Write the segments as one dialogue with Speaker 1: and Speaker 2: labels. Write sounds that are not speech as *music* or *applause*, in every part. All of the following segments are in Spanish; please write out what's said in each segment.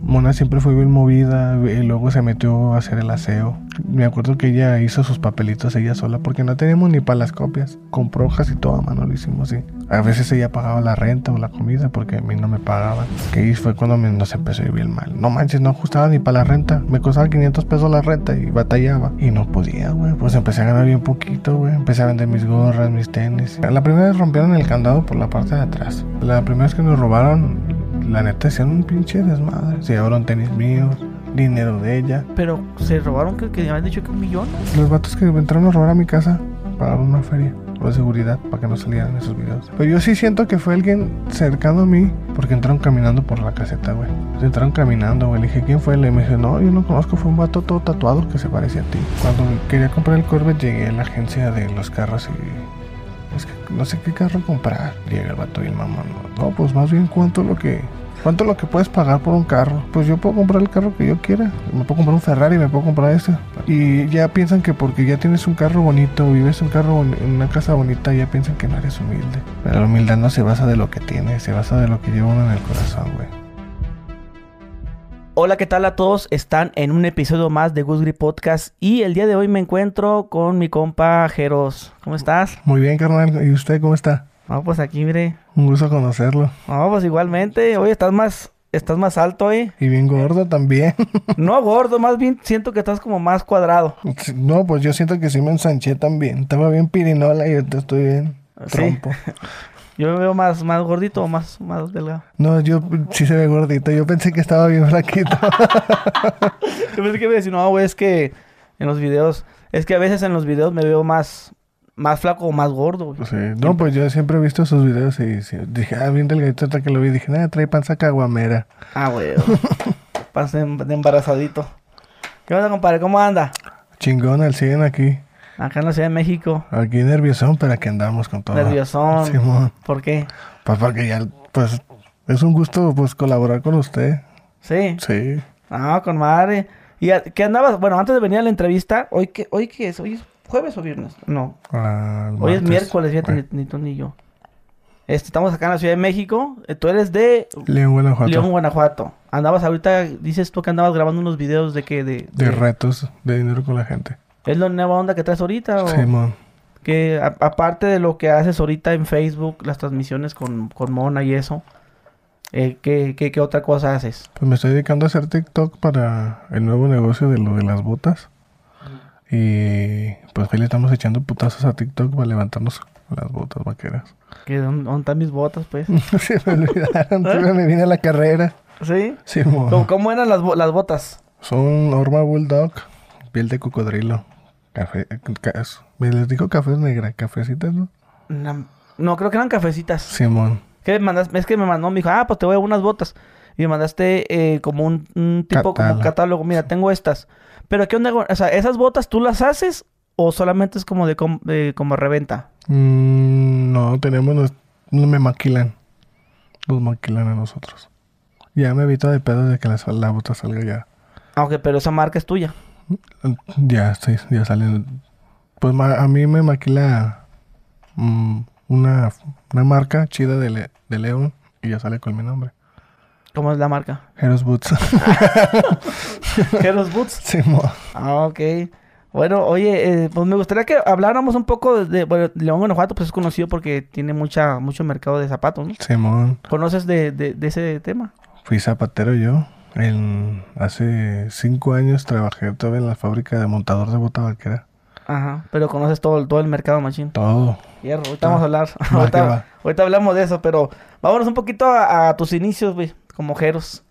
Speaker 1: Mona siempre fue bien movida y luego se metió a hacer el aseo. Me acuerdo que ella hizo sus papelitos ella sola porque no teníamos ni para las copias. Compró hojas y todo a mano lo hicimos así. A veces ella pagaba la renta o la comida porque a mí no me pagaban. Que ahí fue cuando me, nos empezó a ir bien mal. No manches, no ajustaba ni para la renta. Me costaba 500 pesos la renta y batallaba. Y no podía, güey. Pues empecé a ganar bien poquito, güey. Empecé a vender mis gorras, mis tenis. La primera vez rompieron el candado por la parte de atrás. La primera vez que nos robaron, la neta hicieron un pinche desmadre. Se llevaron tenis míos, dinero de ella.
Speaker 2: Pero se robaron, creo que me habían dicho que un millón.
Speaker 1: Los vatos que entraron a robar a mi casa pagaron una feria por seguridad para que no salieran esos videos. Pero yo sí siento que fue alguien cercano a mí porque entraron caminando por la caseta, güey. Entraron caminando, güey. Le dije, ¿quién fue? Le me dice, no, yo no conozco. Fue un vato todo tatuado que se parecía a ti. Cuando quería comprar el Corvette llegué a la agencia de los carros y es Pues que no sé qué carro comprar. Llega el vato y el mamá. No, no, pues más bien cuánto lo que. ¿Cuánto lo que puedes pagar por un carro? Pues yo puedo comprar el carro que yo quiera. Me puedo comprar un Ferrari, me puedo comprar este. Y ya piensan que porque ya tienes un carro bonito, vives un carro en una casa bonita, ya piensan que no eres humilde. Pero la humildad no se basa de lo que tienes, se basa de lo que lleva uno en el corazón, güey.
Speaker 2: Hola, ¿qué tal a todos? Están en un episodio más de Gusgri Podcast y el día de hoy me encuentro con mi compa Jeros. ¿Cómo estás?
Speaker 1: Muy bien, carnal. ¿Y usted cómo está?
Speaker 2: No, pues aquí, mire.
Speaker 1: Un gusto conocerlo.
Speaker 2: No, pues igualmente. Oye, estás más, estás más alto, ¿eh?
Speaker 1: Y bien gordo también. *laughs*
Speaker 2: No gordo, más bien siento que estás como más cuadrado.
Speaker 1: No, pues yo siento que sí me ensanché también. Estaba bien pirinola y ahorita estoy bien trompo.
Speaker 2: Sí. Yo me veo más, más gordito o más, más delgado.
Speaker 1: No, yo sí se ve gordito. Yo pensé que estaba bien flaquito.
Speaker 2: yo pensé que me decía, no, güey, es que en los videos, es que a veces en los videos me veo más, más flaco o más gordo. Güey.
Speaker 1: *laughs* Sí. No, pues yo siempre he visto sus videos y, sí, dije, ah, bien delgadito hasta que lo vi. Dije, nada, trae panza caguamera.
Speaker 2: Ah, *laughs* güey. panza em- de embarazadito. ¿Qué onda, compadre? ¿Cómo anda?
Speaker 1: Chingón al 100 aquí.
Speaker 2: Acá en la Ciudad de México.
Speaker 1: Aquí nerviosón, pero aquí andamos con todo.
Speaker 2: Nerviosón. Simón. ¿Por qué?
Speaker 1: Pues porque ya, pues, es un gusto, pues, colaborar con usted.
Speaker 2: ¿Sí?
Speaker 1: Sí.
Speaker 2: Ah, con madre. ¿Y a, qué andabas? Bueno, antes de venir a la entrevista, ¿hoy qué, hoy qué es? ¿Hoy es jueves o viernes? No.
Speaker 1: Ah,
Speaker 2: hoy es miércoles, fíjate, bueno. ni, ni, tú ni yo. Este, estamos acá en la Ciudad de México. Eh, Tú eres de...
Speaker 1: León, Guanajuato.
Speaker 2: León, Guanajuato. Andabas ahorita, dices tú que andabas grabando unos videos de que...
Speaker 1: De, de, de retos, de dinero con la gente.
Speaker 2: ¿Es la nueva onda que traes ahorita? O
Speaker 1: Simón.
Speaker 2: Que a, aparte de lo que haces ahorita en Facebook, las transmisiones con, con Mona y eso, eh, ¿qué, qué, qué, otra cosa haces?
Speaker 1: Pues me estoy dedicando a hacer TikTok para el nuevo negocio de lo de las botas. Y pues ahí le estamos echando putazos a TikTok para levantarnos las botas vaqueras. *laughs*
Speaker 2: ¿Qué, ¿Dónde, dónde están mis botas, pues?
Speaker 1: Se me olvidaron, ¿Eh? me vine a la carrera.
Speaker 2: ¿Sí?
Speaker 1: Simón.
Speaker 2: ¿Cómo, cómo eran las, las botas?
Speaker 1: Son Orma Bulldog, piel de cocodrilo. Café, me les dijo cafés negra, cafecitas, ¿no?
Speaker 2: ¿no? No, creo que eran cafecitas.
Speaker 1: Simón.
Speaker 2: ¿Qué mandaste? Es que me mandó, me dijo, ah, pues te voy a unas botas. Y me mandaste eh, como un, un tipo, catálogo. como un catálogo. Mira, sí. tengo estas. Pero ¿qué onda? O sea, ¿esas botas tú las haces o solamente es como de, com de como reventa?
Speaker 1: Mm, no, tenemos, los, me maquilan. Nos maquilan a nosotros. Ya me evito de pedos de que la, la bota salga ya.
Speaker 2: Aunque, Ah, pero esa marca es tuya.
Speaker 1: Ya, sí, ya salen. Pues a mí me maquila mmm, una, una, marca chida de, le, de, León y ya sale con mi nombre.
Speaker 2: ¿Cómo es la *laughs* marca?
Speaker 1: Heroes Boots. *laughs*
Speaker 2: Heroes Boots.
Speaker 1: Sí,
Speaker 2: ah, ok. Bueno, oye, eh, pues me gustaría que habláramos un poco de, bueno, León Guanajuato, pues es conocido porque tiene mucha, mucho mercado de zapatos, ¿no?
Speaker 1: Simón.
Speaker 2: ¿Conoces de, de, de ese tema?
Speaker 1: Fui zapatero yo. En, hace cinco años trabajé todavía en la fábrica de montador de bota vaquera.
Speaker 2: Ajá, pero conoces todo, el, todo el mercado, machín.
Speaker 1: Todo.
Speaker 2: Hierro, ahorita vamos a hablar. *laughs* ahorita, ahorita, hablamos de eso, pero vámonos un poquito a, a tus inicios, güey, como Jeros.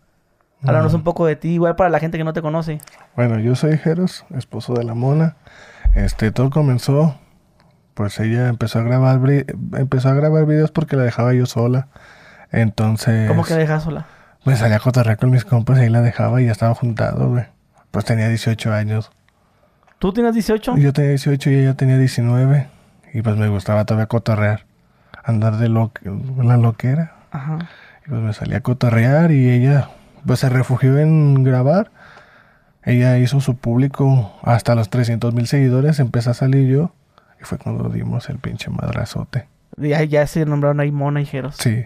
Speaker 2: Háblanos uh -huh. un poco de ti, igual para la gente que no te conoce.
Speaker 1: Bueno, yo soy Jeros, esposo de la mona. Este, todo comenzó, pues ella empezó a grabar, empezó a grabar videos porque la dejaba yo sola. Entonces...
Speaker 2: ¿Cómo que la dejas sola?
Speaker 1: Me salía a cotorrear con mis compas y ahí la dejaba y ya estaba juntado, güey. Pues tenía 18 años.
Speaker 2: ¿Tú tenías 18?
Speaker 1: Yo tenía 18 y ella tenía 19. Y pues me gustaba todavía cotorrear. Andar de lo la loquera.
Speaker 2: Ajá.
Speaker 1: Y pues me salía a cotorrear y ella pues se refugió en grabar. Ella hizo su público hasta los 300 mil seguidores. Empecé a salir yo. Y fue cuando dimos el pinche madrazote.
Speaker 2: Ya, ya se nombraron ahí Mona y Jeros.
Speaker 1: Sí.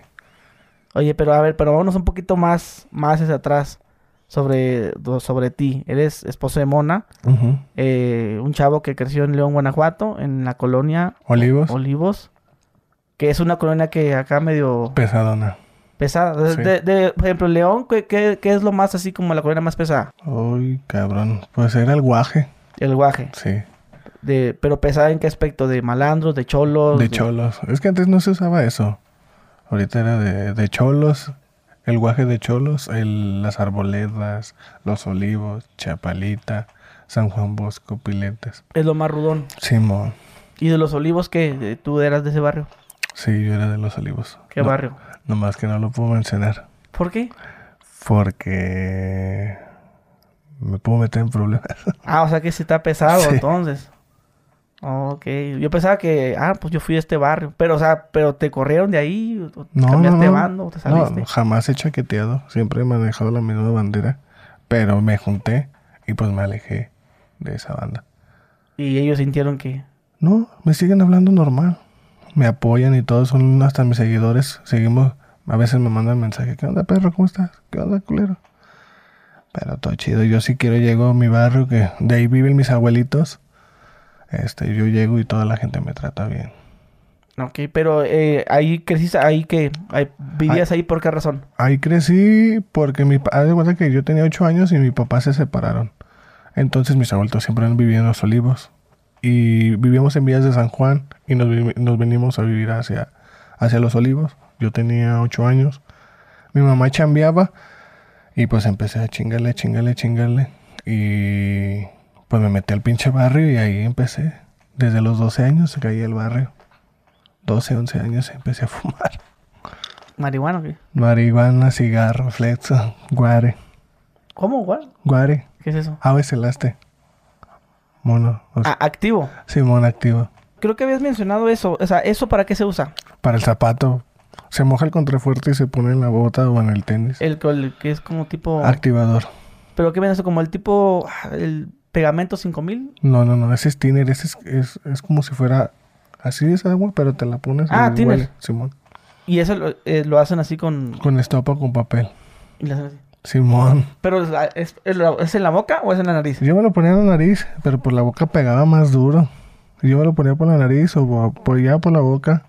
Speaker 2: Oye, pero a ver, pero vámonos un poquito más, más hacia atrás. sobre, sobre ti. Eres esposo de Mona,
Speaker 1: Ujú.
Speaker 2: eh, un chavo que creció en León, Guanajuato, en la colonia
Speaker 1: Olivos,
Speaker 2: Olivos, que es una colonia que acá medio
Speaker 1: pesadona.
Speaker 2: pesada.
Speaker 1: Sí.
Speaker 2: De, de- por ejemplo, León, ¿qué, qué, qué es lo más así como la colonia más pesada?
Speaker 1: Uy, cabrón. Pues era el guaje.
Speaker 2: El guaje.
Speaker 1: Sí.
Speaker 2: De, pero pesada en qué aspecto? De malandros, de cholos.
Speaker 1: De cholos. Es que antes no se usaba eso. Ahorita era de, de cholos. El guaje de cholos. el- las arboledas. Los olivos. Chapalita. San Juan Bosco. Piletes.
Speaker 2: Es lo más rudón.
Speaker 1: Simón.
Speaker 2: Y de los olivos que tú eras de ese barrio.
Speaker 1: Sí, yo era de los olivos.
Speaker 2: ¿Qué
Speaker 1: No-
Speaker 2: barrio?
Speaker 1: Nomás que no lo puedo mencionar.
Speaker 2: ¿Por qué?
Speaker 1: Porque. Me puedo meter en problemas. *laughs*
Speaker 2: Ah, o sea que sí está pesado
Speaker 1: Sí.
Speaker 2: entonces. Ok, yo pensaba que, ah, pues yo fui de este barrio, pero o sea, pero te corrieron de ahí, o- o
Speaker 1: No,
Speaker 2: cambiaste
Speaker 1: no,
Speaker 2: de
Speaker 1: no.
Speaker 2: bando, o te
Speaker 1: No,
Speaker 2: saliste.
Speaker 1: jamás he chaqueteado, siempre he manejado la misma bandera, pero me junté y pues me alejé de esa banda.
Speaker 2: Y ellos sintieron que,
Speaker 1: No, me siguen hablando normal, me apoyan y todos son hasta mis seguidores, seguimos, a veces me mandan mensaje, ¿qué onda perro? ¿Cómo estás? ¿Qué onda culero? Pero todo chido, yo si quiero llego a mi barrio, que de ahí viven mis abuelitos, este, yo llego y toda la gente me trata bien.
Speaker 2: ok, pero eh, ahí creciste, ahí que, ahí- vivías ahí por qué razón.
Speaker 1: Ahí crecí porque mi papá, de cuenta que yo tenía ocho años y mi papá se separaron. Entonces mis abuelos siempre han vivido en los olivos. Y vivíamos en Villas de San Juan y nos, vi- nos venimos a vivir hacia, hacia los olivos. Yo tenía ocho años. Mi mamá chambeaba y pues empecé a chingarle, chingarle, chingarle. Y pues me metí al pinche barrio y ahí empecé. Desde los 12 años se caía el barrio. 12, 11 años empecé a fumar.
Speaker 2: Marihuana, ¿qué?
Speaker 1: Marihuana, cigarro, flexo, guare,
Speaker 2: ¿Cómo, güey?
Speaker 1: guare,
Speaker 2: ¿Qué es eso?
Speaker 1: ave celaste, mono, o sea,
Speaker 2: Ah, activo.
Speaker 1: Simón activo.
Speaker 2: Creo que habías mencionado eso, o sea, ¿eso para qué se usa?
Speaker 1: Para el zapato, se moja el contrafuerte y se pone en la bota o en el tenis.
Speaker 2: El, que- el que es como tipo,
Speaker 1: Activador.
Speaker 2: pero ¿qué viene eso? Como el tipo, ah, el pegamento 5000.
Speaker 1: No, no, no, ese es tiner, ese es, es, es como si fuera así de esa agua, pero te la pones
Speaker 2: Ah,
Speaker 1: y
Speaker 2: thinner.
Speaker 1: huele, Simón.
Speaker 2: Y eso lo, eh, lo hacen así con...
Speaker 1: Con estopa o con papel.
Speaker 2: y le hacen así.
Speaker 1: Simón.
Speaker 2: ¿Pero es, la- es- es la- es en la boca o es en la nariz?
Speaker 1: Yo me lo ponía en la nariz, pero por la boca pegaba más duro. Yo me lo ponía por la nariz o por, por ya por la boca.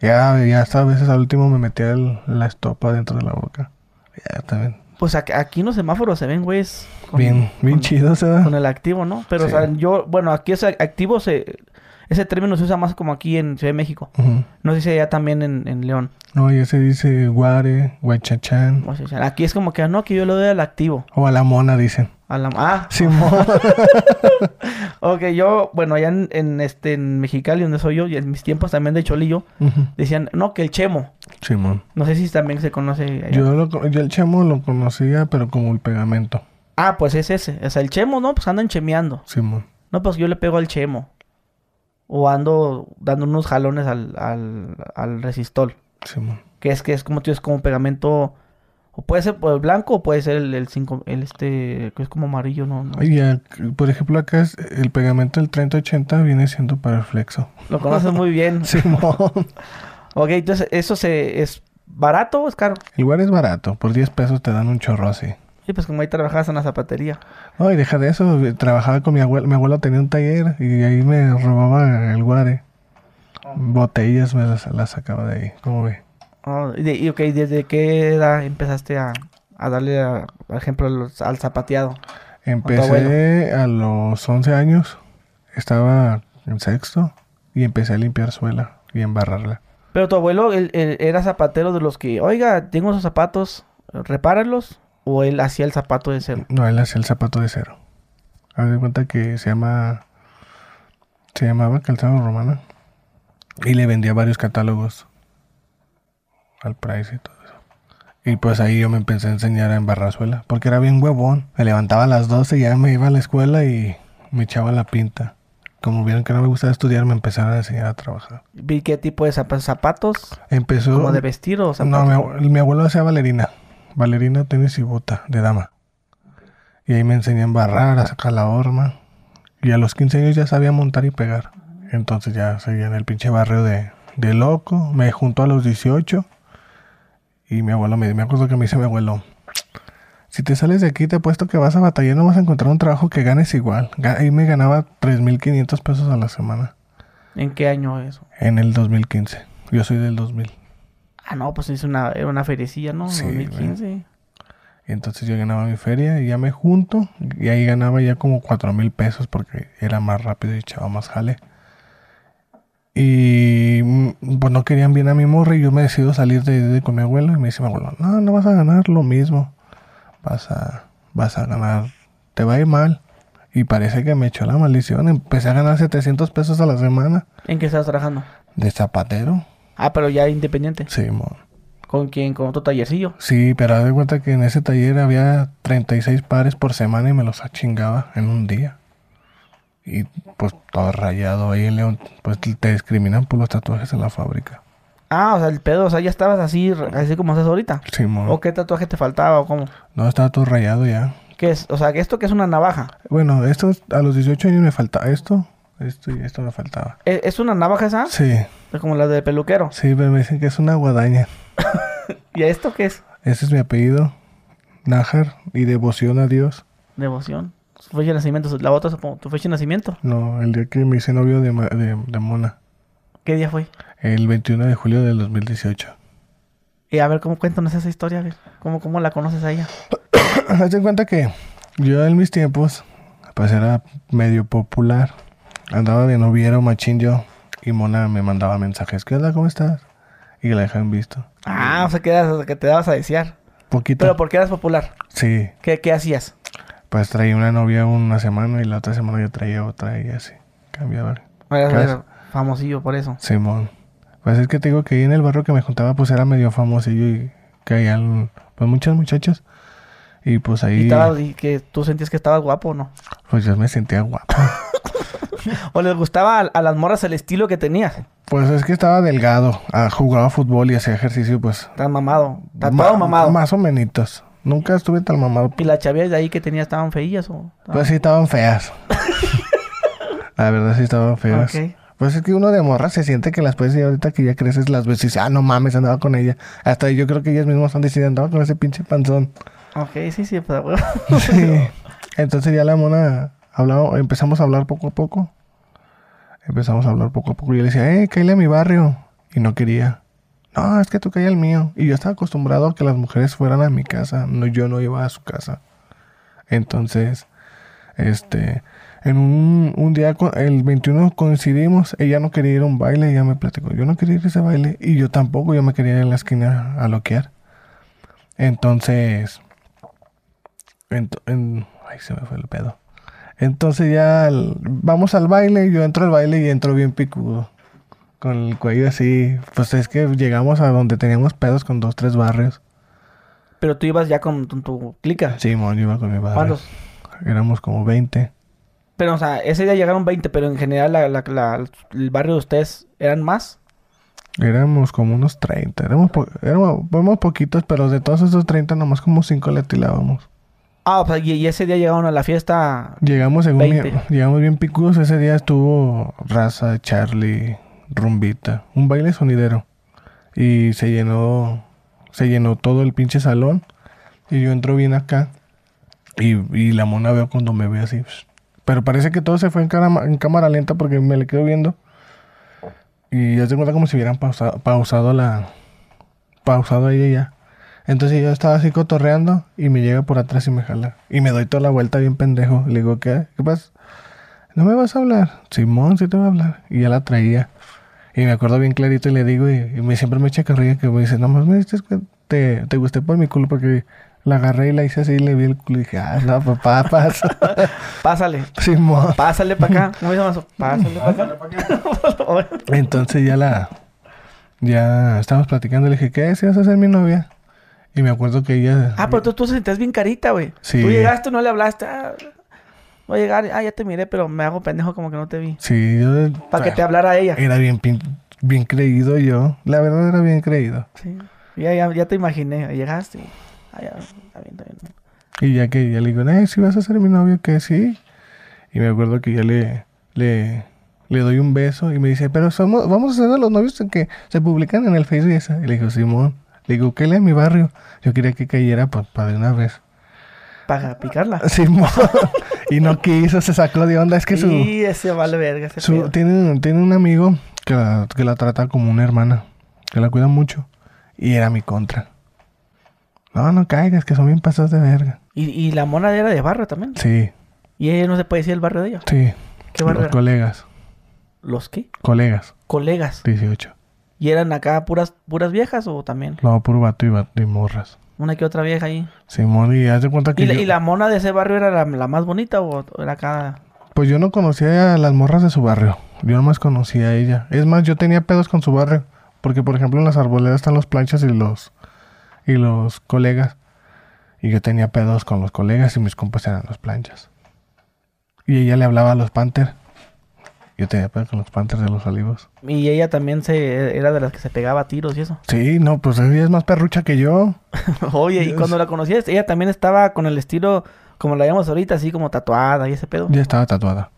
Speaker 1: Ya, ya hasta a veces al último me metía el- la estopa dentro de la boca. Ya también.
Speaker 2: Pues ac- aquí en los semáforos se ven, güeyes. con-
Speaker 1: bien, bien
Speaker 2: con-
Speaker 1: chido se da.
Speaker 2: Con el activo, ¿no? Pero, o
Speaker 1: Sí.
Speaker 2: sea, yo... Bueno, aquí ese activo se... Ese término se usa más como aquí en Ciudad de México.
Speaker 1: Ujú.
Speaker 2: No sé si allá también en, en León.
Speaker 1: No, y ese dice guare, guachachán.
Speaker 2: O sea, aquí es como que, ah, no, que yo le doy al activo.
Speaker 1: O a la mona dicen.
Speaker 2: A la... Ah, *laughs*
Speaker 1: Simón.
Speaker 2: ok, yo... Bueno, allá en, en, este, en Mexicali, donde soy yo, y en mis tiempos también de Cholillo,
Speaker 1: Ujú.
Speaker 2: decían, no, que el chemo.
Speaker 1: Simón.
Speaker 2: No sé si también se conoce allá.
Speaker 1: Yo, lo con- yo el chemo lo conocía, pero como el pegamento.
Speaker 2: Ah, pues es ese. O sea, el chemo, ¿no? Pues andan chemeando.
Speaker 1: Simón.
Speaker 2: No, pues yo le pego al chemo. O ando dando unos jalones al, al, al resistol.
Speaker 1: Simón.
Speaker 2: Que es que es como tú dices, como pegamento. O puede ser pues, blanco o puede ser el, el, cinco- el este, que es como amarillo, no, no.
Speaker 1: Ay, ya, por ejemplo, acá es- el pegamento del 3080 viene siendo para el flexo.
Speaker 2: Lo conoces muy
Speaker 1: *laughs*
Speaker 2: bien.
Speaker 1: Simón.
Speaker 2: Ok, entonces, ¿eso se, es barato o es caro?
Speaker 1: El lugar es barato, por 10 pesos te dan un chorro así.
Speaker 2: Sí, pues como ahí trabajabas en la zapatería.
Speaker 1: No, y deja de eso, eh, trabajaba con mi abuelo, mi abuelo tenía un taller y ahí me robaba el guare. Botellas me las, las sacaba de ahí, ¿cómo ve?
Speaker 2: Ah, y, de- y, ok, ¿desde qué edad empezaste a, a darle, a- por ejemplo, a los- al zapateado?
Speaker 1: Empecé a los 11 años, estaba en sexto y empecé a limpiar suela y embarrarla.
Speaker 2: Pero tu abuelo él- él era zapatero de los que, oiga, tengo esos zapatos, repáralos. O él hacía el zapato de cero.
Speaker 1: No, él hacía el zapato de cero. Haz de cuenta que se llama. Se llamaba Calzado Romana. Y le vendía varios catálogos. Al Price y todo eso. Y pues ahí yo me empecé a enseñar a embarrar suela. Porque era bien huevón. Me levantaba a las 12 y ya me iba a la escuela y me echaba la pinta. Como vieron que no me gustaba estudiar, me empezaron a enseñar a trabajar.
Speaker 2: Vi qué tipo de zapa- zapatos,
Speaker 1: Empezó.
Speaker 2: como de vestir o
Speaker 1: No,
Speaker 2: zapatos.
Speaker 1: mi, abue- mi abuelo hacía bailarina. Bailarina, tenis y bota de dama. Y ahí me enseñó a embarrar, a sacar la horma. Y a los 15 años ya sabía montar y pegar. Entonces ya seguía en el pinche barrio de, de loco. Me juntó a los 18. Y mi abuelo me, me acuerdo que me dice mi abuelo. Si te sales de aquí, te apuesto que vas a batallar, no vas a encontrar un trabajo que ganes igual. Ahí me ganaba 3.500 pesos a la semana.
Speaker 2: ¿En qué año eso?
Speaker 1: En el 2015. Yo soy del 2000.
Speaker 2: Ah, no, pues es una, era una feriecilla, ¿no?
Speaker 1: Sí,
Speaker 2: 2015.
Speaker 1: Entonces yo ganaba mi feria y ya me junto. Y ahí ganaba ya como 4 mil pesos porque era más rápido y echaba más jale. Y mm, pues no querían bien a mi morri. Yo me decido salir de, de con mi abuelo y me dice mi abuelo, no, no vas a ganar lo mismo. Vas a, vas a ganar, te va a ir mal. Y parece que me echó la maldición. Empecé a ganar 700 pesos a la semana
Speaker 2: ¿En qué estabas trabajando?
Speaker 1: de zapatero.
Speaker 2: Ah, pero ya independiente.
Speaker 1: Sí, mon.
Speaker 2: ¿Con quién? ¿Con otro tallercillo?
Speaker 1: Sí, pero haz de cuenta que en ese taller había 36 pares por semana y me los achingaba en un día. Y pues todo rayado ahí en León, pues te discriminan por los tatuajes en la fábrica.
Speaker 2: Ah, o sea, el pedo, o sea, ya estabas así, re- así como estás ahorita.
Speaker 1: Simón.
Speaker 2: ¿O qué tatuaje te faltaba o cómo?
Speaker 1: No, estaba todo rayado ya.
Speaker 2: ¿Qué es? O sea, que esto que es una navaja.
Speaker 1: Bueno, esto es- a los 18 años me faltaba esto, esto y esto me faltaba.
Speaker 2: ¿E- ¿Es una navaja esa?
Speaker 1: Sí,
Speaker 2: Es Como la de peluquero.
Speaker 1: sí, pero me dicen que es una guadaña.
Speaker 2: ¿Y esto qué es?
Speaker 1: Ese es mi apellido, Nájar, y devoción a Dios.
Speaker 2: Devoción. Su fecha de nacimiento. La otra, supongo, tu fecha de nacimiento.
Speaker 1: No, el día que me hice novio de, ma- de, de Mona,
Speaker 2: ¿Qué día fue?
Speaker 1: el 21 de julio del 2018.
Speaker 2: Y a ver, ¿cómo cuéntanos esa historia? A ver, ¿cómo, cómo la conoces a ella?
Speaker 1: Haz de cuenta que yo en mis tiempos, pues era medio popular. Andaba de noviero, machín yo. Y Mona me mandaba mensajes. ¿Qué onda? ¿Cómo estás? Y la dejan visto.
Speaker 2: Ah, o sea, que, eras- que te dabas a desear.
Speaker 1: Poquito.
Speaker 2: Pero ¿por qué eras popular?
Speaker 1: Sí.
Speaker 2: ¿Qué, qué hacías?
Speaker 1: Pues traía una novia una semana y la otra semana yo traía otra y así. Cambiaba.
Speaker 2: No, eras-
Speaker 1: ¿Qué
Speaker 2: eras famosillo por eso.
Speaker 1: Simón. Pues es que te digo que ahí en el barrio que me juntaba, pues era medio famosillo y caían pues muchas muchachas. Y pues
Speaker 2: Y,
Speaker 1: ahí.
Speaker 2: estabas- y que tú sentías que estabas guapo o no.
Speaker 1: Pues yo me sentía guapo.
Speaker 2: O les gustaba a, a las morras el estilo que tenías.
Speaker 1: Pues es que estaba delgado, ah, jugaba fútbol y hacía ejercicio, pues.
Speaker 2: Tan mamado. Tatuado
Speaker 1: ma-
Speaker 2: mamado.
Speaker 1: Más o menos. Nunca estuve tan mamado.
Speaker 2: Y las chavillas de ahí que tenías estaban feillas o.
Speaker 1: Pues sí, estaban
Speaker 2: *laughs*
Speaker 1: feas. La verdad, sí estaban feas.
Speaker 2: ah, Ok.
Speaker 1: Pues es que uno de morra se siente que las puedes y ahorita que ya creces las veces y dice, ah, no mames, andaba con ella. Hasta yo creo que ellas mismas han decidido, andaba con ese pinche panzón.
Speaker 2: Ok, sí, sí, pues, *laughs* güey.
Speaker 1: Sí. *laughs* Entonces ya la mona hablaba, empezamos a hablar poco a poco. Empezamos a hablar poco a poco. Y yo le decía, eh, cállale a mi barrio. Y no quería. No, es que tú caes al mío. Y yo estaba acostumbrado a que las mujeres fueran a mi casa. No, yo no iba a su casa. Entonces, este, en un, un día, co- el 21 coincidimos. Ella no quería ir a un baile. Ella me platicó, yo no quería ir a ese baile. Y yo tampoco, yo me quería ir a la esquina a loquear. Entonces, Ento- en- ay, se me fue el pedo. Entonces ya al- vamos al baile, yo entro al baile y entro bien picudo. Con el cuello así. Pues es que llegamos a donde teníamos pedos con dos, tres barrios.
Speaker 2: Pero tú ibas ya con, con tu clica.
Speaker 1: Sí, mon, yo iba con mi barrio.
Speaker 2: ¿Cuántos?
Speaker 1: Éramos como 20.
Speaker 2: Pero, o sea, ese día llegaron 20, pero en general la- la- la- el barrio de ustedes eran más.
Speaker 1: Éramos como unos 30. Éramos, po- éramos, éramos poquitos, pero de todos esos 30, nomás como 5 le atilábamos.
Speaker 2: Ah, o sea, y, y ese día llegaron a la fiesta.
Speaker 1: Llegamos, según mi-
Speaker 2: 20.
Speaker 1: llegamos bien picudos. Ese día estuvo Raza, Charlie, Rumbita. Un baile sonidero. Y se llenó, se llenó todo el pinche salón. Y yo entro bien acá. Y, y la mona veo cuando me ve así. pues. Pero parece que todo se fue en, cara- en cámara lenta porque me le quedo viendo. Y ya se cuenta como si hubieran pausado, pausado la... Pausado a ella ya. Entonces yo estaba así cotorreando y me llega por atrás y me jala. Y me doy toda la vuelta bien pendejo. Le digo, ¿qué? ¿Qué pasa? ¿No me vas a hablar? Simón, sí te voy a hablar. Y ya la traía. Y me acuerdo bien clarito y le digo, y, y me, siempre me echa carrilla que me dice, no más me diste cuen- te, te gusté por mi culo porque la agarré y la hice así y le vi el culo y dije, ah, no, papá, pasa.
Speaker 2: Pásale.
Speaker 1: *laughs* Simón.
Speaker 2: Pásale para acá. ¿Cómo se llama eso? Pásale para
Speaker 1: *laughs*
Speaker 2: acá.
Speaker 1: Entonces ya la. Ya estábamos platicando. Le dije, ¿qué? Si vas a ser mi novia. Y me acuerdo que ella.
Speaker 2: ah, pero tú, tú sentías bien carita, güey.
Speaker 1: Sí.
Speaker 2: Tú llegaste, no le hablaste. Ah, voy a llegar. Ah, ya te miré, pero me hago pendejo como que no te vi.
Speaker 1: Sí, Eh. yo.
Speaker 2: Para que te hablara ella.
Speaker 1: Era bien, pin- bien creído yo. La verdad era bien creído.
Speaker 2: Sí. Ya, ya, ya te imaginé. Llegaste. y, Ah, ya, está bien, está bien.
Speaker 1: Y ya que ya le digo, eh, si vas a ser mi novio, que sí. Y me acuerdo que ya le, le, le doy un beso y me dice, pero somos, vamos a ser de los novios que se publican en el Facebook y esa. Y le digo, Simón, le digo, ¿qué le a mi barrio? Yo quería que cayera pues, para de una vez.
Speaker 2: Para
Speaker 1: *laughs*
Speaker 2: picarla.
Speaker 1: Simón. y no quiso, se sacó de onda. Es que su.
Speaker 2: Sí, ese vale verga. Ese
Speaker 1: su
Speaker 2: pedo.
Speaker 1: tiene, tiene un amigo que la, que la trata como una hermana, que la cuida mucho. Y era mi contra. No, no caigas, que son bien pasados de verga.
Speaker 2: Y, y la mona era de barrio también.
Speaker 1: Sí,
Speaker 2: Y ella no se puede decir el barrio de ella.
Speaker 1: sí.
Speaker 2: ¿Qué
Speaker 1: Los
Speaker 2: barrio era?
Speaker 1: colegas.
Speaker 2: ¿Los qué?
Speaker 1: Colegas,
Speaker 2: Colegas.
Speaker 1: 18.
Speaker 2: ¿Y eran acá puras, puras viejas o también?
Speaker 1: No, puro vato y, vato y morras.
Speaker 2: Una que otra vieja ahí.
Speaker 1: Simón, y haz de cuenta Ah, que.
Speaker 2: ¿Y la,
Speaker 1: yo-
Speaker 2: y la mona de ese barrio era la, la más bonita o era acá?
Speaker 1: Pues yo no conocía a las morras de su barrio. Yo nomás conocía a ella. Es más, yo tenía pedos con su barrio. Porque, por ejemplo, en las arboledas están los planchas y los, y los colegas. Y yo tenía pedos con los colegas y mis compas eran los planchas. Y ella le hablaba a los Panther. Yo tenía pedos con los Panthers de los olivos.
Speaker 2: Y ella también se era de las que se pegaba a tiros y eso. *laughs*
Speaker 1: Sí, no, pues ella es más perrucha que yo.
Speaker 2: Oye, y
Speaker 1: Dios.
Speaker 2: cuando la conocías, ella también estaba con el estilo, como la vemos ahorita, así como tatuada y ese pedo.
Speaker 1: Ya estaba tatuada.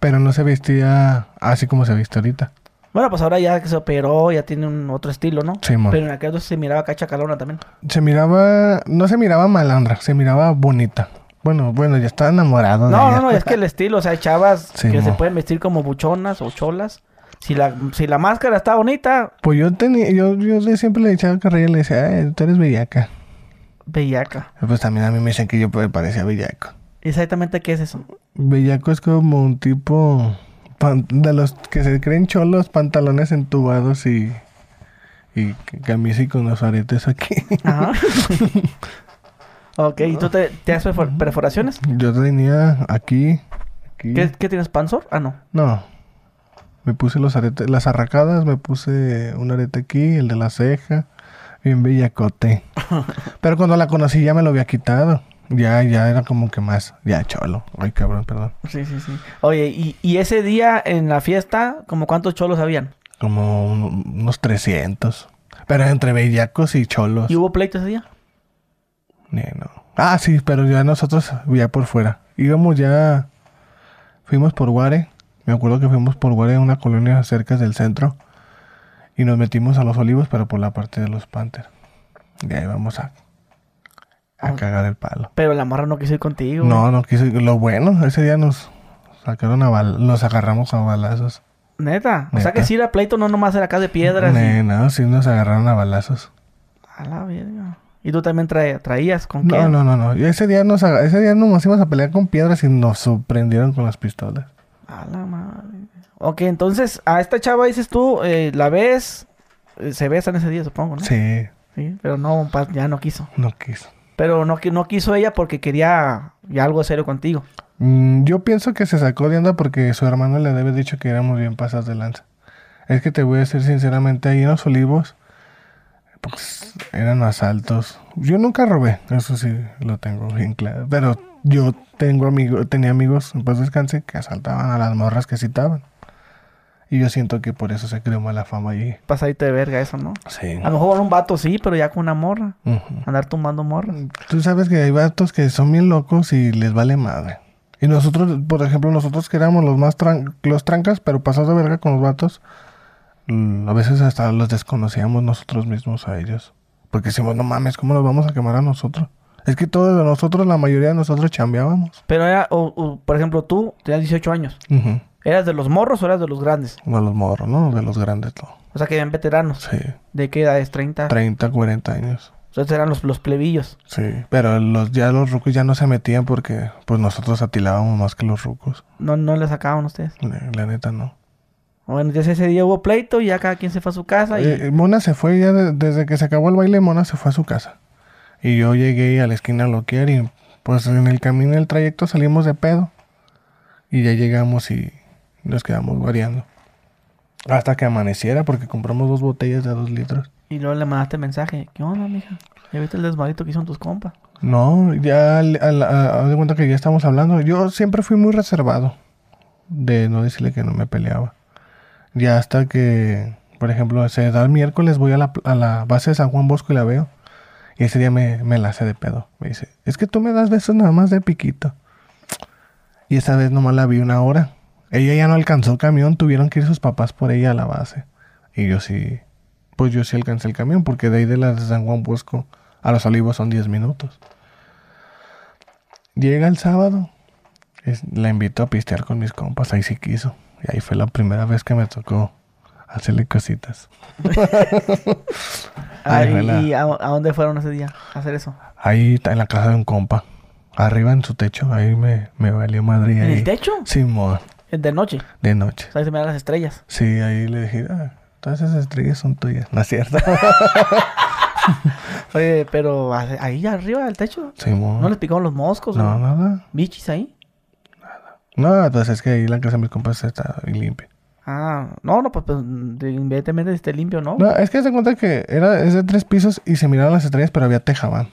Speaker 1: Pero no se vestía así como se viste ahorita.
Speaker 2: Bueno, pues ahora ya que se operó, ya tiene un otro estilo, ¿no?
Speaker 1: Simón.
Speaker 2: Pero en aquel entonces se miraba cacha calona también.
Speaker 1: Se miraba, no se miraba malandra, se miraba bonita. Bueno, bueno, ya estaba enamorado de
Speaker 2: No,
Speaker 1: ella.
Speaker 2: no, no, es que el estilo, o sea, hay chavas
Speaker 1: *laughs* Sí,
Speaker 2: que se
Speaker 1: mo.
Speaker 2: pueden vestir como buchonas o cholas. Si la, si la máscara está bonita,
Speaker 1: Pues yo tenía, yo, yo de- siempre le echaba carrera y le decía, "Ay, tú eres bellaca.
Speaker 2: bellaca.
Speaker 1: Pues también a mí me dicen que yo me parecía bellaco.
Speaker 2: Exactamente, ¿qué es eso?
Speaker 1: Bellaco es como un tipo pan- de los que se creen cholos, pantalones entubados y, y camisa y con los aretes aquí. *laughs*
Speaker 2: Ajá. ok, ¿y tú te, te haces perfor- perforaciones?
Speaker 1: Yo tenía aquí, aquí.
Speaker 2: ¿Qué, qué tienes, panzor? Ah, no.
Speaker 1: No. Me puse los aretes, las arracadas, me puse un arete aquí, el de la ceja, bien bellacote. Pero cuando la conocí ya me lo había quitado. Ya, ya era como que más, ya cholo. Ay, cabrón, perdón.
Speaker 2: Sí, sí, sí. Oye, y, y ese día en la fiesta, ¿como cuántos cholos habían?
Speaker 1: Como un- unos 300. Pero entre bellacos y cholos.
Speaker 2: ¿Y hubo pleito ese día?
Speaker 1: Ni, no. Ah, sí, pero ya nosotros ya por fuera. Íbamos ya, fuimos por Guare. Me acuerdo que fuimos por Guare, una colonia cerca del centro. Y nos metimos a los olivos, pero por la parte de los Panthers. Y ahí vamos a, a
Speaker 2: Ah.
Speaker 1: cagar el palo.
Speaker 2: Pero la morra no quiso ir contigo.
Speaker 1: No, no quise. Lo bueno, ese día nos sacaron a bal- nos agarramos a balazos.
Speaker 2: Neta. O sea
Speaker 1: Neta.
Speaker 2: que si era pleito, no nomás era acá de piedras. y-
Speaker 1: Ne, no, sí nos agarraron a balazos.
Speaker 2: A la verga. ¿Y tú también trae- traías con
Speaker 1: No,
Speaker 2: quién?
Speaker 1: no, no, no. Ese día nos aga- ese día nos íbamos a pelear con piedras y nos sorprendieron con las pistolas.
Speaker 2: A la madre. Ok, entonces a esta chava dices tú, eh, la ves, eh, se besan ese día, supongo, ¿no?
Speaker 1: Sí,
Speaker 2: Sí, pero no, pa- ya no quiso.
Speaker 1: no quiso.
Speaker 2: Pero no, qui- no quiso ella porque quería ya algo serio contigo.
Speaker 1: Mm, yo pienso que se sacó de onda porque su hermano le debe dicho que éramos bien pasas de lanza. Es que te voy a decir sinceramente, ahí en los olivos, pues eran asaltos. Yo nunca robé, eso sí lo tengo bien claro. Pero yo tengo amigo, tenía amigos en paz descanse que asaltaban a las morras que citaban. Y yo siento que por eso se creó mala fama allí.
Speaker 2: Pasadita de verga eso, ¿no?
Speaker 1: Sí.
Speaker 2: A lo mejor con un vato sí, pero ya con una morra. Andar tumbando morras.
Speaker 1: Tú sabes que hay vatos que son bien locos y les vale madre. Y nosotros, por ejemplo, nosotros que éramos los más tran- los trancas, pero pasados de verga con los vatos, mm, a veces hasta los desconocíamos nosotros mismos a ellos. Porque decimos, no mames, ¿cómo nos vamos a quemar a nosotros? Es que todos de nosotros, la mayoría de nosotros chambeábamos.
Speaker 2: Pero era, o- o, por ejemplo, tú tenías 18 años.
Speaker 1: Ujú.
Speaker 2: ¿Eras de los morros o eras de los grandes?
Speaker 1: De los morros, ¿no? De los grandes, no.
Speaker 2: O sea, que eran veteranos.
Speaker 1: Sí.
Speaker 2: ¿De qué edades? ¿30?
Speaker 1: 30, 40 años.
Speaker 2: Entonces eran los, los plebillos.
Speaker 1: Sí. Pero los, ya los rucos ya no se metían porque pues nosotros atilábamos más que los rucos.
Speaker 2: No, no le sacaban ustedes.
Speaker 1: La- la neta, no.
Speaker 2: Bueno, entonces ese día hubo pleito y ya cada quien se fue a su casa. Y...
Speaker 1: Eh, eh, Mona se fue ya de- desde que se acabó el baile, Mona se fue a su casa. Y yo llegué a la esquina a loquear y pues en el camino del trayecto salimos de pedo. Y ya llegamos y nos quedamos variando. Hasta que amaneciera porque compramos dos botellas de dos litros.
Speaker 2: y luego le mandaste mensaje. ¿Qué onda, mija? ¿Ya viste el desmadito que hicieron tus compas?
Speaker 1: No, ya al- al- a- haz de cuenta que ya estamos hablando. Yo siempre fui muy reservado de no decirle que no me peleaba. Ya hasta que, por ejemplo, se da el miércoles, voy a la, pl- a la base de San Juan Bosco y la veo. Y ese día me, me la hace de pedo. Me dice, es que tú me das besos nada más de piquito. Y esa vez nomás la vi una hora. Ella ya no alcanzó camión, tuvieron que ir sus papás por ella a la base. Y yo sí, pues yo sí alcancé el camión, porque de ahí de la de San Juan Bosco a los olivos son 10 minutos. Llega el sábado. Es- la invito a pistear con mis compas. Ahí sí quiso. Y ahí fue la primera vez que me tocó hacerle cositas.
Speaker 2: Ah,
Speaker 1: Ay,
Speaker 2: ¿y-
Speaker 1: ojalá.
Speaker 2: ¿Y a, a dónde fueron ese día a hacer eso?
Speaker 1: Ahí está en la casa de un compa. Arriba en su techo. Ahí me, me valió madre.
Speaker 2: ¿En
Speaker 1: ahí.
Speaker 2: el techo?
Speaker 1: Simón,
Speaker 2: De noche.
Speaker 1: de noche.
Speaker 2: O sea, ahí se miran las estrellas.
Speaker 1: Sí, ahí le dije, ah, todas esas estrellas son tuyas. *laughs* No es
Speaker 2: *laughs*
Speaker 1: cierto.
Speaker 2: Oye, pero a- ahí arriba del techo.
Speaker 1: Simón.
Speaker 2: ¿No les picaron los moscos?
Speaker 1: No,
Speaker 2: o
Speaker 1: nada.
Speaker 2: ¿Bichis ahí?
Speaker 1: No, pues es que ahí la casa de mis compas está bien limpia.
Speaker 2: Ah, no, no, pues, pues de- independientemente si esté limpio, ¿no?
Speaker 1: No, es que se cuenta que era, es de tres pisos y se miraban las estrellas, pero había tejabán.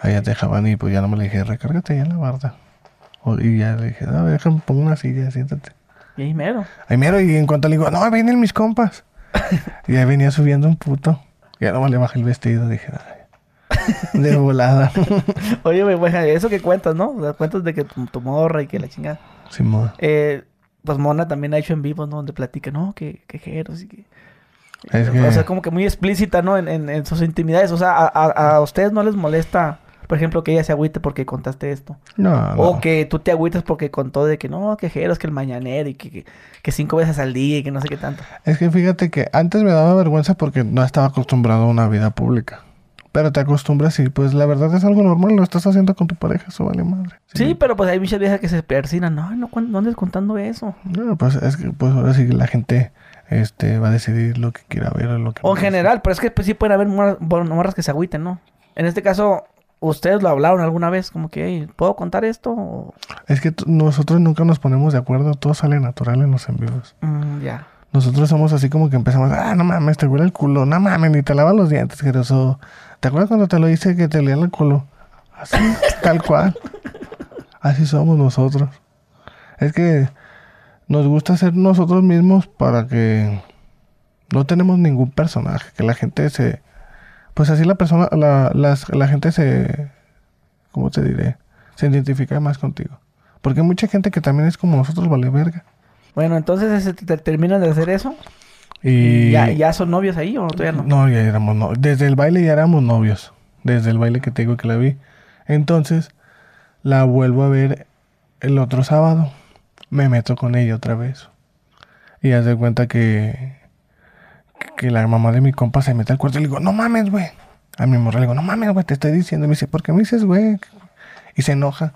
Speaker 1: Había tejabán y pues ya no me le dije, recárgate ya en la barda. O- y ya le dije, no, déjame, pongo una silla, siéntate.
Speaker 2: Y ahí mero. *laughs*
Speaker 1: Ahí mero, y en cuanto le digo, no, ahí vienen mis compas. y ahí venía subiendo un puto. Ya nomás le bajé el vestido, dije, "Ay, de
Speaker 2: *laughs*
Speaker 1: volada.
Speaker 2: Oye, güey, güey, eso que cuentas, ¿no? O sea, cuentas de que tu, tu morra y que la chingada.
Speaker 1: Simón.
Speaker 2: Eh, pues Mona también ha hecho en vivo, ¿no? Donde platica, no, que quejeros y que...
Speaker 1: Es que-
Speaker 2: O sea, como que muy explícita, ¿no? En, en- en sus intimidades. O sea, a, a- a ustedes no les molesta, por ejemplo, que ella se agüite porque contaste esto.
Speaker 1: No, no.
Speaker 2: O que tú te agüites porque contó de que no, quejeros, que el mañanero y que, que, que cinco veces al día y que no sé qué tanto.
Speaker 1: Es que fíjate que antes me daba vergüenza porque no estaba acostumbrado a una vida pública. Pero te acostumbras y pues la verdad es algo normal, lo estás haciendo con tu pareja, eso vale madre.
Speaker 2: Sí, pero pues hay muchas viejas que se persinan. No, no, cuen- no andes contando eso.
Speaker 1: No, pues es que pues ahora sí que la gente este va a decidir lo que quiera ver o lo que
Speaker 2: O en
Speaker 1: no.
Speaker 2: general, pero es que pues, sí pueden haber morras, bueno, morras que se agüiten, ¿no? En este caso, ustedes lo hablaron alguna vez, como que, "Ey, ¿puedo contar esto? O-
Speaker 1: Es que t- nosotros nunca nos ponemos de acuerdo, todo sale natural en los en vivos.
Speaker 2: mm, ya.
Speaker 1: Nosotros somos así como que empezamos, ah, no mames, te huele el culo, no mames, ni te lavas los dientes, que eso. ¿Te acuerdas cuando te lo hice que te olía el culo? Así, tal cual. Así somos nosotros. Es que nos gusta ser nosotros mismos para que no tenemos ningún personaje, que la gente se... Pues así la persona, la, las- la gente se... ¿Cómo te diré? Se identifica más contigo. Porque hay mucha gente que también es como nosotros, vale verga.
Speaker 2: Bueno, entonces este, te, terminan de hacer eso.
Speaker 1: Y...
Speaker 2: ¿Ya, ¿Ya son novios ahí o todavía no?
Speaker 1: No, ya éramos no- Desde el baile ya éramos novios. Desde el baile que te digo que la vi. Entonces, la vuelvo a ver el otro sábado. Me meto con ella otra vez. Y haz de cuenta que. Que la mamá de mi compa se mete al cuarto y le digo, no mames, güey. A mi morra le digo, no mames, güey, te estoy diciendo. Y me dice, ¿por qué me dices, güey? Y se enoja.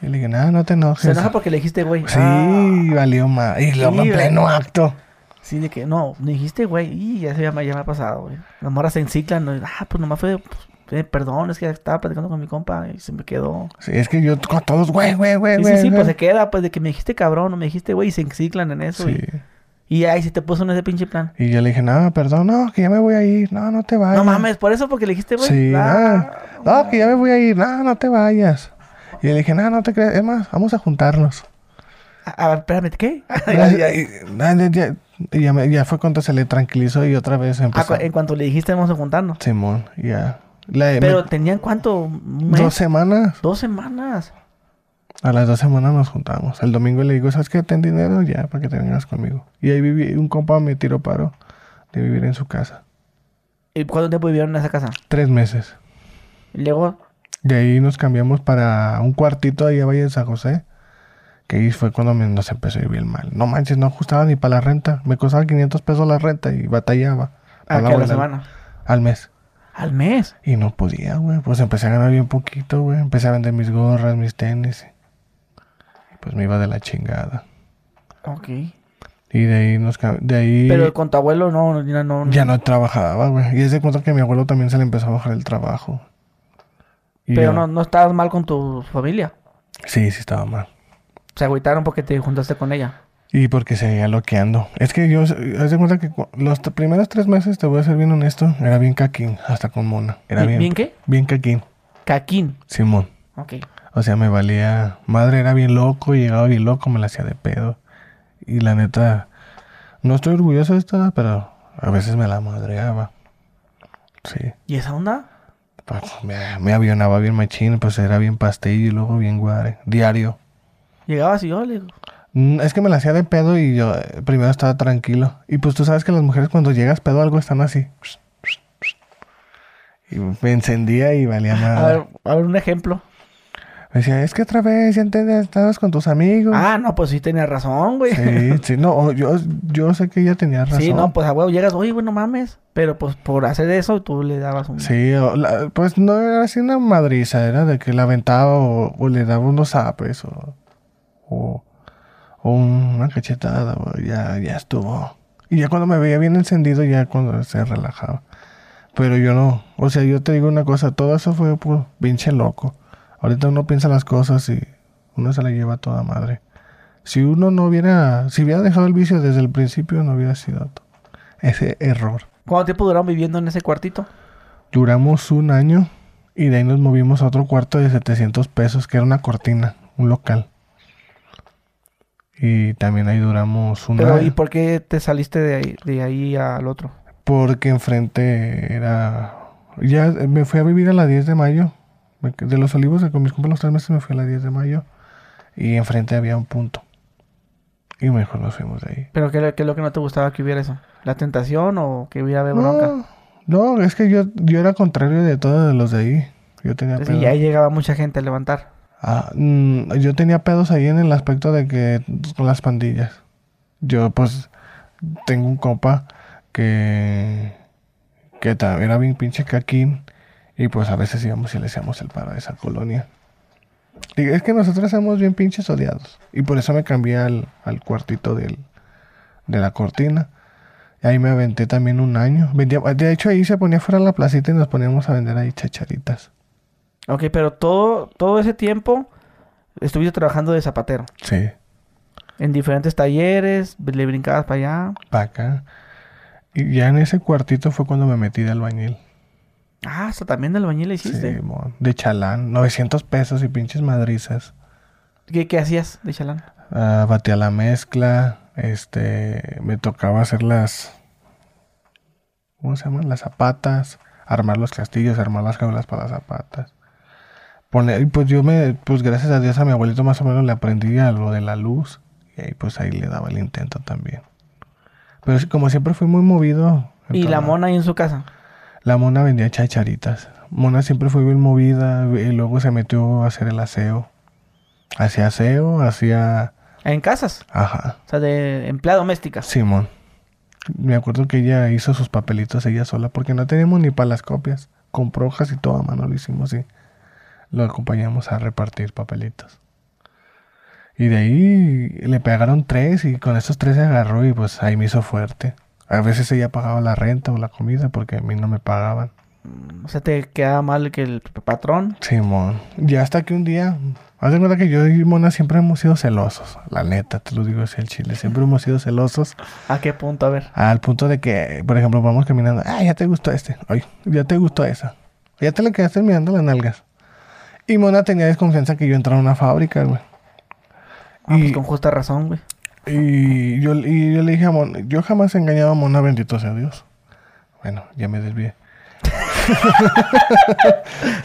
Speaker 1: Y le digo, no, no te enojes.
Speaker 2: Se enoja porque le dijiste, güey.
Speaker 1: Sí,
Speaker 2: Ah,
Speaker 1: valió más. Y luego
Speaker 2: Sí,
Speaker 1: en pleno acto.
Speaker 2: sí, de que no, me dijiste, güey. Y ya, se ya, me, ya me ha pasado, güey. Las morras se enciclan. ¿no? Ah, pues nomás fue, pues, eh, perdón, es que estaba platicando con mi compa y se me quedó.
Speaker 1: Sí, es que yo con todos, güey, güey, güey,
Speaker 2: Sí,
Speaker 1: güey.
Speaker 2: sí, sí,
Speaker 1: güey".
Speaker 2: pues se queda, pues de que me dijiste cabrón o me dijiste, güey, y se enciclan en eso.
Speaker 1: Sí.
Speaker 2: Y, y ahí se te puso en ese pinche plan.
Speaker 1: Y yo le dije, no, perdón, no, que ya me voy a ir, no, no te vayas.
Speaker 2: No mames, por eso, porque le dijiste, güey.
Speaker 1: Sí,
Speaker 2: ah,
Speaker 1: no, no, que ya me voy a ir, no, no te vayas. Y le dije, no, no te creas, es más, vamos a juntarnos.
Speaker 2: ah, a, a ver, espérame, ¿qué? *laughs*
Speaker 1: Ya, ya, ya, ya, y ya me- ya fue cuando se le tranquilizó y otra vez
Speaker 2: Ah,
Speaker 1: empezó.
Speaker 2: cu- en cuanto le dijiste, vamos a juntarnos.
Speaker 1: Simón, ya. La-
Speaker 2: Pero
Speaker 1: me-
Speaker 2: tenían cuánto? ¿Un mes?
Speaker 1: dos semanas,
Speaker 2: Dos semanas.
Speaker 1: a las dos semanas nos juntamos. El domingo le digo, ¿sabes qué? Ten dinero ya para que te vengas conmigo. Y ahí viví, un compa me tiró paro de vivir en su casa.
Speaker 2: ¿Y cuánto tiempo vivieron en esa casa?
Speaker 1: Tres meses.
Speaker 2: Y luego,
Speaker 1: De ahí nos cambiamos para un cuartito allá a Valle de San José. Que ahí fue cuando me- nos empezó a ir bien mal. No manches, no ajustaba ni para la renta. Me costaba 500 pesos la renta y batallaba.
Speaker 2: a, Ah, que a
Speaker 1: Hablaba
Speaker 2: la
Speaker 1: al-
Speaker 2: semana.
Speaker 1: Al mes.
Speaker 2: Al mes.
Speaker 1: Y no podía, güey. Pues empecé a ganar bien poquito, güey. Empecé a vender mis gorras, mis tenis. Y pues me iba de la chingada.
Speaker 2: Ok.
Speaker 1: Y de ahí nos... cam- De ahí...
Speaker 2: Pero con tu abuelo no, no, no.
Speaker 1: Ya no trabajaba, güey. Y es de cuenta que a mi abuelo también se le empezó a bajar el trabajo. Y yo-
Speaker 2: Pero no, no estabas mal con tu familia.
Speaker 1: Sí, sí estaba mal.
Speaker 2: Se agüitaron porque te juntaste con ella.
Speaker 1: Y porque seguía loqueando. Es que yo, eh, haz de cuenta que cu- los t- primeros tres meses, te voy a ser bien honesto, era bien caquín, hasta con Mona. Era bien.
Speaker 2: ¿Bien- bien qué?
Speaker 1: Bien caquín,
Speaker 2: Caquín.
Speaker 1: Simón.
Speaker 2: Ok.
Speaker 1: O sea, me valía. Madre era bien loco, llegaba bien loco, me la hacía de pedo. Y la neta, no estoy orgulloso de esta, pero a veces me la madreaba. Sí.
Speaker 2: ¿Y esa onda?
Speaker 1: Pues, me, me avionaba bien machín, pues era bien pastillo y luego bien guare. Diario.
Speaker 2: Llegabas y yo le digo.
Speaker 1: Mm, Es que me la hacía de pedo y yo eh, primero estaba tranquilo. Y pues tú sabes que las mujeres cuando llegas pedo algo están así. Y me encendía y valía
Speaker 2: A
Speaker 1: nada.
Speaker 2: Ah,
Speaker 1: Ah.
Speaker 2: ver, a ver un ejemplo.
Speaker 1: Me decía, es que otra vez ya entendí, estabas con tus amigos.
Speaker 2: Ah, no, pues sí tenía razón, güey. *laughs*
Speaker 1: Sí, sí, no, o- yo, yo sé que ella tenía razón.
Speaker 2: Sí, no, pues a huevo llegas, oye, güey, no mames. Pero pues por hacer eso tú le dabas un...
Speaker 1: Sí, o la- pues no era así una madriza, era de que la aventaba o, o le daba unos zapes o, o, o una cachetada, o ya, ya estuvo. Y ya cuando me veía bien encendido, ya cuando se relajaba. Pero yo no, o sea, yo te digo una cosa, todo eso fue por pinche loco. Ahorita uno piensa las cosas y uno se la lleva a toda madre. Si uno no hubiera, si hubiera dejado el vicio desde el principio, no hubiera sido to- ese error.
Speaker 2: ¿Cuánto tiempo duraron viviendo en ese cuartito?
Speaker 1: Duramos un año y de ahí nos movimos a otro cuarto de 700 pesos, que era una cortina, un local. Y también ahí duramos un
Speaker 2: Pero, ¿y
Speaker 1: año.
Speaker 2: por qué te saliste de ahí, de ahí al otro?
Speaker 1: Porque enfrente era... Ya eh, me fui a vivir a la 10 de mayo. Me que- De los olivos, eh, con mis compas los tres meses me fui a la 10 de mayo. Y enfrente había un punto. Y mejor nos fuimos de ahí.
Speaker 2: ¿Pero qué, era- qué es lo que no te gustaba que hubiera eso? ¿La tentación o que hubiera bronca?
Speaker 1: No, no, es que yo, yo era contrario de todos los de ahí. Yo tenía
Speaker 2: Entonces,
Speaker 1: pedo.
Speaker 2: y ahí llegaba mucha gente a levantar.
Speaker 1: Ah, mm, yo tenía pedos ahí en el aspecto de que con las pandillas. Yo pues tengo un compa que que ta- era bien pinche caquín y pues a veces íbamos y le hacíamos el paro de esa colonia. Y es que nosotros somos bien pinches odiados y por eso me cambié al, al cuartito del, de la cortina. Y ahí me aventé también un año. Vendía- de hecho ahí se ponía fuera la placita y nos poníamos a vender ahí chacharitas.
Speaker 2: Ok, pero todo, todo ese tiempo estuviste trabajando de zapatero.
Speaker 1: Sí.
Speaker 2: En diferentes talleres, le brincabas para allá.
Speaker 1: para acá. Y ya en ese cuartito fue cuando me metí de albañil.
Speaker 2: Ah, hasta también de albañil le hiciste.
Speaker 1: Simón, de chalán, 900 pesos y pinches madrizas.
Speaker 2: ¿Qué, qué hacías de chalán?
Speaker 1: Ah, batía la mezcla, este, me tocaba hacer las, ¿cómo se llaman? Las zapatas, armar los castillos, armar las jaulas para las zapatas. Poner, y pues yo me, pues gracias a Dios a mi abuelito más o menos le aprendí a lo de la luz y ahí pues ahí le daba el intento también. Pero sí, como siempre fui muy movido.
Speaker 2: Y la
Speaker 1: entonces-
Speaker 2: mona ahí en su casa.
Speaker 1: La mona vendía chacharitas. Mona siempre fue bien movida y luego se metió a hacer el aseo. Hacía aseo, hacía...
Speaker 2: En casas.
Speaker 1: Ajá,
Speaker 2: O sea, de empleada doméstica.
Speaker 1: Simón. Me acuerdo que ella hizo sus papelitos ella sola porque no teníamos ni para las copias. Compró hojas y todo a mano lo hicimos y lo acompañamos a repartir papelitos. Y de ahí le pegaron tres y con esos tres se agarró y pues ahí me hizo fuerte. A veces ella pagaba la renta o la comida porque a mí no me pagaban.
Speaker 2: O sea, te quedaba mal que el p- patrón.
Speaker 1: Simón, ya hasta que un día, haz de cuenta que yo y Mona siempre hemos sido celosos, la neta, te lo digo así el chile, siempre hemos sido celosos
Speaker 2: ¿A qué punto? A ver.
Speaker 1: al punto de que, por ejemplo, vamos caminando, ah, ya te gustó este, ay, ya te gustó esa, ya te le quedaste mirando las nalgas. Y Mona tenía desconfianza que yo entrara a una fábrica, güey.
Speaker 2: Ah, pues
Speaker 1: Y-
Speaker 2: con justa
Speaker 1: *laughs*
Speaker 2: razón, güey.
Speaker 1: Y yo, y yo le dije a Mona, yo jamás he engañado a Mona, bendito sea Dios. Bueno, ya me desvié.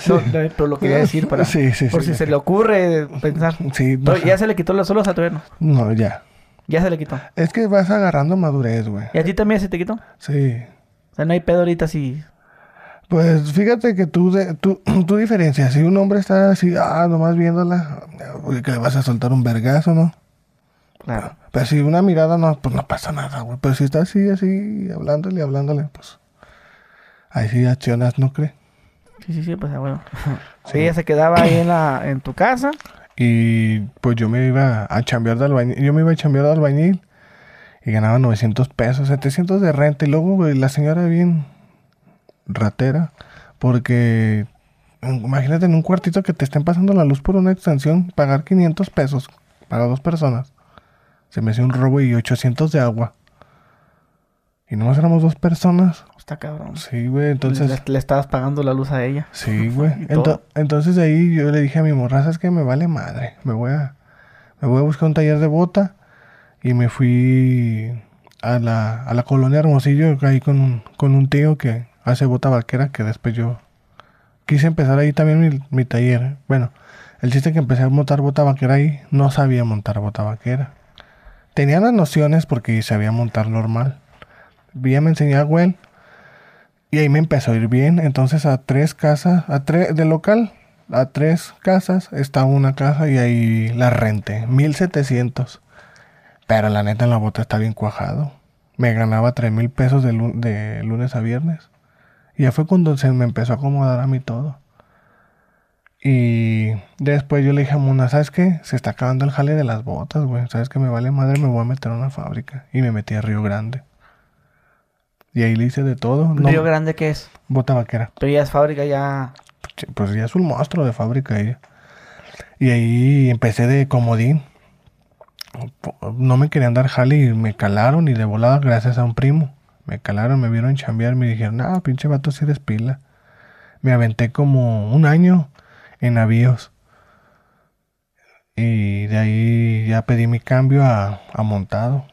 Speaker 2: No, no, pero lo quería decir
Speaker 1: *laughs*
Speaker 2: para...
Speaker 1: Sí, sí,
Speaker 2: por
Speaker 1: sí,
Speaker 2: si
Speaker 1: ya.
Speaker 2: se le ocurre pensar.
Speaker 1: Sí,
Speaker 2: No,
Speaker 1: no,
Speaker 2: ya se le quitó los solos a tu hermano.
Speaker 1: no, ya.
Speaker 2: Ya se le quitó.
Speaker 1: Es que vas agarrando madurez, güey.
Speaker 2: ¿Y a ti también se te quitó? O
Speaker 1: Sí.
Speaker 2: sea, no hay pedo ahorita si...
Speaker 1: Pues fíjate que tú, de, tú, *clears throat* tú diferencias. Si un hombre está así, ah, nomás viéndola, güey, que le vas a soltar un vergazo, ¿no?
Speaker 2: *clears throat* Claro.
Speaker 1: Pero si una mirada no, pues no pasa nada, güey. Pero si está así, así, hablándole, hablándole, pues ahí sí accionas, ¿no crees?
Speaker 2: Sí, sí, sí, pues a huevo. Sí, ella se quedaba ahí en, la, en tu casa.
Speaker 1: Y pues yo me iba a chambear de albañil. Yo me iba a chambear de albañil y ganaba 900 pesos, 700 de renta. Y luego güey, la señora bien ratera, porque mm, imagínate en un cuartito que te estén pasando la luz por una extensión, pagar 500 pesos para dos personas. Se me hacía un robo y 800 de agua. Y nomás éramos dos personas.
Speaker 2: Está cabrón.
Speaker 1: Sí, güey, entonces...
Speaker 2: Entonces... Le, le estabas pagando la luz a ella. *laughs*
Speaker 1: Sí, güey.
Speaker 2: Y
Speaker 1: Ento-
Speaker 2: todo.
Speaker 1: entonces de ahí yo le dije a mi morraza, es que me vale madre. Me voy a, me voy a buscar un taller de bota. Y me fui a la, a la colonia Hermosillo, ahí con un, con un tío que hace bota vaquera, que después yo quise empezar ahí también mi, mi taller. Bueno, el chiste que empecé a montar bota vaquera ahí, no sabía montar bota vaquera. Tenía las nociones porque sabía montar normal. Ya me enseñó a Güell y ahí me empezó a ir bien. Entonces a tres casas, a tres de local, a tres casas está una caja y ahí la renté. 1700. Pero la neta en la bota está bien cuajado. Me ganaba tres mil pesos de, lu de lunes a viernes. Y ya fue cuando se me empezó a acomodar a mí todo. Y después yo le dije a Mona, ¿sabes qué? Se está acabando el jale de las botas, güey. ¿Sabes qué? Me vale madre, me voy a meter a una fábrica. Y me metí a Río Grande. Y ahí le hice de todo.
Speaker 2: No, ¿Río Grande qué es?
Speaker 1: Bota vaquera.
Speaker 2: Pero ya es fábrica, ya...
Speaker 1: Pues ya es un monstruo de fábrica ella. Y ahí empecé de comodín. No me querían dar jale y me calaron y de volada gracias a un primo. Me calaron, me vieron chambear, me dijeron, ah, pinche vato, si sí despila. Me aventé como un año en navíos. Y de ahí ya pedí mi cambio a, a, montado.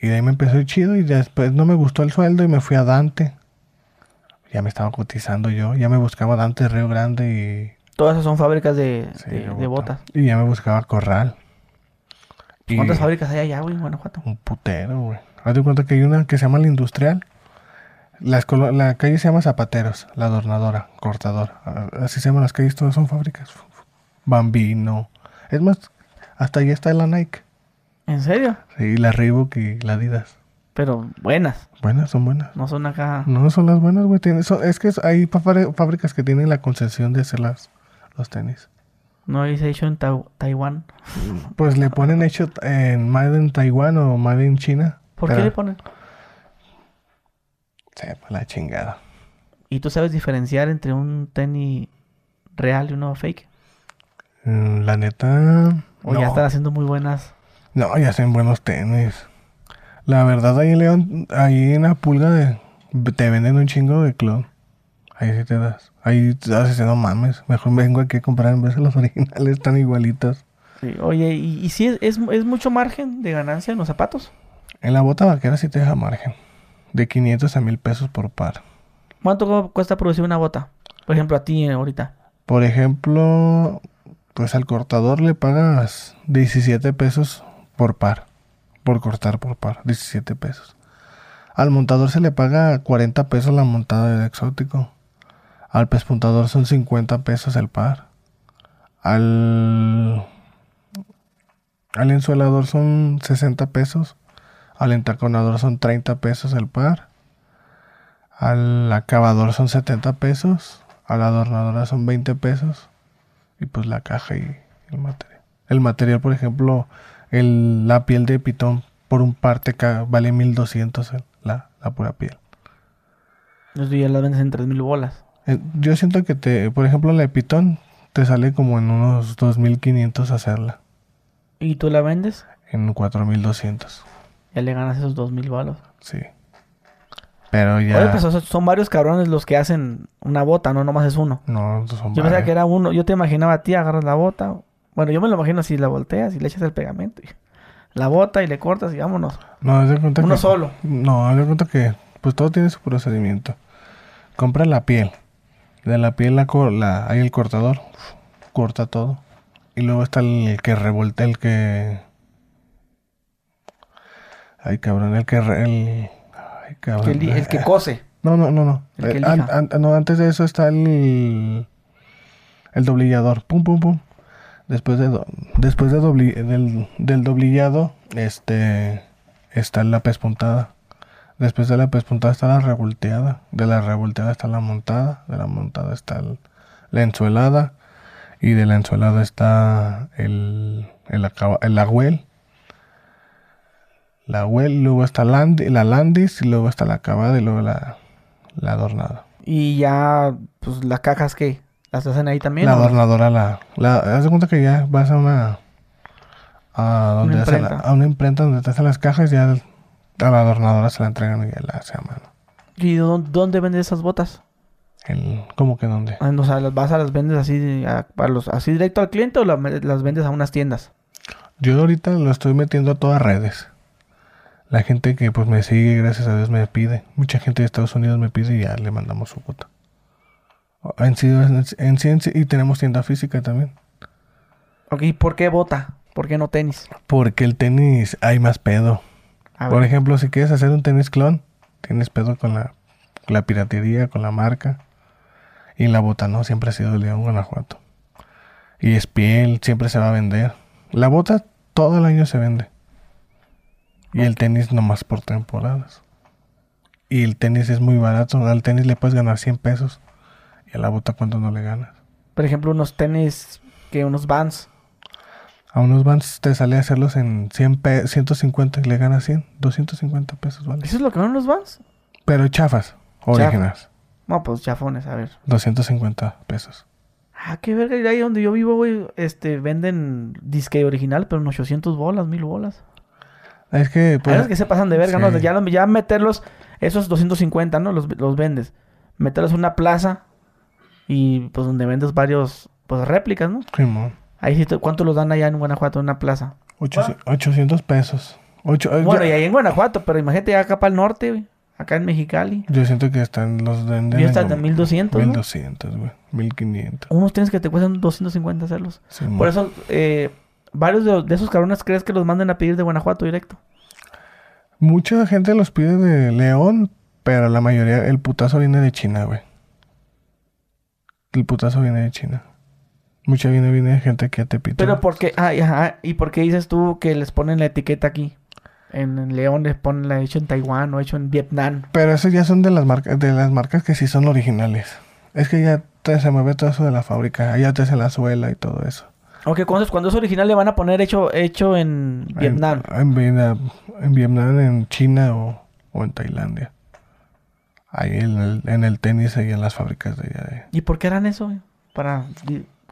Speaker 1: Y de ahí me empezó el chido y después no me gustó el sueldo y me fui a Dante. Ya me estaba cotizando yo, ya me buscaba Dante Río Grande
Speaker 2: y... Todas esas son fábricas de, sí, de, de botas.
Speaker 1: Y ya me buscaba Corral.
Speaker 2: Y ¿Cuántas fábricas hay allá, güey, en Guanajuato?
Speaker 1: Un putero, güey. Haz de cuenta que hay una que se llama La Industrial. Las la calle se llama Zapateros, la adornadora, cortador. Así se llaman las calles, todas son fábricas. Bambino. Es más, hasta allá está la Nike.
Speaker 2: ¿En serio?
Speaker 1: Sí, la Reebok y la Adidas.
Speaker 2: Pero buenas.
Speaker 1: Buenas, son buenas.
Speaker 2: No son acá.
Speaker 1: No son las buenas, güey. es que hay fábricas que tienen la concesión de hacer las, los tenis.
Speaker 2: No dice hecho en ta Taiwán.
Speaker 1: Pues le ponen hecho en Made in Taiwán o Made in China.
Speaker 2: ¿Por pero... qué le ponen?
Speaker 1: Sepa pues la chingada.
Speaker 2: ¿Y tú sabes diferenciar entre un tenis real y uno fake?
Speaker 1: Mm, La neta.
Speaker 2: O no. ya están haciendo muy buenas.
Speaker 1: No, ya hacen buenos tenis. La verdad, ahí en León, ahí en la pulga de, te venden un chingo de clon. Ahí sí te das. Ahí te das y no mames. Mejor vengo aquí a comprar en vez de los *laughs* originales, están igualitos.
Speaker 2: Sí, oye, ¿y, y si es, es, es mucho margen de ganancia en los zapatos?
Speaker 1: En la bota vaquera sí te deja margen. De 500 a 1000 pesos por par.
Speaker 2: ¿Cuánto cuesta producir una bota? Por ejemplo, a ti eh, ahorita.
Speaker 1: Por ejemplo, pues al cortador le pagas 17 pesos por par. Por cortar por par, 17 pesos. Al montador se le paga 40 pesos la montada de exótico. Al pespuntador son 50 pesos el par. Al, al ensuelador son 60 pesos. Al entaconador son 30 pesos el par. Al acabador son 70 pesos. A la adornadora son 20 pesos. Y pues la caja y el material. El material, por ejemplo, el, la piel de pitón por un par te vale 1200 la, la pura piel.
Speaker 2: Entonces ya las vendes en 3000 bolas.
Speaker 1: Eh, Yo siento que te, por ejemplo, la de pitón te sale como en unos 2500 hacerla.
Speaker 2: ¿Y tú la vendes?
Speaker 1: En 4200.
Speaker 2: Ya le ganas esos dos mil balos.
Speaker 1: Sí. Pero ya.
Speaker 2: Oye, pues, son varios cabrones los que hacen una bota, no nomás es uno.
Speaker 1: No, son
Speaker 2: Yo pensaba que era uno. Yo te imaginaba a ti, agarras la bota. Bueno, yo me lo imagino así, la volteas y le echas el pegamento. Y la bota y le cortas y vámonos.
Speaker 1: No, haz de cuenta
Speaker 2: uno
Speaker 1: que,
Speaker 2: solo.
Speaker 1: No, haz de cuenta que. Pues todo tiene su procedimiento. Compra la piel. De la piel la, la hay el cortador. Uf, corta todo. Y luego está el, el que revoltea, el que Ay, cabrón, el que... Re, el, ay, cabrón.
Speaker 2: El, el, que cose.
Speaker 1: No, no, no, no.
Speaker 2: El que
Speaker 1: an, an, no, antes de eso está el... El doblillador. Pum, pum, pum. Después, de, después de dobli, del, del, doblillado, este... Está la pespuntada. Después de la pespuntada está la revolteada. De la revolteada está la montada. De la montada está el, la ensuelada. Y de la ensuelada está el... El, el agüel la Well, luego está Landis, la Landis, y luego está la acabada y luego la, la adornada.
Speaker 2: Y ya, pues las cajas que las hacen ahí también.
Speaker 1: La adornadora, la, la. Haz de cuenta que ya vas a una. A, donde una, hace imprenta. La, a una imprenta donde te hacen las cajas y ya a la adornadora se la entregan y ya la hace a mano.
Speaker 2: ¿Y dónde, dónde venden esas botas?
Speaker 1: El, ¿Cómo que dónde?
Speaker 2: Ah, O sea, las vas a las vendes así, a, a los, así directo al cliente o la, las vendes a unas tiendas?
Speaker 1: Yo ahorita lo estoy metiendo a todas redes la gente que pues me sigue, gracias a Dios, me pide. Mucha gente de Estados Unidos me pide y ya le mandamos su cuota. En sí, en, sí, en sí, y tenemos tienda física también.
Speaker 2: Ok, ¿por qué bota? ¿Por qué no tenis?
Speaker 1: Porque el tenis hay más pedo. A Por ver. ejemplo, si quieres hacer un tenis clon, tienes pedo con la, con la piratería, con la marca. Y la bota no, siempre ha sido el León Guanajuato. Y es piel, siempre se va a vender. La bota todo el año se vende. Y el tenis nomás por temporadas. Y el tenis es muy barato. Al tenis le puedes ganar 100 pesos. Y a la bota cuánto no le ganas.
Speaker 2: Por ejemplo, unos tenis que unos Vans.
Speaker 1: A unos Vans te sale a hacerlos en 100 pe 150 y le ganas 100. 250 pesos, ¿vale?
Speaker 2: ¿Eso es lo que van los Vans?
Speaker 1: Pero chafas, originales.
Speaker 2: No, pues chafones, a ver.
Speaker 1: 250 pesos.
Speaker 2: Ah, qué verga. Ahí donde yo vivo, güey, este, venden disque original, pero en 800 bolas, 1000 bolas.
Speaker 1: Ah, Es que,
Speaker 2: pues... Es que se pasan de verga, sí. ¿no? Ya, ya meterlos, esos 250, ¿no? Los, los vendes. Meterlos en una plaza y, pues, donde vendes varios, pues, réplicas, ¿no?
Speaker 1: Sí, man.
Speaker 2: Ahí sí, ¿cuánto los dan allá en Guanajuato, en una plaza?
Speaker 1: Ocho, bueno. 800 pesos. Ocho,
Speaker 2: eh, Ah. bueno, ya... y ahí en Guanajuato, pero imagínate ya acá para el norte, güey. Acá en Mexicali.
Speaker 1: Yo siento que están los de...
Speaker 2: Yo están de 1200.
Speaker 1: 1200, güey. 1500.
Speaker 2: Unos tienes que te cuestan 250 hacerlos. Sí,
Speaker 1: Mm.
Speaker 2: Por man. eso, eh, varios de, de, esos cabrones crees que los manden a pedir de Guanajuato directo.
Speaker 1: Mucha gente los pide de León, pero la mayoría, el putazo viene de China, güey. El putazo viene de China. Mucha viene, viene de gente que te pide.
Speaker 2: Pero porque, ah, ajá, ¿y por qué dices tú que les ponen la etiqueta aquí? en León les ponen la hecho en Taiwán o hecho en Vietnam.
Speaker 1: Pero esas ya son de las marcas de las marcas que sí son originales. Es que ya te se mueve todo eso de la fábrica, allá te hacen la suela y todo eso.
Speaker 2: Aunque okay, cuando, cuando es original le van a poner hecho hecho en Vietnam.
Speaker 1: En, en, Vietnam, en, Vietnam, en China o, o en Tailandia. Ahí en el, en el, tenis y en las fábricas de allá. De...
Speaker 2: ¿Y por qué harán eso? Para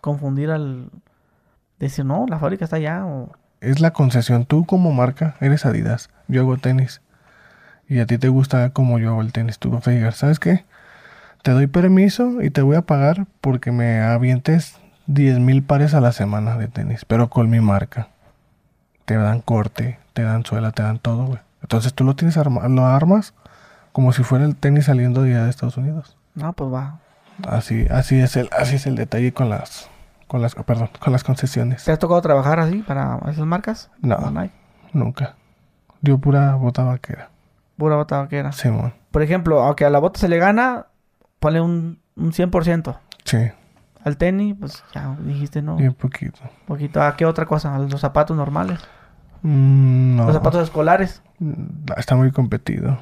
Speaker 2: confundir al... Decir, no, la fábrica está allá o
Speaker 1: es la concesión. Tú como marca eres Adidas, yo hago tenis. Y a ti te gusta como yo hago el tenis. Tú vas a llegar, ¿sabes qué? Te doy permiso y te voy a pagar porque me avientes 10 mil pares a la semana de tenis, pero con mi marca. Te dan corte, te dan suela, te dan todo, güey. Entonces tú lo tienes arma lo armas como si fuera el tenis saliendo de, de Estados Unidos.
Speaker 2: No, pues va.
Speaker 1: Así, así es el, así es el detalle con las con las, perdón, con las concesiones.
Speaker 2: ¿Te has tocado trabajar así para esas marcas?
Speaker 1: No, Online? nunca. Yo pura bota vaquera.
Speaker 2: Pura bota vaquera.
Speaker 1: Simón. Sí,
Speaker 2: Por ejemplo, aunque a la bota se le gana, ponle un, un 100%.
Speaker 1: Sí.
Speaker 2: Al tenis, pues ya dijiste, ¿no?
Speaker 1: Bien poquito.
Speaker 2: Poquito. ¿A qué otra cosa? ¿A los zapatos normales?
Speaker 1: Mm, no. Mm,
Speaker 2: ¿Los zapatos escolares?
Speaker 1: Está muy competido.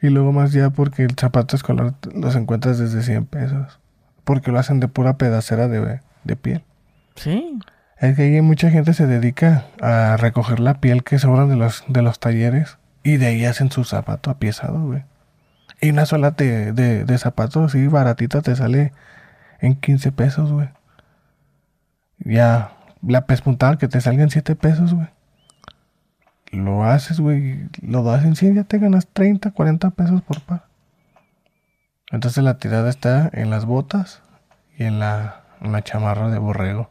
Speaker 1: Y luego más ya porque el zapato escolar los encuentras desde 100 pesos. Porque lo hacen de pura pedacera de, de piel.
Speaker 2: Sí.
Speaker 1: Es que ahí mucha gente se dedica a recoger la piel que sobran de los, de los talleres y de ahí hacen su zapato apiezado, güey. Y una sola de, de, de zapato así baratita te sale en 15 pesos, güey. Ya la pespuntada que te salga en 7 pesos, güey. Lo haces, güey. Lo das en 100, ya te ganas 30, 40 pesos por par. Entonces la tirada está en las botas y en la una chamarra de borrego.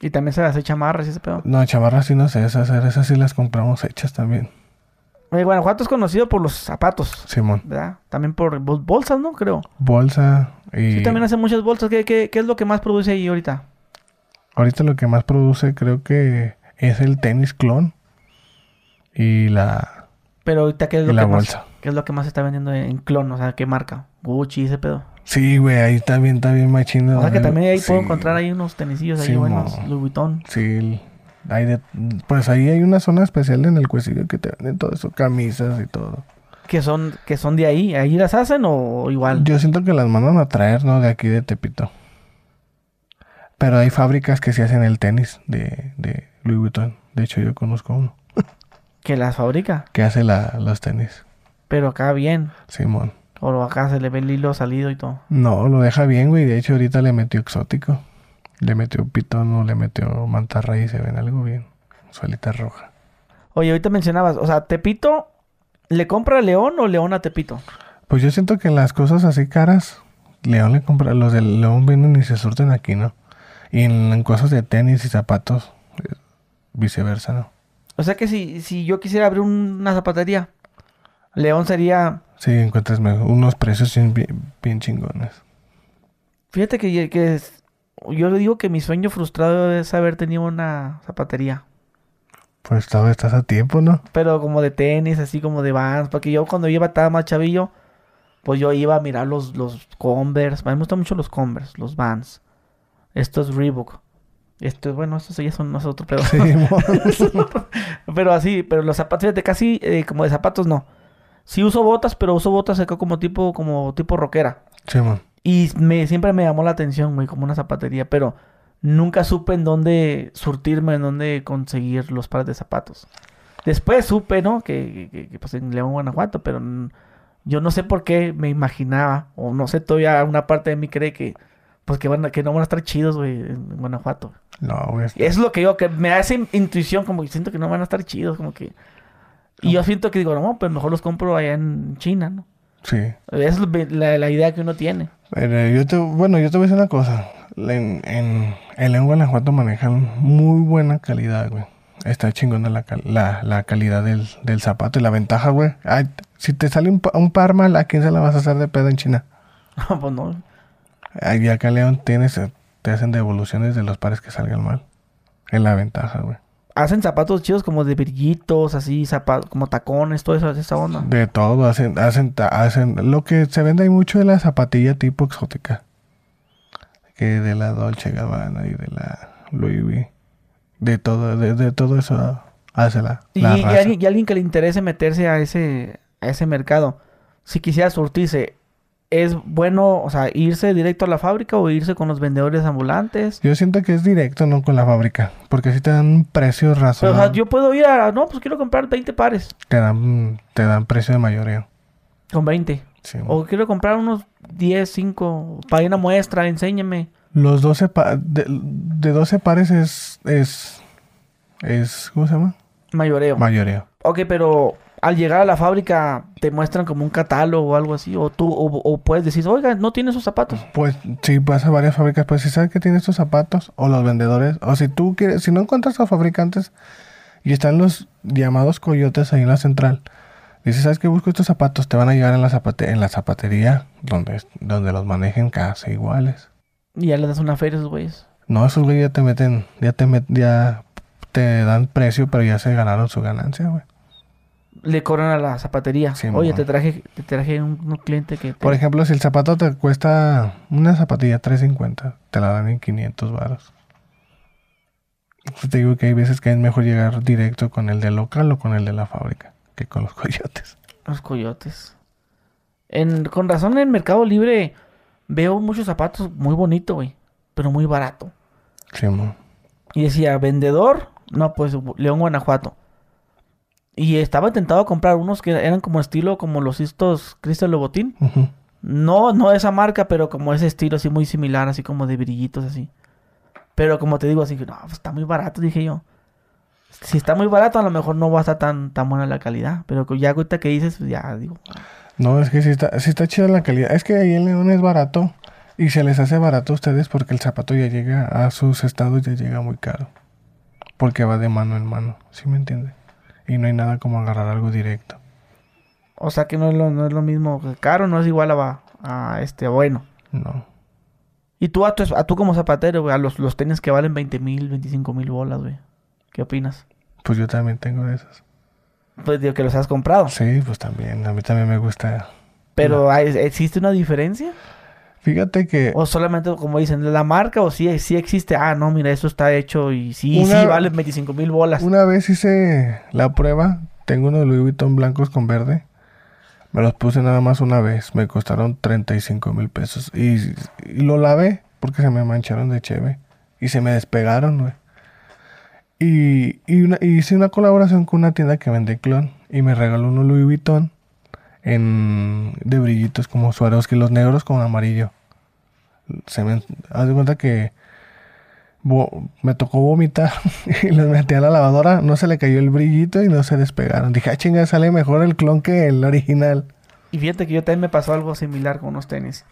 Speaker 2: ¿Y también se hace chamarras y ese pedo?
Speaker 1: No, chamarras sí no sé esas, esas sí las compramos hechas también.
Speaker 2: Oye, Guanajuato es conocido por los zapatos.
Speaker 1: Simón.
Speaker 2: ¿Verdad? También por bol bolsas, ¿no? Creo.
Speaker 1: Bolsa y...
Speaker 2: Sí, también hace muchas bolsas. ¿Qué, ¿Qué, qué, es lo que más produce ahí ahorita?
Speaker 1: Ahorita lo que más produce creo que es el tenis clon y la...
Speaker 2: Pero ahorita qué es lo
Speaker 1: y
Speaker 2: que
Speaker 1: la
Speaker 2: más,
Speaker 1: bolsa.
Speaker 2: ¿Qué es lo que más se está vendiendo en clon? O sea, ¿qué marca? Gucci, ese pedo.
Speaker 1: Sí, güey, ahí también está bien machino.
Speaker 2: O sea que también ahí sí. puedo encontrar ahí unos tenisillos ahí sí, buenos, Louis Vuitton.
Speaker 1: Sí, hay de, pues ahí hay una zona especial en el cuecillo que te venden todo eso, camisas y todo.
Speaker 2: Que son, que son de ahí, ahí las hacen o igual.
Speaker 1: Yo siento que las mandan a traer, ¿no? De aquí de Tepito. Pero hay fábricas que sí hacen el tenis de, de Louis Vuitton. De hecho, yo conozco uno.
Speaker 2: ¿Que las fabrica?
Speaker 1: Que hace la, los tenis.
Speaker 2: Pero acá bien.
Speaker 1: Simón.
Speaker 2: O acá se le ve el hilo salido y todo.
Speaker 1: No, lo deja bien, güey. De hecho, ahorita le metió exótico. Le metió pitón le metió mantarrey y se ven algo bien. Suelita roja.
Speaker 2: Oye, ahorita mencionabas, o sea, Tepito, ¿le compra a León o León a Tepito?
Speaker 1: Pues yo siento que las cosas así caras, León le compra, los de León vienen y se surten aquí, ¿no? Y en, en cosas de tenis y zapatos, eh, viceversa, ¿no?
Speaker 2: O sea que si, si yo quisiera abrir una zapatería, León sería
Speaker 1: Sí, encuentras unos precios bien, bien chingones.
Speaker 2: Fíjate que, que es, yo le digo que mi sueño frustrado es haber tenido una zapatería.
Speaker 1: Pues todavía estás a tiempo, ¿no?
Speaker 2: Pero como de tenis, así como de vans. Porque yo cuando iba estaba más chavillo, pues yo iba a mirar los, los Converse. A mí me gustan mucho los Converse, los vans. Esto es Reebok. Esto, bueno, esto ya son, no es otro pedo.
Speaker 1: Sí, mon.
Speaker 2: *laughs* pero así, pero los zapatos, fíjate, casi eh, como de zapatos no. Sí uso botas, pero uso botas acá como tipo, como tipo rockera.
Speaker 1: Sí, mon.
Speaker 2: Y me, siempre me llamó la atención, güey, como una zapatería, pero nunca supe en dónde surtirme, en dónde conseguir los pares de zapatos. Después supe, ¿no? Que, que, que, pues en León, Guanajuato, pero n- yo no sé por qué me imaginaba, o no sé, todavía una parte de mí cree que, pues que, van a- que no van a estar chidos, güey, en Guanajuato.
Speaker 1: No, güey.
Speaker 2: Y es lo que yo, que me hace in- intuición, como que siento que no van a estar chidos, como que... Y yo siento que digo, no, pues mejor los compro allá en China, ¿no?
Speaker 1: Sí.
Speaker 2: Es lo- la, la idea que uno tiene. *laughs*
Speaker 1: Pero yo te, bueno, yo te voy a decir una cosa. En, en, en León, Guanajuato manejan muy buena calidad, güey. Está chingona la, cal- la, la calidad del, del zapato y la ventaja, güey. Ay, si te sale un, pa- un par mal, ¿a quién se la vas a hacer de pedo en China?
Speaker 2: No, pues no.
Speaker 1: Ay, acá en León tienes, eh, te hacen devoluciones de los pares que salgan mal. Es la ventaja, güey.
Speaker 2: Hacen zapatos chidos como de brillitos, así, zapatos, como tacones, todo eso, esa onda.
Speaker 1: De todo, hacen, hacen, ta- hacen. Lo que se vende hay mucho de la zapatilla tipo exótica. Que de la Dolce Gabbana y de la Louis V. De todo, de, de todo eso hace la,
Speaker 2: Y,
Speaker 1: la
Speaker 2: y
Speaker 1: raza.
Speaker 2: alguien, y alguien que le interese meterse a ese, a ese mercado, si quisiera surtirse, ¿es bueno, o sea, irse directo a la fábrica o irse con los vendedores ambulantes?
Speaker 1: Yo siento que es directo, no con la fábrica. Porque si te dan un precio
Speaker 2: Pero, o sea,
Speaker 1: razonable.
Speaker 2: yo puedo ir a, no, pues quiero comprar 20 pares
Speaker 1: te, dan, te dan precio de mayoreo.
Speaker 2: con 20.
Speaker 1: Sí.
Speaker 2: O quiero comprar unos 10, 5, para ir a una muestra, enséñame.
Speaker 1: Los 12 pa- de, de 12 pares es, es. es ¿Cómo se llama?
Speaker 2: Mayoreo.
Speaker 1: Mayoreo.
Speaker 2: Ok, pero al llegar a la fábrica te muestran como un catálogo o algo así, o tú o, o puedes decir, oiga, no tiene esos zapatos.
Speaker 1: Pues si vas a varias fábricas, pues si sabes que tienes tus zapatos o los vendedores, o si tú quieres, si no encuentras a los fabricantes y están los llamados coyotes ahí en la central, dices, ¿sabes que busco estos zapatos? Te van a llevar en la, zapate- en la zapatería donde, es- donde los manejen casi iguales.
Speaker 2: Y ya le das una feria a esos güeyes.
Speaker 1: No, esos güey ya te meten, ya te, met- ya te dan precio, pero ya se ganaron su ganancia, güey.
Speaker 2: Le cobran a la zapatería.
Speaker 1: Sí,
Speaker 2: Oye,
Speaker 1: mon.
Speaker 2: te traje, te traje un, un cliente que... te-
Speaker 1: Por ejemplo, si el zapato te cuesta una zapatilla 350, te la dan en 500 varos. Entonces Te digo que hay veces que es mejor llegar directo con el del local o con el de la fábrica que con los *laughs* coyotes.
Speaker 2: Los coyotes. En, con razón en Mercado Libre veo muchos zapatos muy bonito, güey, pero muy barato.
Speaker 1: Sí, mo.
Speaker 2: Y decía, vendedor, no, pues León, Guanajuato. Y estaba tentado a comprar unos que eran como estilo, como los estos Cristian Lobotín.
Speaker 1: Ujú.
Speaker 2: No, no esa marca, pero como ese estilo así muy similar, así como de brillitos así. Pero como te digo, así que no, pues está muy barato, dije yo. Si está muy barato, a lo mejor no va a estar tan, tan buena la calidad. Pero que ya ahorita que dices, pues, ya digo.
Speaker 1: No, es que sí está, sí está chida la calidad. Es que ahí en León es barato y se les hace barato a ustedes porque el zapato ya llega a sus estados, ya llega muy caro. Porque va de mano en mano, ¿sí me entiende? Y no hay nada como agarrar algo directo.
Speaker 2: O sea que no es lo, no es lo mismo que caro, no es igual a, a este bueno.
Speaker 1: No.
Speaker 2: Y tú a, tu, a tú como zapatero, güey, a los, los tenis que valen 20 mil, 25 mil bolas, güey. ¿Qué opinas?
Speaker 1: Pues yo también tengo de esas.
Speaker 2: Pues digo que los has comprado.
Speaker 1: Sí, pues también, a mí también me gusta.
Speaker 2: Pero ¿hay- ¿existe una diferencia?
Speaker 1: Fíjate que
Speaker 2: O solamente, como dicen, la marca o sí, sí existe. Ah, no, mira, eso está hecho y sí,
Speaker 1: Una-
Speaker 2: sí, vale 25 mil bolas.
Speaker 1: una vez hice la prueba, tengo unos Louis Vuitton blancos con verde. Me los puse nada más una vez, me costaron 35 mil pesos. Y, y lo lavé porque se me mancharon de cheve. Y se me despegaron, güey. Y, y una- y hice una colaboración con una tienda que vende clon. Y me regaló unos Louis Vuitton en, de brillitos como Swarovski, los negros con amarillo. Se me, haz de cuenta que vo- me tocó vomitar *laughs* y los metí a la lavadora, no se le cayó el brillito y no se despegaron. Dije, ah, chinga, sale mejor el clon que el original.
Speaker 2: Y fíjate que yo también me pasó algo similar con unos tenis.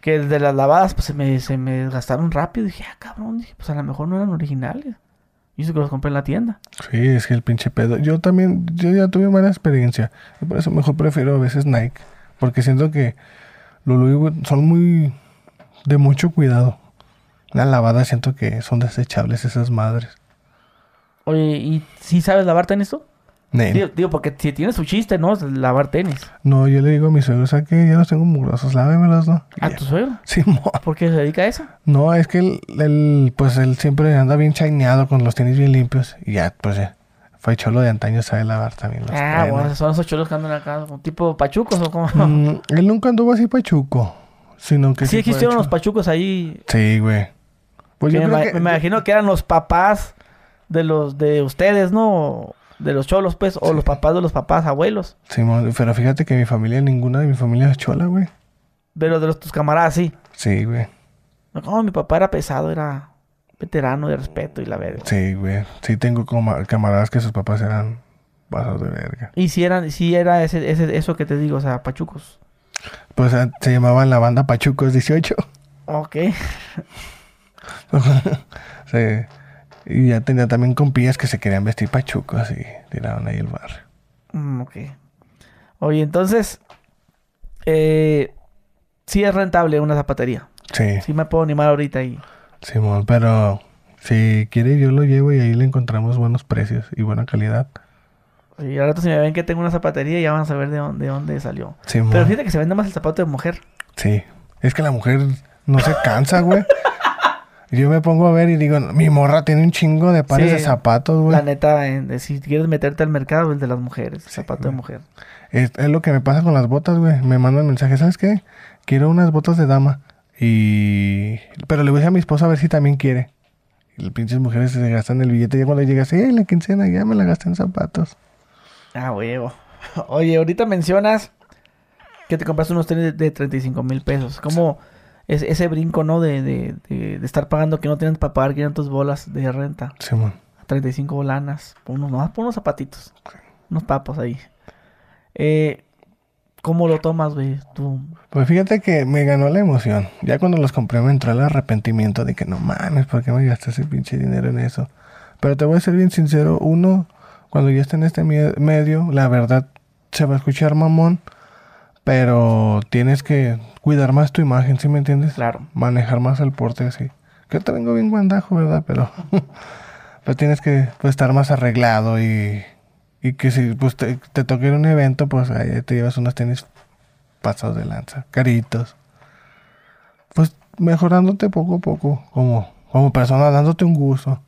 Speaker 2: Que de las lavadas, pues se me, se me desgastaron rápido. Dije, ah, cabrón, dije, pues a lo mejor no eran originales. Y eso que los compré en la tienda.
Speaker 1: Sí, es que el pinche pedo. Yo también, yo ya tuve mala experiencia. Y por eso mejor prefiero a veces Nike. Porque siento que los Louis Vuitton son muy de mucho cuidado. La lavada siento que son desechables esas madres.
Speaker 2: Oye, ¿y si sabes lavar tenis tú?
Speaker 1: Nel.
Speaker 2: Digo, digo, porque si tiene su chiste, ¿no? Es Lavar tenis.
Speaker 1: No, yo le digo a mis suegros, ¿sabes qué? Ya los tengo mugrosos, lávemelos, ¿no? Y
Speaker 2: ¿A
Speaker 1: ya. *laughs*
Speaker 2: tu suegro?
Speaker 1: Simón.
Speaker 2: ¿Por qué se dedica a eso?
Speaker 1: No, es que él, él, pues él siempre anda bien chaineado con los tenis bien limpios. Y ya, pues ya. Fue cholo de antaño, sabe lavar también los
Speaker 2: ah,
Speaker 1: trenes.
Speaker 2: bueno, son esos cholos que andan acá, como tipo pachucos o como...
Speaker 1: Mm, él nunca anduvo así pachuco. Sino que
Speaker 2: sí
Speaker 1: fue
Speaker 2: existieron los
Speaker 1: cholo.
Speaker 2: pachucos ahí.
Speaker 1: Sí, güey. Pues yo
Speaker 2: me,
Speaker 1: creo
Speaker 2: ima-
Speaker 1: que-
Speaker 2: me imagino que eran los papás de los de ustedes, ¿no? De los cholos, pues, o los papás de los papás, abuelos.
Speaker 1: Simón, pero fíjate que mi familia, ninguna de mi familia es chola, güey.
Speaker 2: De los de los, tus camaradas, sí.
Speaker 1: Sí, güey.
Speaker 2: No, como mi papá era pesado, era veterano de respeto y la verga.
Speaker 1: Sí, güey. Sí tengo coma- camaradas que sus papás eran pasos de verga.
Speaker 2: Y si eran, si era ese, ese- eso que te digo, o sea, pachucos.
Speaker 1: Pues ah, se llamaban la banda Pachucos 18.
Speaker 2: Ok.
Speaker 1: sí. Y ya tenía también compillas que se querían vestir pachucos y tiraban ahí el barrio.
Speaker 2: Mm, ok. Oye, entonces, eh, sí es rentable una zapatería.
Speaker 1: Sí,
Speaker 2: Sí me puedo animar ahorita y...
Speaker 1: Simón, pero si quiere yo lo llevo y ahí le encontramos buenos precios y buena calidad.
Speaker 2: Y ahora si me ven que tengo una zapatería ya van a saber de dónde, de dónde salió.
Speaker 1: Simón.
Speaker 2: Pero fíjate que se vende más el zapato de mujer.
Speaker 1: Sí. Es que la mujer no se cansa, güey. Yo me pongo a ver y digo, mi morra tiene un chingo de pares
Speaker 2: Sí.
Speaker 1: de zapatos,
Speaker 2: La
Speaker 1: güey.
Speaker 2: neta, en- si quieres meterte al mercado, el de las mujeres, el zapato de
Speaker 1: güey.
Speaker 2: mujer.
Speaker 1: Es, es lo que me pasa con las botas, güey. Me mandan mensajes, ¿sabes qué? Quiero unas botas de dama. Y... Pero le voy a decir a mi esposa a ver si también quiere. Y las pinches mujeres se gastan el billete. Ya cuando llegas, ¡eh, la quincena! Ya me la gasté en zapatos.
Speaker 2: Ah, huevo. *laughs* Oye, ahorita mencionas que te compraste unos tenis de, de 35 mil pesos. ¿Cómo es, ese brinco, no? De, de, de- de estar pagando que no tienes para pagar 500 bolas de renta.
Speaker 1: Simón.
Speaker 2: 35 bolanas. Por unos, nomás por unos zapatitos. Unos papos ahí. Eh, ¿Cómo lo tomas, güey? Tú.
Speaker 1: Pues fíjate que me ganó la emoción. Ya cuando los compré me entró el arrepentimiento de que no mames, ¿por qué me gasté ese pinche dinero en eso? Pero te voy a ser bien sincero, uno, cuando yo esté en este mie- medio, la verdad se va a escuchar mamón, pero tienes que cuidar más tu imagen, ¿sí me entiendes?
Speaker 2: Claro.
Speaker 1: Manejar más el porte así. Que yo te vengo bien guandajo, ¿verdad? Pero, *laughs* pero tienes que pues, estar más arreglado y, y que si pues, te, te toque ir a un evento, pues ahí te llevas unos tenis pasados de lanza, caritos. Pues mejorándote poco a poco, como, como persona, dándote un gusto.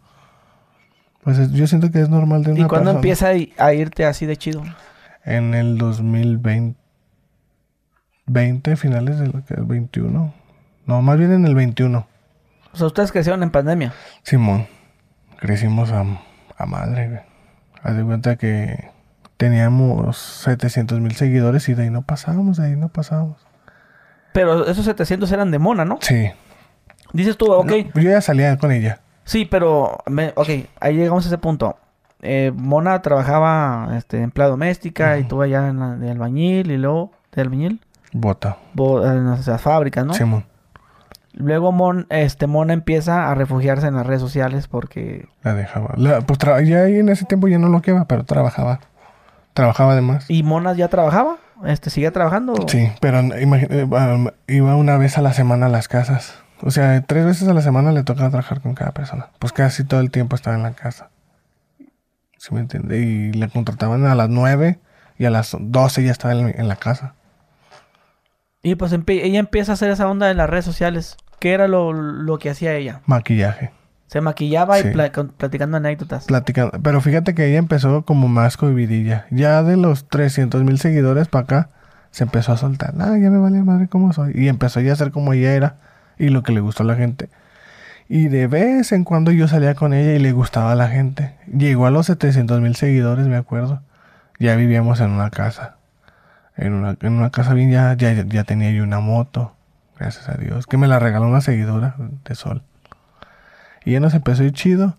Speaker 1: Pues es- yo siento que es normal de una
Speaker 2: ¿Y cuándo
Speaker 1: persona.
Speaker 2: empieza a, i- a irte así de chido?
Speaker 1: En el 2020, 20, finales del el 21. No, más bien en el 21.
Speaker 2: O sea, ustedes crecieron en pandemia.
Speaker 1: Simón, crecimos a, a madre, güey. Haz de cuenta que teníamos 700 mil seguidores y de ahí no pasábamos, de ahí no pasábamos.
Speaker 2: Pero esos 700 eran de mona, ¿no?
Speaker 1: Sí.
Speaker 2: Dices tú, ok.
Speaker 1: No, yo ya salía con ella.
Speaker 2: Sí, pero, me- ok, ahí llegamos a ese punto. Eh, Mona trabajaba este, en empleada doméstica y tú allá en la- de albañil y luego de albañil
Speaker 1: Bota.
Speaker 2: vo- en esas fábricas, ¿no?
Speaker 1: Simón.
Speaker 2: Luego Mon, este, Mona empieza a refugiarse en las redes sociales porque...
Speaker 1: La dejaba. La- pues tra- ya ahí en ese tiempo ya no lo quema, pero trabajaba. Trabajaba además.
Speaker 2: ¿Y Mona ya trabajaba? Este, ¿Sigue trabajando?
Speaker 1: Sí, pero imagi- eh, um, iba una vez a la semana a las casas. O sea, tres veces a la semana le tocaba trabajar con cada persona. Pues casi todo el tiempo estaba en la casa. ¿Sí me entiende? Y le contrataban a las nueve y a las doce ya estaba en, en la casa.
Speaker 2: Y pues empie- ella empieza a hacer esa onda en las redes sociales. ¿Qué era lo, lo que hacía ella?
Speaker 1: Maquillaje.
Speaker 2: Se maquillaba y
Speaker 1: Sí.
Speaker 2: pla- con- platicando anécdotas.
Speaker 1: Platicando. Pero fíjate que ella empezó como más cohibidilla. Ya de los 300 mil seguidores para acá, se empezó a soltar. Ah, ya me vale madre cómo soy. Y empezó ya a ser como ella era y lo que le gustó a la gente. Y de vez en cuando yo salía con ella y le gustaba a la gente. Llegó a los 700 mil seguidores, me acuerdo. Ya vivíamos en una casa. En una, en una casa bien, ya, ya, ya tenía yo una moto. Gracias a Dios. Que me la regaló una seguidora de sol. Y ya nos empezó a ir chido.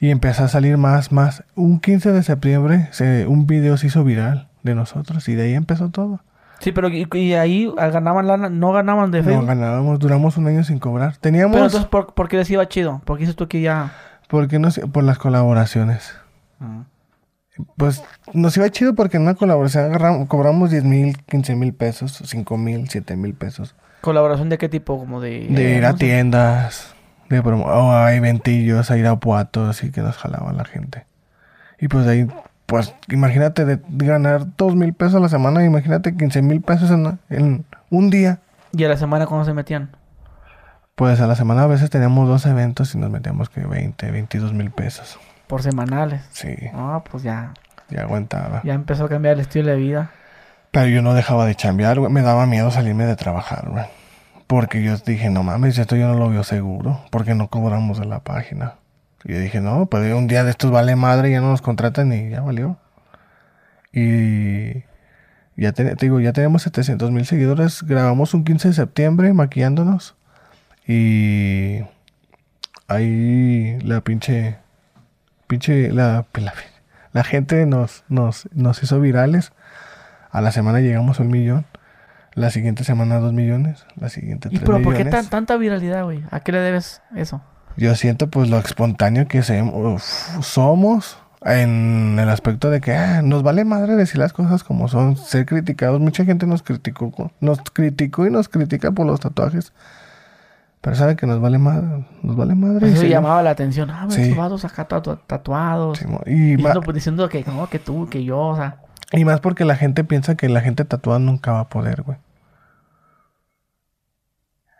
Speaker 1: Y empezó a salir más, más. Un 15 de septiembre, se- un video se hizo viral de nosotros. Y de ahí empezó todo.
Speaker 2: Sí, pero y, y ahí ah, ganaban lana, no ganaban de
Speaker 1: No
Speaker 2: Facebook.
Speaker 1: ganábamos, duramos un año sin cobrar. Teníamos.
Speaker 2: pero entonces, ¿por, por qué les iba chido? Porque dices tú que ya...
Speaker 1: porque no sé? Por las colaboraciones.
Speaker 2: Mm.
Speaker 1: Pues nos iba chido porque en una colaboración agarramos, cobramos 10 mil, 15 mil pesos, 5 mil, 7 mil pesos.
Speaker 2: ¿Colaboración de qué tipo? Como de...
Speaker 1: De ir a
Speaker 2: no sé.
Speaker 1: tiendas, de oh, promo- o a eventillos, a ir a puatos y que nos jalaba la gente. Y pues de ahí pues imagínate de ganar dos mil pesos a la semana, imagínate 15 mil pesos en, en, un día.
Speaker 2: ¿Y a la semana cuándo se metían?
Speaker 1: Pues a la semana a veces teníamos dos eventos y nos metíamos que 20, 22 mil pesos.
Speaker 2: Por semanales.
Speaker 1: Sí.
Speaker 2: Ah, oh, pues ya.
Speaker 1: Ya aguantaba.
Speaker 2: Ya empezó a cambiar el estilo de vida.
Speaker 1: Pero yo no dejaba de chambear, güey. Me daba miedo salirme de trabajar, güey. Porque yo dije, no mames, esto yo no lo veo seguro. Porque no cobramos de la página. Y yo dije, no, pues un día de estos vale madre, ya no nos contratan y ya valió. Y ya te, te digo, ya tenemos 700 mil seguidores. Grabamos un 15 de septiembre maquillándonos. Y ahí la pinche. Pinche. La, pues, la, la gente nos, nos, nos hizo virales. A la semana llegamos a un millón. La siguiente semana a dos millones. La siguiente
Speaker 2: tres ¿Y pero millones. por qué tan, tanta viralidad, güey? ¿A qué le debes eso?
Speaker 1: Yo siento pues lo espontáneo que se, uf, somos en el aspecto de que ah, nos vale madre decir las cosas como son, ser criticados. Mucha gente nos criticó, nos criticó y nos critica por los tatuajes. Pero sabe que nos vale madre, nos vale madre.
Speaker 2: Pues Eso sí, llamaba la atención. Ah, sí. esos vatos acá tatu tatuados. Sí, y diciendo, pues, diciendo que no, que tú, que yo, o sea.
Speaker 1: Y más porque la gente piensa que la gente tatuada nunca va a poder, güey.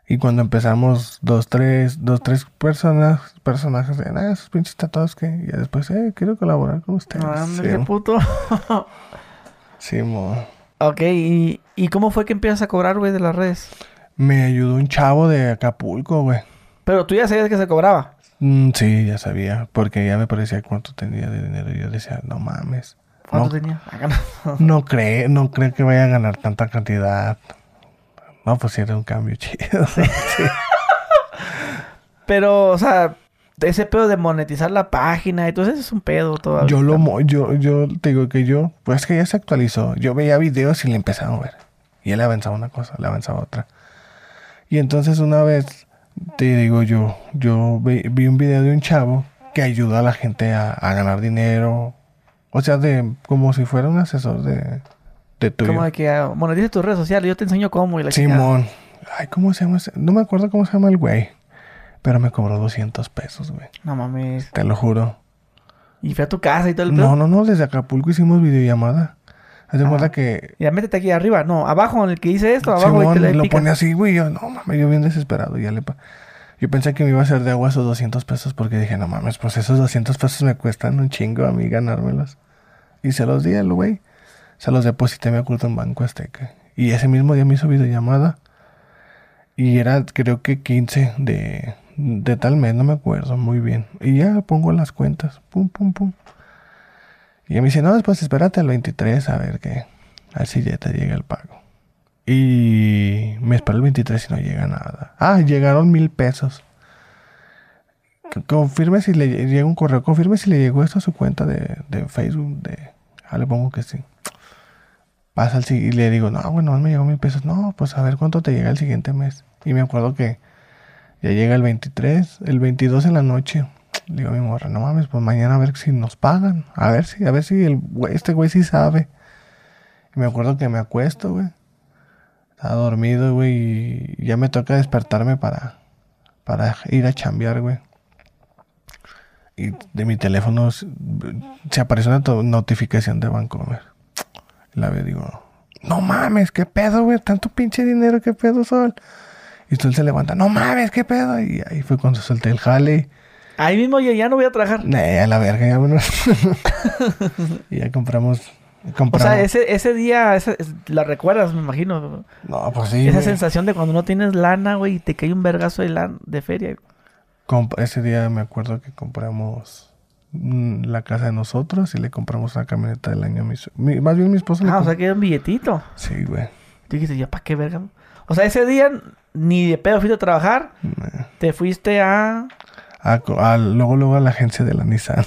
Speaker 1: Y cuando empezamos dos, tres, dos, tres personas, personajes de ah, esos pinches tatuados que ya después, eh, quiero colaborar con ustedes.
Speaker 2: Ah, sí, qué puto. *laughs*
Speaker 1: sí, mo.
Speaker 2: Ok, ¿Y, ¿y cómo fue que empiezas a cobrar, güey, de las redes?
Speaker 1: Me ayudó un chavo de Acapulco, güey.
Speaker 2: Pero tú ya sabías que se cobraba.
Speaker 1: Mm, sí, ya sabía, porque ya me parecía cuánto tenía de dinero. Y yo decía, no mames.
Speaker 2: ¿Cuánto *laughs* no, tenía?
Speaker 1: no cree, no cree que vaya a ganar tanta cantidad. No, pues sí era un cambio *laughs* chido. Sí. sí.
Speaker 2: Pero, o sea, ese pedo de monetizar la página, entonces es un pedo todavía.
Speaker 1: Yo lo mo yo, yo te digo que yo, pues que ya se actualizó. Yo veía videos y le empezaba a ver. Y él avanzaba una cosa, le avanzaba otra. Y entonces una vez, te digo yo, yo vi, vi un video de un chavo que ayuda a la gente a, a ganar dinero. O sea, de como si fuera un asesor de,
Speaker 2: como de que ah, monetiza tus redes sociales, yo te enseño cómo y la
Speaker 1: Simón. Chingada. Ay, ¿cómo se llama ese? No me acuerdo cómo se llama el güey. Pero me cobró 200 pesos, güey.
Speaker 2: No mames.
Speaker 1: Te lo juro.
Speaker 2: ¿Y fue a tu casa y todo el
Speaker 1: No, pedo? no, no. Desde Acapulco hicimos videollamada. Haz de cuenta que...
Speaker 2: Ya métete aquí arriba. No, abajo en el que hice esto. Abajo
Speaker 1: Simón, y te lo pone así, güey. Yo, no mames, yo bien desesperado. Ya le... Pa... Yo pensé que me iba a hacer de agua esos 200 pesos porque dije, no mames, pues esos 200 pesos me cuestan un chingo a mí ganármelos. Y se los di al güey se los deposité, me oculto en Banco Azteca. Y ese mismo día me hizo videollamada. Y era, creo que 15 de, de tal mes, no me acuerdo muy bien. Y ya pongo las cuentas. Pum, pum, pum. Y me dice, no, después espérate al 23 a ver qué. Así ya te llega el pago. Y me espero el 23 y no llega nada. Ah, llegaron mil pesos. Confirme si le llega un correo. Confirme si le llegó esto a su cuenta de, de Facebook. De... Ah, le pongo que sí pasa el y le digo, no, bueno, me llegó mil pesos. No, pues a ver cuánto te llega el siguiente mes. Y me acuerdo que ya llega el 23, el 22 en la noche. Le digo a mi morra, no mames, pues mañana a ver si nos pagan. A ver si, a ver si el güey, este güey sí sabe. Y me acuerdo que me acuesto, güey. Estaba dormido, güey, y ya me toca despertarme para, para ir a chambear, güey. Y de mi teléfono se apareció una notificación de Bancomer. La veo digo, no mames, qué pedo, güey, tanto pinche dinero, qué pedo, Sol. Y Sol se levanta, no mames, qué pedo. Y ahí fue cuando solté el jale.
Speaker 2: Ahí mismo ya, ya no voy a trabajar.
Speaker 1: Nah, a la verga, ya bueno. *laughs* y ya compramos, compramos. O
Speaker 2: sea, ese, ese día, esa, la recuerdas, me imagino.
Speaker 1: No, pues sí.
Speaker 2: Esa
Speaker 1: güey.
Speaker 2: sensación de cuando no tienes lana, güey, y te cae un vergazo de, lana, de feria.
Speaker 1: Comp ese día me acuerdo que compramos mm, la casa de nosotros y le compramos una camioneta del año a mi, mi, Más bien mi esposo.
Speaker 2: Ah, o sea que era un billetito.
Speaker 1: Sí, güey.
Speaker 2: Tú dijiste, ¿ya para qué verga? O sea, ese día ni de pedo fuiste a trabajar. Nah. Te fuiste a...
Speaker 1: Mm, A, a... Luego, luego a la agencia de la Nissan.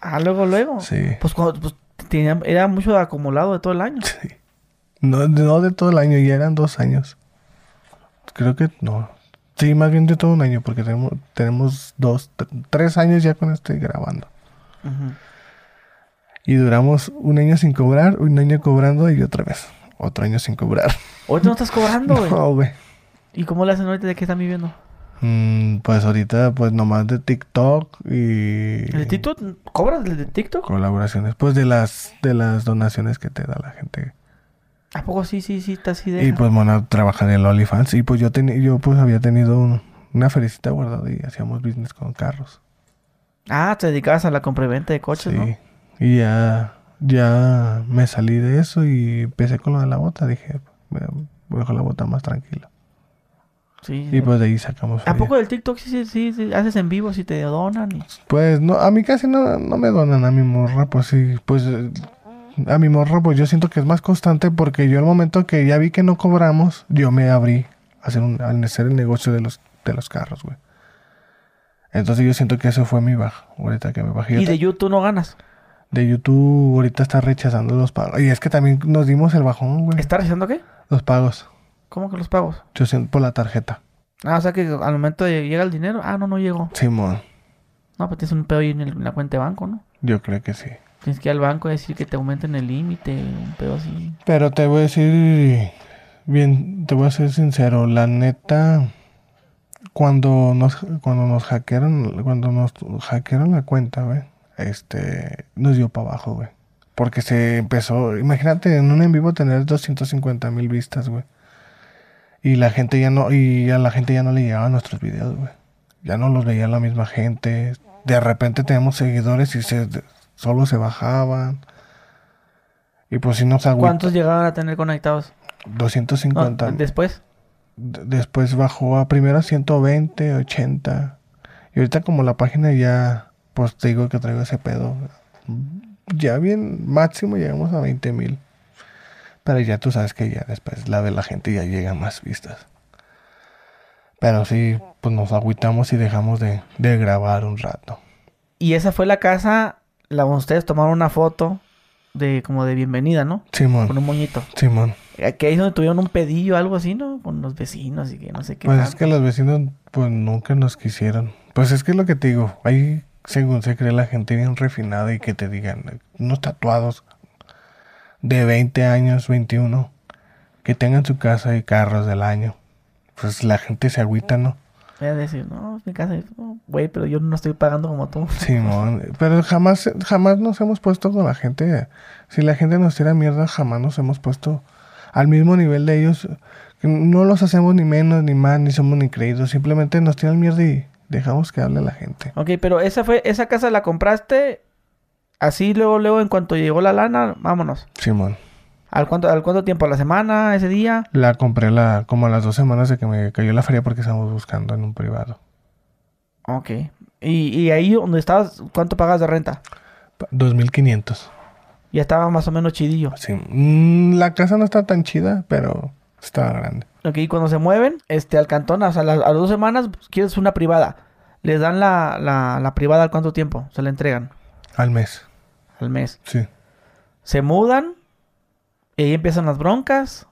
Speaker 2: Ah, luego, luego.
Speaker 1: Sí.
Speaker 2: Pues cuando... Pues, tenía, era mucho acumulado de todo el año.
Speaker 1: Sí. No, no de todo el año, ya eran dos años. Creo que no, Sí, más bien de todo un año, porque tenemos, tenemos dos, tres años ya con esto grabando. Uh -huh. Y duramos un año sin cobrar, un año cobrando y otra vez. Otro año sin cobrar.
Speaker 2: ¿Ahorita no estás cobrando,
Speaker 1: *laughs*
Speaker 2: güey?
Speaker 1: no, güey.
Speaker 2: ¿Y cómo le hacen ahorita de qué están viviendo?
Speaker 1: Mm, pues ahorita, pues nomás de TikTok y.
Speaker 2: ¿El de TikTok? ¿Cobras el de TikTok?
Speaker 1: Colaboraciones. Pues de las, de las donaciones que te da la gente.
Speaker 2: ¿A poco sí, sí, sí, está así de.?
Speaker 1: Y pues, bueno, trabaja en el OnlyFans. Y pues yo, ten, yo pues había tenido un- una felicita guardada y hacíamos business con carros.
Speaker 2: Ah, te dedicabas a la compraventa de coches,
Speaker 1: Sí.
Speaker 2: ¿no?
Speaker 1: Y ya, ya me salí de eso y empecé con lo de la bota. Dije, "Bueno, voy a dejar la bota más tranquila.
Speaker 2: Sí.
Speaker 1: Y pues de ahí sacamos.
Speaker 2: ¿A
Speaker 1: feria.
Speaker 2: poco del TikTok sí, sí, sí, sí, haces en vivo si te donan? y-
Speaker 1: Pues no, a mí casi no, no me donan a mi morra, pues sí, pues eh, a mi morra pues yo siento que es más constante porque yo al momento que ya vi que no cobramos, yo me abrí a hacer, un, a hacer el negocio de los, de los carros, güey. Entonces yo siento que eso fue mi baja, ahorita que me bajé. Yo
Speaker 2: Y
Speaker 1: ta-
Speaker 2: de YouTube no ganas.
Speaker 1: de YouTube ahorita está rechazando los pagos. Y es que también nos dimos el bajón, güey.
Speaker 2: ¿Estás rechazando qué?
Speaker 1: Los pagos.
Speaker 2: ¿Cómo que los pagos?
Speaker 1: Yo siento- por la tarjeta.
Speaker 2: Ah, o sea que al momento de llega el dinero, ah, no, no llegó.
Speaker 1: Simón,
Speaker 2: No, pues tienes un pedo ahí en, el- en la cuenta de banco, ¿no?
Speaker 1: yo creo que sí.
Speaker 2: Tienes que ir al banco y decir que te aumenten el límite, un pedo así.
Speaker 1: Pero te voy a decir, bien, te voy a ser sincero, la neta, cuando nos, cuando nos hackearon, cuando nos hackearon la cuenta, güey, este, nos dio para abajo, güey. Porque se empezó, imagínate en un en vivo tener 250 mil vistas, güey. Y la gente ya no, y a la gente ya no le llegaban nuestros videos, güey. Ya no los veía la misma gente. De repente tenemos seguidores y se, solo se bajaban. Y pues si nos agüitó.
Speaker 2: ¿Cuántos llegaban a tener conectados? No,
Speaker 1: 250.
Speaker 2: después.
Speaker 1: D- Después bajó a primero a 120, 80. Y ahorita como la página ya, pues te digo que traigo ese pedo. Ya bien, máximo llegamos a 20 mil. Pero ya tú sabes que ya después la de la gente ya llega a más vistas. Pero sí, pues nos agüitamos y dejamos de, de grabar un rato.
Speaker 2: Y esa fue la casa, la donde ustedes tomaron una foto de como de bienvenida, ¿no? Con
Speaker 1: Simón,
Speaker 2: un moñito.
Speaker 1: Simón.
Speaker 2: Aquí ahí es donde tuvieron un pedillo, algo así, ¿no? Con los vecinos y que no sé qué.
Speaker 1: Pues es
Speaker 2: tanto.
Speaker 1: que los vecinos pues nunca nos quisieron. Pues es que es lo que te digo, ahí según se cree la gente bien refinada y que te digan unos tatuados de 20 años, 21, que tengan su casa y carros del año. Pues la gente se agüita, ¿no?
Speaker 2: Voy a decir, no, es mi casa. Y, "No, Güey, pero yo no estoy pagando como tú.
Speaker 1: Simón, pero jamás, jamás nos hemos puesto con la gente. Si la gente nos tira mierda, jamás nos hemos puesto al mismo nivel de ellos. No los hacemos ni menos, ni más, ni somos ni creídos. Simplemente nos tiran mierda y dejamos que hable la gente.
Speaker 2: *laughs* Ok, pero esa fue, esa casa la compraste así luego, luego, en cuanto llegó la lana, vámonos.
Speaker 1: Simón,
Speaker 2: ¿Al cuánto, al cuánto tiempo? ¿A la semana? ¿Ese día?
Speaker 1: la compré la, como a las dos semanas de que me cayó la feria porque estábamos buscando en un privado.
Speaker 2: Ok. Y, y ahí donde estabas, ¿cuánto pagas de renta?
Speaker 1: Pa- 2.500.
Speaker 2: Ya estaba más o menos chidillo.
Speaker 1: Sí. Mm, la casa no está tan chida, pero estaba grande.
Speaker 2: Ok, y cuando se mueven, este, al cantón, o sea, la- a las dos semanas pues, quieres una privada. Les dan la, la, la privada al cuánto tiempo? Se la entregan
Speaker 1: Al mes,
Speaker 2: al mes.
Speaker 1: sí.
Speaker 2: Se mudan y ahí empiezan las broncas.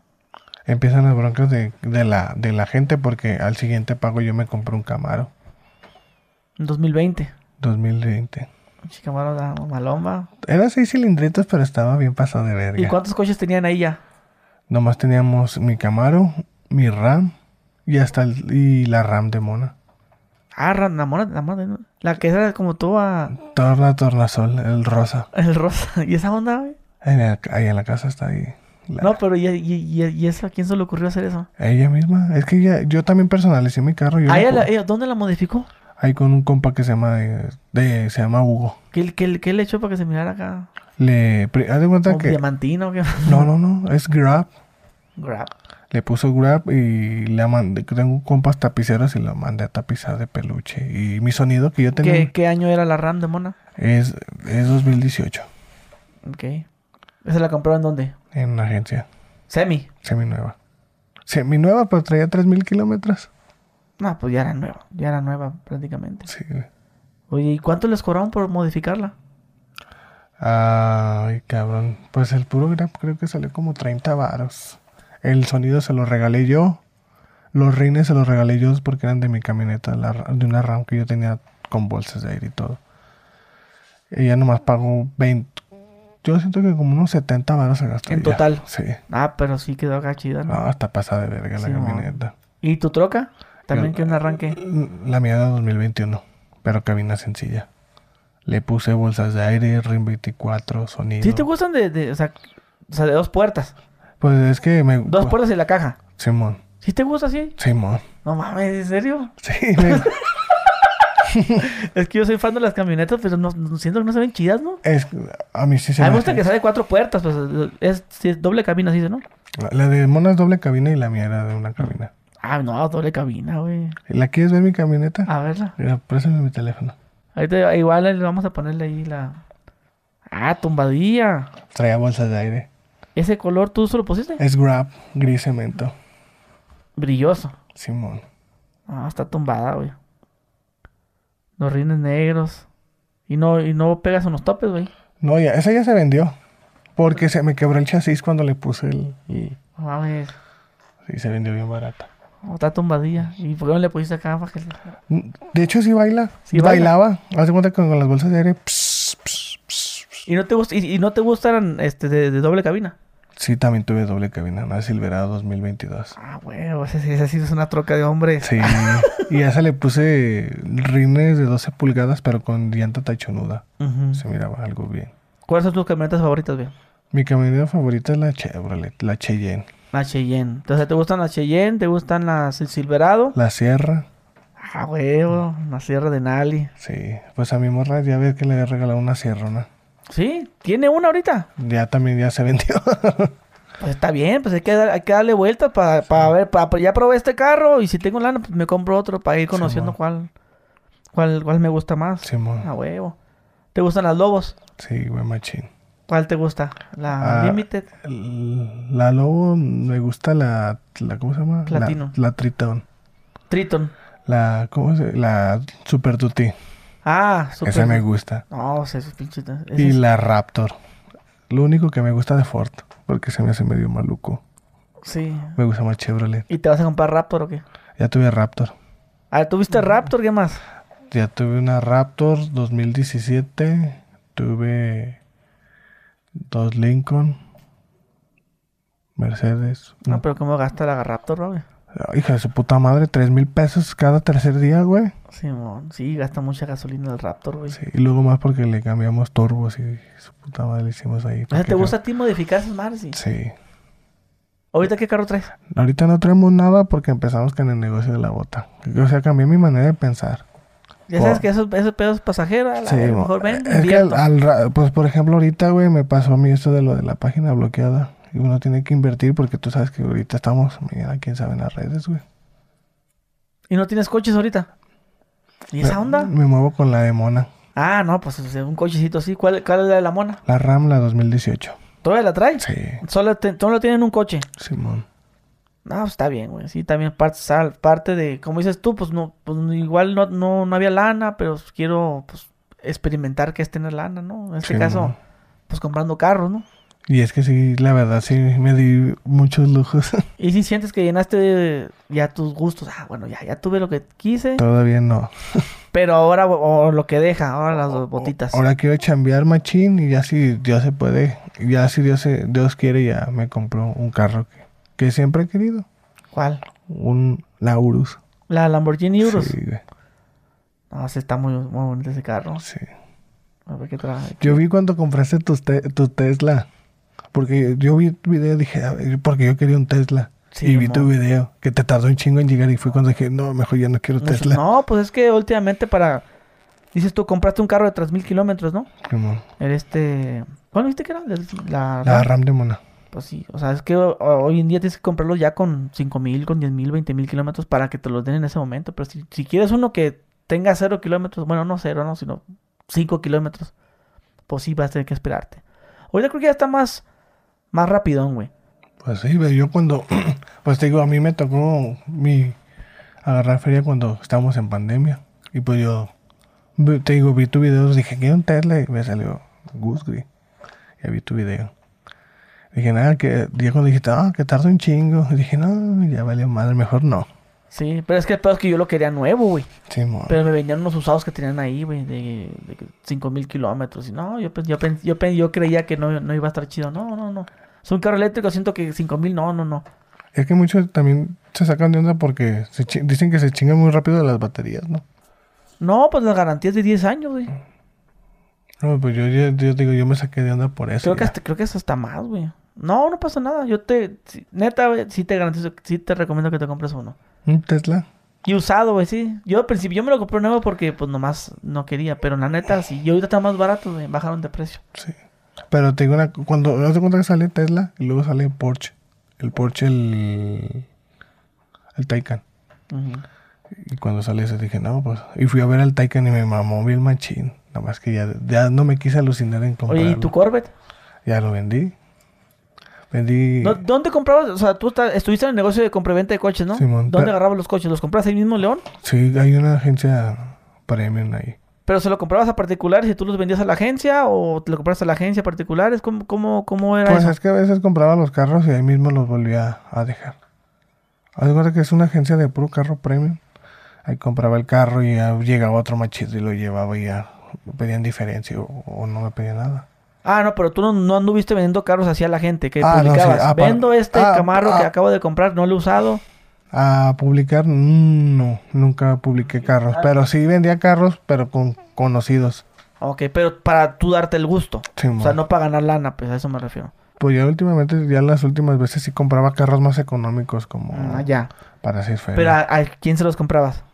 Speaker 1: Empiezan las broncas de, de la, de la gente porque al siguiente pago yo me compré un Camaro
Speaker 2: En 2020.
Speaker 1: 2020.
Speaker 2: Chica, mano, la malomba.
Speaker 1: Era seis cilindritos, pero estaba bien pasado de
Speaker 2: ¿Y
Speaker 1: verga.
Speaker 2: cuántos coches tenían ahí ya?
Speaker 1: Nomás teníamos mi Camaro, mi RAM y hasta el- y la RAM de Mona.
Speaker 2: Ah, Ra- la mona, la mona, ¿no? La que era como tú a...
Speaker 1: Torna, tornasol, el rosa.
Speaker 2: El rosa. *laughs* ¿Y esa onda, güey?
Speaker 1: En la- ahí en la casa está ahí. la-
Speaker 2: No, pero ¿y, y, y, y esa? ¿Quién se le ocurrió hacer eso?
Speaker 1: A Ella misma. Es que ella- yo también personalicé mi carro. Yo
Speaker 2: ¿A
Speaker 1: lo
Speaker 2: ella la-
Speaker 1: co-
Speaker 2: ella- ¿Dónde la modificó?
Speaker 1: Ahí con un compa que se llama, eh, de- se llama Hugo.
Speaker 2: ¿Qué, qué, qué le echó para que se mirara acá?
Speaker 1: Le, pri- haz de cuenta
Speaker 2: ¿Como
Speaker 1: que...
Speaker 2: diamantino? ¿qué? *laughs*
Speaker 1: No, no, no. Es Grab.
Speaker 2: Grab.
Speaker 1: Le puso Grab y le mandé... Tengo compas tapiceros y lo mandé a tapizar de peluche. Y mi sonido que yo tenía
Speaker 2: ¿Qué, ¿Qué año era la RAM de Mona?
Speaker 1: es, es 2018.
Speaker 2: Ok. ¿Esa la compraron dónde?
Speaker 1: En una agencia.
Speaker 2: Semi.
Speaker 1: Seminueva. Seminueva, pero traía 3.000 kilómetros.
Speaker 2: No, pues ya era nueva. Ya era nueva prácticamente.
Speaker 1: Sí, güey.
Speaker 2: Oye, ¿y cuánto les cobraron por modificarla?
Speaker 1: Ay, cabrón. Pues el puro Grab creo que salió como 30 varos. El sonido se lo regalé yo. Los rines se los regalé yo porque eran de mi camioneta, la ra- de una RAM que yo tenía con bolsas de aire y todo. Ella nomás pagó 20. Yo siento que como unos 70 varos se gastó.
Speaker 2: En
Speaker 1: ella.
Speaker 2: total.
Speaker 1: Sí.
Speaker 2: Ah, pero sí quedó acá chida, ¿no?
Speaker 1: No, hasta pasada de verga
Speaker 2: Sí,
Speaker 1: la
Speaker 2: mo.
Speaker 1: camioneta.
Speaker 2: ¿Y tu troca? También que un arranque.
Speaker 1: La mía de 2021, pero cabina sencilla. Le puse bolsas de aire, RIM 24, sonido.
Speaker 2: ¿Sí te gustan de, de, o sea, o sea, de dos puertas?
Speaker 1: Pues es que me...
Speaker 2: Dos puertas y la caja.
Speaker 1: Simón.
Speaker 2: ¿Sí te gusta así?
Speaker 1: Simón. *laughs*
Speaker 2: No mames, ¿en serio?
Speaker 1: Sí, me-
Speaker 2: es que yo soy fan de las camionetas, pero no, no- siento que no se ven chidas, ¿no?
Speaker 1: es, a mí sí se
Speaker 2: a mí
Speaker 1: me
Speaker 2: me gusta
Speaker 1: hace-
Speaker 2: que sea de cuatro puertas, pues es, sí, es doble cabina, así, ¿no?
Speaker 1: La- La de Mona es doble cabina y la mía era de una cabina.
Speaker 2: Ah, no, doble cabina, güey.
Speaker 1: ¿La quieres ver mi camioneta?
Speaker 2: A verla.
Speaker 1: Mira, préstame mi teléfono.
Speaker 2: Ahorita igual le vamos a ponerle ahí la... Ah, tumbadilla.
Speaker 1: Traía bolsas de aire.
Speaker 2: Ese color tú solo pusiste.
Speaker 1: Es grab, gris cemento.
Speaker 2: Brilloso.
Speaker 1: Simón.
Speaker 2: Ah, está tumbada, güey. Los rines negros. Y no, y no pegas unos topes, güey.
Speaker 1: No, ya, esa ya se vendió. Porque se me quebró el chasis cuando le puse el. el-
Speaker 2: No mames.
Speaker 1: Sí, se vendió bien barata.
Speaker 2: No, está tumbadilla. ¿Y por qué no le pusiste acá para que se-
Speaker 1: Mm, De hecho, sí baila.
Speaker 2: Sí baila.
Speaker 1: Bailaba. Haz de cuenta que con las bolsas de aire. pss, pss, pss, pss.
Speaker 2: ¿Y no te gust y, y no te gustan este de, de doble cabina?
Speaker 1: Sí, también tuve doble cabina. Una Silverado 2022.
Speaker 2: Ah, huevo, esa, sí- esa sí es una troca de hombres.
Speaker 1: Sí. y a esa le puse rines de 12 pulgadas, pero con llanta tachonuda.
Speaker 2: Ujú.
Speaker 1: Se miraba algo bien.
Speaker 2: ¿Cuáles son tus camionetas favoritas, güey?
Speaker 1: Mi camioneta favorita es la Chevrolet, la Cheyenne.
Speaker 2: La Cheyenne. Entonces, ¿te gustan las Cheyenne? ¿Te gustan las el Silverado?
Speaker 1: La Sierra.
Speaker 2: Ah, huevo, la Sierra de Nali.
Speaker 1: Sí, pues a mi morra ya ves que le había regalado una sierrona.
Speaker 2: Sí, tiene una ahorita.
Speaker 1: Ya también ya se vendió. *laughs*
Speaker 2: Pues está bien, pues hay que, dar- hay que darle vueltas para ver, pa- pa- ya probé este carro y si tengo lana, pues me compro otro para ir conociendo
Speaker 1: Simón.
Speaker 2: cuál, cuál, cuál me gusta más.
Speaker 1: Simón.
Speaker 2: A huevo. ¿Te gustan las Lobos?
Speaker 1: Sí, güey, machín.
Speaker 2: ¿Cuál te gusta? ¿La
Speaker 1: Ah,
Speaker 2: Limited?
Speaker 1: el- La Lobo, me gusta la, la ¿cómo se llama? La-
Speaker 2: Platino.
Speaker 1: La, Tritón.
Speaker 2: Triton.
Speaker 1: La, ¿cómo se La Super Duty.
Speaker 2: Ah, super.
Speaker 1: Esa me gusta.
Speaker 2: No, o sea, esos pinches. esos-
Speaker 1: Y la Raptor. Lo único que me gusta de Ford, porque se me hace medio maluco.
Speaker 2: Sí.
Speaker 1: Me gusta más Chevrolet.
Speaker 2: ¿Y te vas a comprar Raptor o qué?
Speaker 1: Ya tuve Raptor.
Speaker 2: Ah, ¿tuviste Raptor? ¿Qué más? Ah,
Speaker 1: Ya tuve una Raptor 2017. Tuve dos Lincoln. Mercedes.
Speaker 2: No, pero ¿cómo gasta la Raptor, güey?
Speaker 1: Ah, Hija de su puta madre, tres mil pesos cada tercer día, güey.
Speaker 2: Simón, sí, gasta mucha gasolina el Raptor, güey.
Speaker 1: Sí, y luego más porque le cambiamos turbos y su puta madre le hicimos ahí.
Speaker 2: O sea, Ah, ¿te
Speaker 1: porque-
Speaker 2: gusta a ti modificar esas madres? sí?
Speaker 1: Sí.
Speaker 2: ¿Ahorita qué carro traes?
Speaker 1: Ahorita no traemos nada porque empezamos con el negocio de la bota. O sea, cambié mi manera de pensar.
Speaker 2: Ya sabes
Speaker 1: Por-
Speaker 2: que esos, esos pedos pasajeros, a la-
Speaker 1: Oh. Sí,
Speaker 2: a lo
Speaker 1: mo- eh,
Speaker 2: mejor ven,
Speaker 1: es que al-
Speaker 2: invierto.
Speaker 1: al ra- pues por ejemplo ahorita, güey, me pasó a mí esto de lo de la página bloqueada. Y uno tiene que invertir porque tú sabes que ahorita estamos, mañana quién sabe en las redes, güey.
Speaker 2: ¿Y no tienes coches ahorita? ¿Y esa
Speaker 1: Me-
Speaker 2: onda?
Speaker 1: Me muevo con la de Mona,
Speaker 2: Ah, no, pues o sea, un cochecito así. ¿Cuál, cuál es la de la mona?
Speaker 1: la Ram, la 2018.
Speaker 2: ¿Todavía la traes?
Speaker 1: Sí,
Speaker 2: Solo, te- solo tienen un coche.
Speaker 1: Simón.
Speaker 2: No, pues, está bien, güey. Sí, también parte, sal- parte de, como dices tú, pues no, pues igual no, no, no había lana, pero pues, quiero pues, experimentar qué es tener lana, ¿no? En este
Speaker 1: Sí,
Speaker 2: caso,
Speaker 1: mo.
Speaker 2: pues comprando carros, ¿no?
Speaker 1: Y es que sí, la verdad, sí, me di muchos lujos. *laughs*
Speaker 2: Y si sientes que llenaste ya tus gustos, ah, bueno, ya, ya tuve lo que quise,
Speaker 1: Todavía no.
Speaker 2: pero ahora, o, lo que deja, ahora las dos botitas.
Speaker 1: Ahora quiero chambear machín y ya si Dios se puede, ya si Dios, se- Dios quiere, ya me compró un carro que, que siempre he querido.
Speaker 2: ¿Cuál?
Speaker 1: Un Laurus.
Speaker 2: La Lamborghini Urus.
Speaker 1: Sí, güey.
Speaker 2: No, sí, está muy, muy bonito ese carro.
Speaker 1: Sí.
Speaker 2: A ver qué trae.
Speaker 1: Yo vi cuando compraste tu, te- tu Tesla. Porque yo vi tu video y dije, a ver, porque yo quería un Tesla.
Speaker 2: Sí,
Speaker 1: y vi
Speaker 2: mo.
Speaker 1: tu video, que te tardó un chingo en llegar y fue cuando dije, no, mejor ya no quiero Tesla.
Speaker 2: No, pues es que últimamente para... Dices tú, compraste un carro de 3.000 kilómetros, ¿no?
Speaker 1: Simón.
Speaker 2: El este... ¿Cuál viste que era? El- La,
Speaker 1: La
Speaker 2: Ram.
Speaker 1: RAM de Mona.
Speaker 2: Pues sí, o sea, es que ho- hoy en día tienes que comprarlo ya con 5.000, con 10.000, 20.000 kilómetros para que te los den en ese momento. Pero si, si quieres uno que tenga 0 kilómetros, bueno, no 0, no, sino 5 kilómetros, pues sí vas a tener que esperarte. Ahorita creo que ya está más, más rapidón, güey.
Speaker 1: Pues sí, güey, yo cuando, *clears throat* pues te digo, a mí me tocó mi agarrar feria cuando estábamos en pandemia. Y pues yo, vi- te digo, vi tu video, dije, quiero un Tesla y me salió Gusgri. Ya vi tu video. Dije, nada, que ya cuando dijiste, ah, que tarda un chingo. Dije, no, ya valió madre, mejor no.
Speaker 2: Sí, pero es que el pedo es que yo lo quería nuevo, güey.
Speaker 1: Simón.
Speaker 2: Pero me vendían unos usados que tenían ahí, güey, de, de 5.000 kilómetros. Y no, yo, pens- yo, pens- yo, pens- yo creía que no, no iba a estar chido. No, no, no. Es un carro eléctrico, siento que 5.000, no, no, no.
Speaker 1: Es que muchos también se sacan de onda porque se dicen que se chingan muy rápido las baterías, ¿no?
Speaker 2: No, pues las garantías de 10 años, güey.
Speaker 1: No, pues yo, yo, yo digo, yo me saqué de onda por eso.
Speaker 2: Creo que,
Speaker 1: ya.
Speaker 2: hasta, creo que es hasta más, güey. No, no pasa nada. Yo te... si- neta, güey, sí te garantizo... Sí te recomiendo que te compres uno.
Speaker 1: ¿Un Tesla?
Speaker 2: Y usado, güey, sí. Yo al principio yo me lo compré nuevo porque, pues, nomás no quería. Pero la neta, sí. Y ahorita está más barato, güey. Bajaron de precio.
Speaker 1: Sí. Pero te digo una... Cuando... ¿Haz de cuenta que sale Tesla y luego sale Porsche? El Porsche, el... El Taycan.
Speaker 2: Ujú.
Speaker 1: Y cuando sale ese dije, no, pues... Y fui a ver al Taycan y me mamó bien machín. Nada más que ya, ya no me quise alucinar en comprarlo.
Speaker 2: Oye, ¿y tu Corvette?
Speaker 1: Ya lo vendí. Vendí...
Speaker 2: ¿Dó- ¿Dónde comprabas? O sea, tú está- estuviste en el negocio de compraventa de coches, ¿no?
Speaker 1: Simón.
Speaker 2: ¿Dónde
Speaker 1: Pero-
Speaker 2: agarrabas los coches? ¿Los comprabas ahí mismo en León?
Speaker 1: Sí, hay una agencia premium ahí.
Speaker 2: ¿Pero se lo comprabas a particulares y tú los vendías a la agencia? ¿O te lo comprabas a la agencia a particulares? ¿Cómo, cómo, cómo era
Speaker 1: Pues
Speaker 2: eso?
Speaker 1: es que a veces compraba los carros y ahí mismo los volvía a dejar. Haz de cuenta que es una agencia de puro carro premium. Ahí compraba el carro y ya llegaba otro machito y lo llevaba y ya pedían diferencia o, o no me pedían nada.
Speaker 2: Ah, no, pero tú no, no anduviste vendiendo carros hacia la gente que
Speaker 1: Ah, no, sí.
Speaker 2: publicabas.
Speaker 1: Ah, para-
Speaker 2: Vendo este
Speaker 1: ah,
Speaker 2: Camaro que
Speaker 1: ah.
Speaker 2: acabo de comprar, no lo he usado.
Speaker 1: A publicar, mm, no, nunca publiqué carros. Pero sí vendía carros, pero con conocidos.
Speaker 2: Ok, pero para tú darte el gusto.
Speaker 1: Sí,
Speaker 2: O sea, no para ganar lana, pues a eso me refiero.
Speaker 1: Pues ya últimamente, ya las últimas veces sí compraba carros más económicos como
Speaker 2: Ah, ya.
Speaker 1: para hacer
Speaker 2: Pero
Speaker 1: feria.
Speaker 2: a, a quién se los comprabas?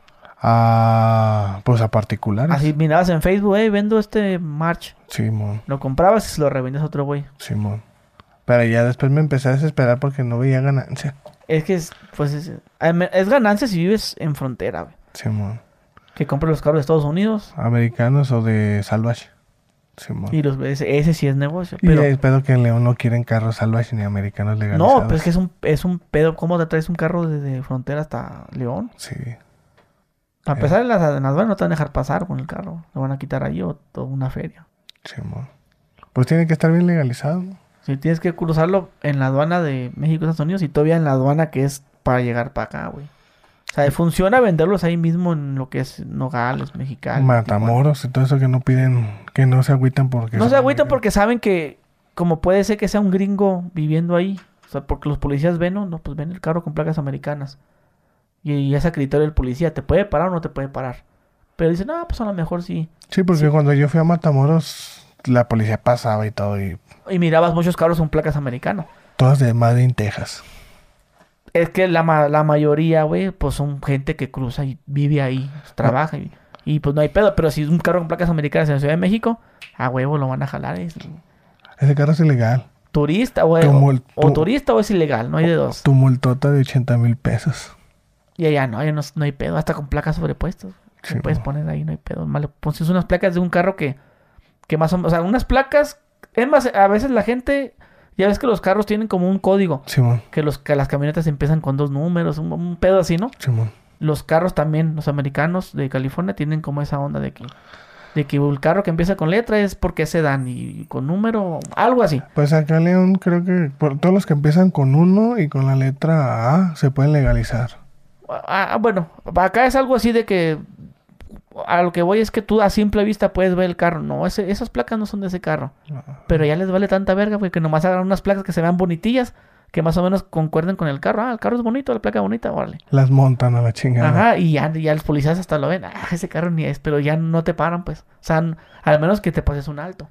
Speaker 1: Ah, pues a particulares.
Speaker 2: Así mirabas en Facebook, hey, vendo este March.
Speaker 1: Simón.
Speaker 2: Lo comprabas y se lo revendías a otro güey.
Speaker 1: Simón. Pero ya después me empecé a desesperar porque no veía ganancia.
Speaker 2: Es que, es, pues, es, es ganancia si vives en frontera, güey.
Speaker 1: Simón.
Speaker 2: Que compres los carros de Estados Unidos
Speaker 1: Americanos o de salvage. Simón.
Speaker 2: y
Speaker 1: Y,
Speaker 2: los ese, ese sí es negocio. Pero,
Speaker 1: el pedo que en León no quieren carros salvage ni americanos legalizados.
Speaker 2: no, pues es que es un, es un pedo. ¿Cómo te traes un carro desde frontera hasta León?
Speaker 1: Sí.
Speaker 2: Para
Speaker 1: Eh.
Speaker 2: empezar, en las, en las barras no te van a dejar pasar con el carro. Lo van a quitar ahí o toda una feria.
Speaker 1: Simón. Pues tiene que estar bien legalizado. ¿no?
Speaker 2: Si tienes que cruzarlo en la aduana de México, Estados Unidos y todavía en la aduana que es para llegar para acá, güey. O sea, funciona venderlos ahí mismo en lo que es Nogales, Mexicali.
Speaker 1: Matamoros y todo eso que no piden, que no se agüitan porque...
Speaker 2: No
Speaker 1: son
Speaker 2: se agüitan
Speaker 1: americanos.
Speaker 2: porque saben que, como puede ser que sea un gringo viviendo ahí, o sea, porque los policías ven, no, no, pues ven el carro con placas americanas. Y, y es a criterio del policía, ¿te puede parar o no te puede parar? Pero dicen, ah, pues a lo mejor sí.
Speaker 1: Sí, porque cuando yo fui a Matamoros, la policía pasaba y todo y...
Speaker 2: Y mirabas muchos carros con placas americanas.
Speaker 1: Todas de Madrid, Texas.
Speaker 2: Es que la, ma- la mayoría, güey, pues son gente que cruza y vive ahí, trabaja y, y, pues no hay pedo. Pero si es un carro con placas americanas en la Ciudad de México, a huevo lo van a jalar. Es
Speaker 1: Ese carro es ilegal.
Speaker 2: turista, güey.
Speaker 1: Tu
Speaker 2: O,
Speaker 1: mul-
Speaker 2: o
Speaker 1: tu-
Speaker 2: turista o es ilegal, no hay de dos.
Speaker 1: Tu multota de 80 mil pesos.
Speaker 2: Y allá no, allá no, no hay pedo, hasta con placas sobrepuestas.
Speaker 1: Sí,
Speaker 2: Se puedes
Speaker 1: mo.
Speaker 2: poner ahí, no hay pedo. Malo, pues si es unas placas de un carro que, que más o menos, o sea, unas placas, es más, a veces la gente, ya ves que los carros tienen como un código,
Speaker 1: Simón,
Speaker 2: que, los, que las camionetas empiezan con dos números, un, un pedo así, ¿no?
Speaker 1: Simón.
Speaker 2: Los carros también, los americanos de California tienen como esa onda de que, de que el carro que empieza con letra es porque se dan y con número, algo así.
Speaker 1: Pues acá en León creo que por, todos los que empiezan con uno y con la letra A se pueden legalizar.
Speaker 2: Ah, ah, bueno, acá es algo así de que a lo que voy es que tú a simple vista puedes ver el carro. No, ese- esas placas no son de ese carro. Pero ya les vale tanta verga, güey, que nomás hagan unas placas que se vean bonitillas, que más o menos concuerden con el carro. Ah, el carro es bonito, la placa bonita, órale.
Speaker 1: Las montan a la chingada.
Speaker 2: Ajá, y ya, ya los policías hasta lo ven. Ah, ese carro ni es, pero ya no te paran, pues. O sea, n- al menos que te pases un alto.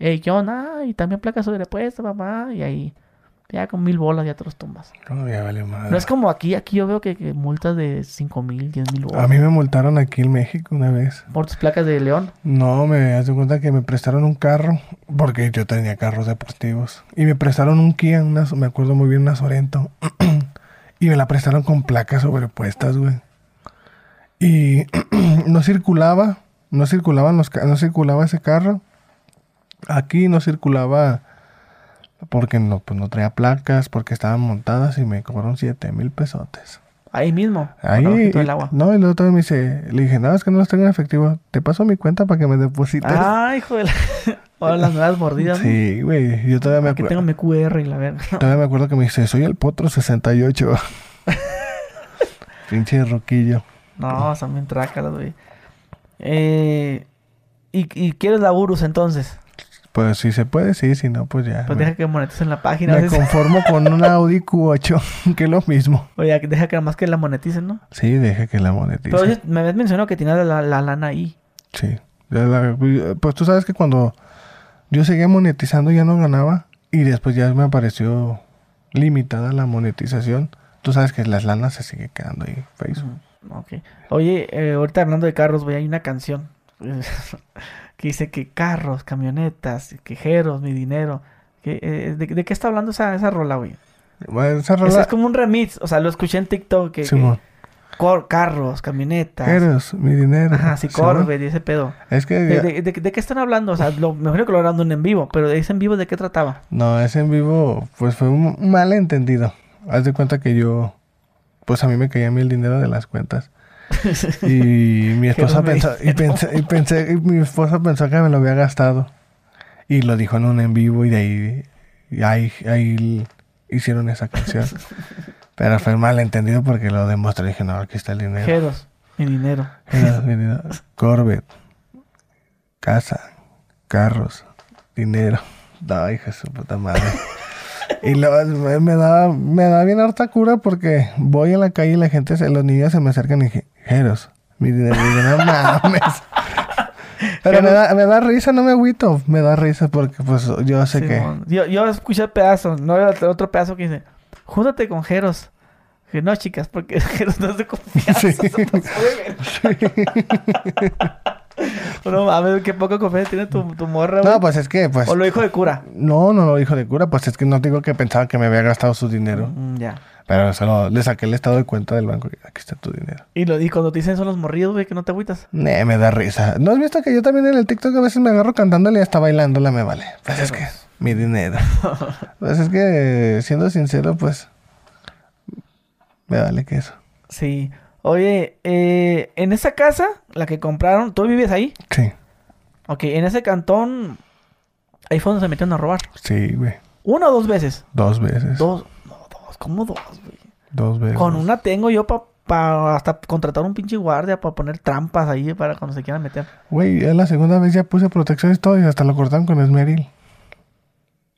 Speaker 2: Ey, ¿qué onda? Y también placas sobrepuestas, mamá. Y ahí, ya con mil bolas ya te los tumbas.
Speaker 1: No, Oh, ya vale madre.
Speaker 2: No es como aquí, aquí yo veo que, que multas de cinco mil, diez mil bolas.
Speaker 1: A mí me multaron aquí en México una vez.
Speaker 2: Por tus placas de León.
Speaker 1: No, me hace cuenta que me prestaron un carro, porque yo tenía carros deportivos. Y me prestaron un Kia, una, me acuerdo muy bien, una Sorento. *clears throat* y me la prestaron con placas sobrepuestas, güey. Y *clears throat* no circulaba, no circulaban los, ca- no circulaba ese carro. Aquí no circulaba porque no, pues no traía placas, porque estaban montadas y me cobraron 7 mil pesotes.
Speaker 2: Ahí mismo.
Speaker 1: Ahí,
Speaker 2: por abajito del agua.
Speaker 1: no, y luego todavía me dice, le dije, no, es que no los tengo en efectivo, te paso mi cuenta para que me deposites.
Speaker 2: Ah, hijo de la... *laughs* Ahora las nuevas mordidas. ¿no?
Speaker 1: Sí, güey. Yo todavía me,
Speaker 2: Aquí
Speaker 1: acuer-
Speaker 2: tengo mi QR y la verga. *laughs*
Speaker 1: todavía me acuerdo que me dice, soy el potro 68. Pinche roquillo.
Speaker 2: No, están bien trácalas, güey. Eh, ¿y, ¿Y quieres la Urus entonces?
Speaker 1: Pues si se puede, sí, si no, pues ya.
Speaker 2: Pues
Speaker 1: me-
Speaker 2: deja que moneticen la página.
Speaker 1: me
Speaker 2: ¿sí?
Speaker 1: conformo con un Audi Q8, *laughs* que es lo mismo.
Speaker 2: Oye, deja que más que la moneticen, ¿no?
Speaker 1: Sí, deja que la monetice.
Speaker 2: Pero oye, me habías mencionado que tienes la, la lana ahí.
Speaker 1: Sí. Ya la- pues tú sabes que cuando yo seguía monetizando ya no ganaba y después ya me apareció limitada la monetización. Tú sabes que las lanas se sigue quedando ahí, Facebook.
Speaker 2: Mm, Ok. Oye, eh, ahorita hablando de carros, güey, hay una canción *laughs* que dice que carros, camionetas, quejeros, mi dinero. Que, eh, ¿de, de qué está hablando esa, esa rola, güey?
Speaker 1: Bueno, esa
Speaker 2: Esa
Speaker 1: rola,
Speaker 2: es como un remix. O sea, lo escuché en TikTok. Que, que
Speaker 1: Simón,
Speaker 2: cor- carros, camionetas.
Speaker 1: eres mi dinero.
Speaker 2: Ajá, sí,
Speaker 1: Simón.
Speaker 2: Corvette y ese pedo.
Speaker 1: Es que
Speaker 2: ¿De, de, de- de qué están hablando? O sea, lo, me imagino que lo hablando en en vivo, pero de ese en vivo, ¿de qué trataba?
Speaker 1: No, ese en vivo, pues fue un malentendido. Haz de cuenta que yo, pues a mí me caía a mí el dinero de las cuentas. Y mi esposa
Speaker 2: no me
Speaker 1: pensó, y pensé, y pensé, y mi esposa pensó que me lo había gastado. Y lo dijo en un en vivo y de ahí, y ahí, ahí hicieron esa canción. Pero fue un malentendido porque lo demostré. Dije, no, aquí está el dinero.
Speaker 2: Quejeros, mi dinero.
Speaker 1: Era dinero. *laughs* Corvette, casa, carros, dinero. No, hija de su puta
Speaker 2: *laughs*
Speaker 1: madre. Y luego me, me da, me da bien harta cura porque voy a la calle y la gente, se, los niños se me acercan y dije, Jeros, mi dinero, Y digo,
Speaker 2: *laughs*
Speaker 1: no mames. Pero me da, me da risa, no me agüito, me da risa porque pues yo sé que...
Speaker 2: Simón. Yo, yo escuché el pedazo, no el otro otro pedazo que dice, júntate con Jeros. Dije, no, chicas, porque *laughs* Jeros no es de
Speaker 1: *laughs*
Speaker 2: confianza. *laughs*
Speaker 1: Sí.
Speaker 2: se pasó de verga. no mames, qué poco confianza tiene tu, tu morra, güey.
Speaker 1: No, pues es que, pues...
Speaker 2: O lo dijo de cura.
Speaker 1: No, no lo dijo de cura, pues es que no te digo que pensaba que me había gastado su dinero.
Speaker 2: Mm, ya.
Speaker 1: Pero se lo- le saqué el estado de cuenta del banco y aquí está tu dinero.
Speaker 2: Y, lo, y cuando te dicen son los morridos, güey, que no te agüitas.
Speaker 1: Ne, me da risa. ¿No has visto que yo también en el TikTok a veces me agarro cantándole y hasta bailándola me vale? Pues es que mi dinero.
Speaker 2: *laughs*
Speaker 1: Pues es que, siendo sincero, pues me vale que eso.
Speaker 2: Sí. Oye, eh, en esa casa, la que compraron, ¿tú vives ahí?
Speaker 1: Sí,
Speaker 2: Ok, en ese cantón, ahí fue donde se metieron a robar.
Speaker 1: sí, güey.
Speaker 2: ¿Una o dos veces?
Speaker 1: Dos veces.
Speaker 2: Dos. No, dos. ¿Cómo dos, güey?
Speaker 1: Dos veces.
Speaker 2: Con una tengo yo para hasta contratar un pinche guardia para poner trampas ahí para cuando se quieran meter.
Speaker 1: Güey, ya la segunda vez ya puse protecciones todo y hasta lo cortaron con esmeril.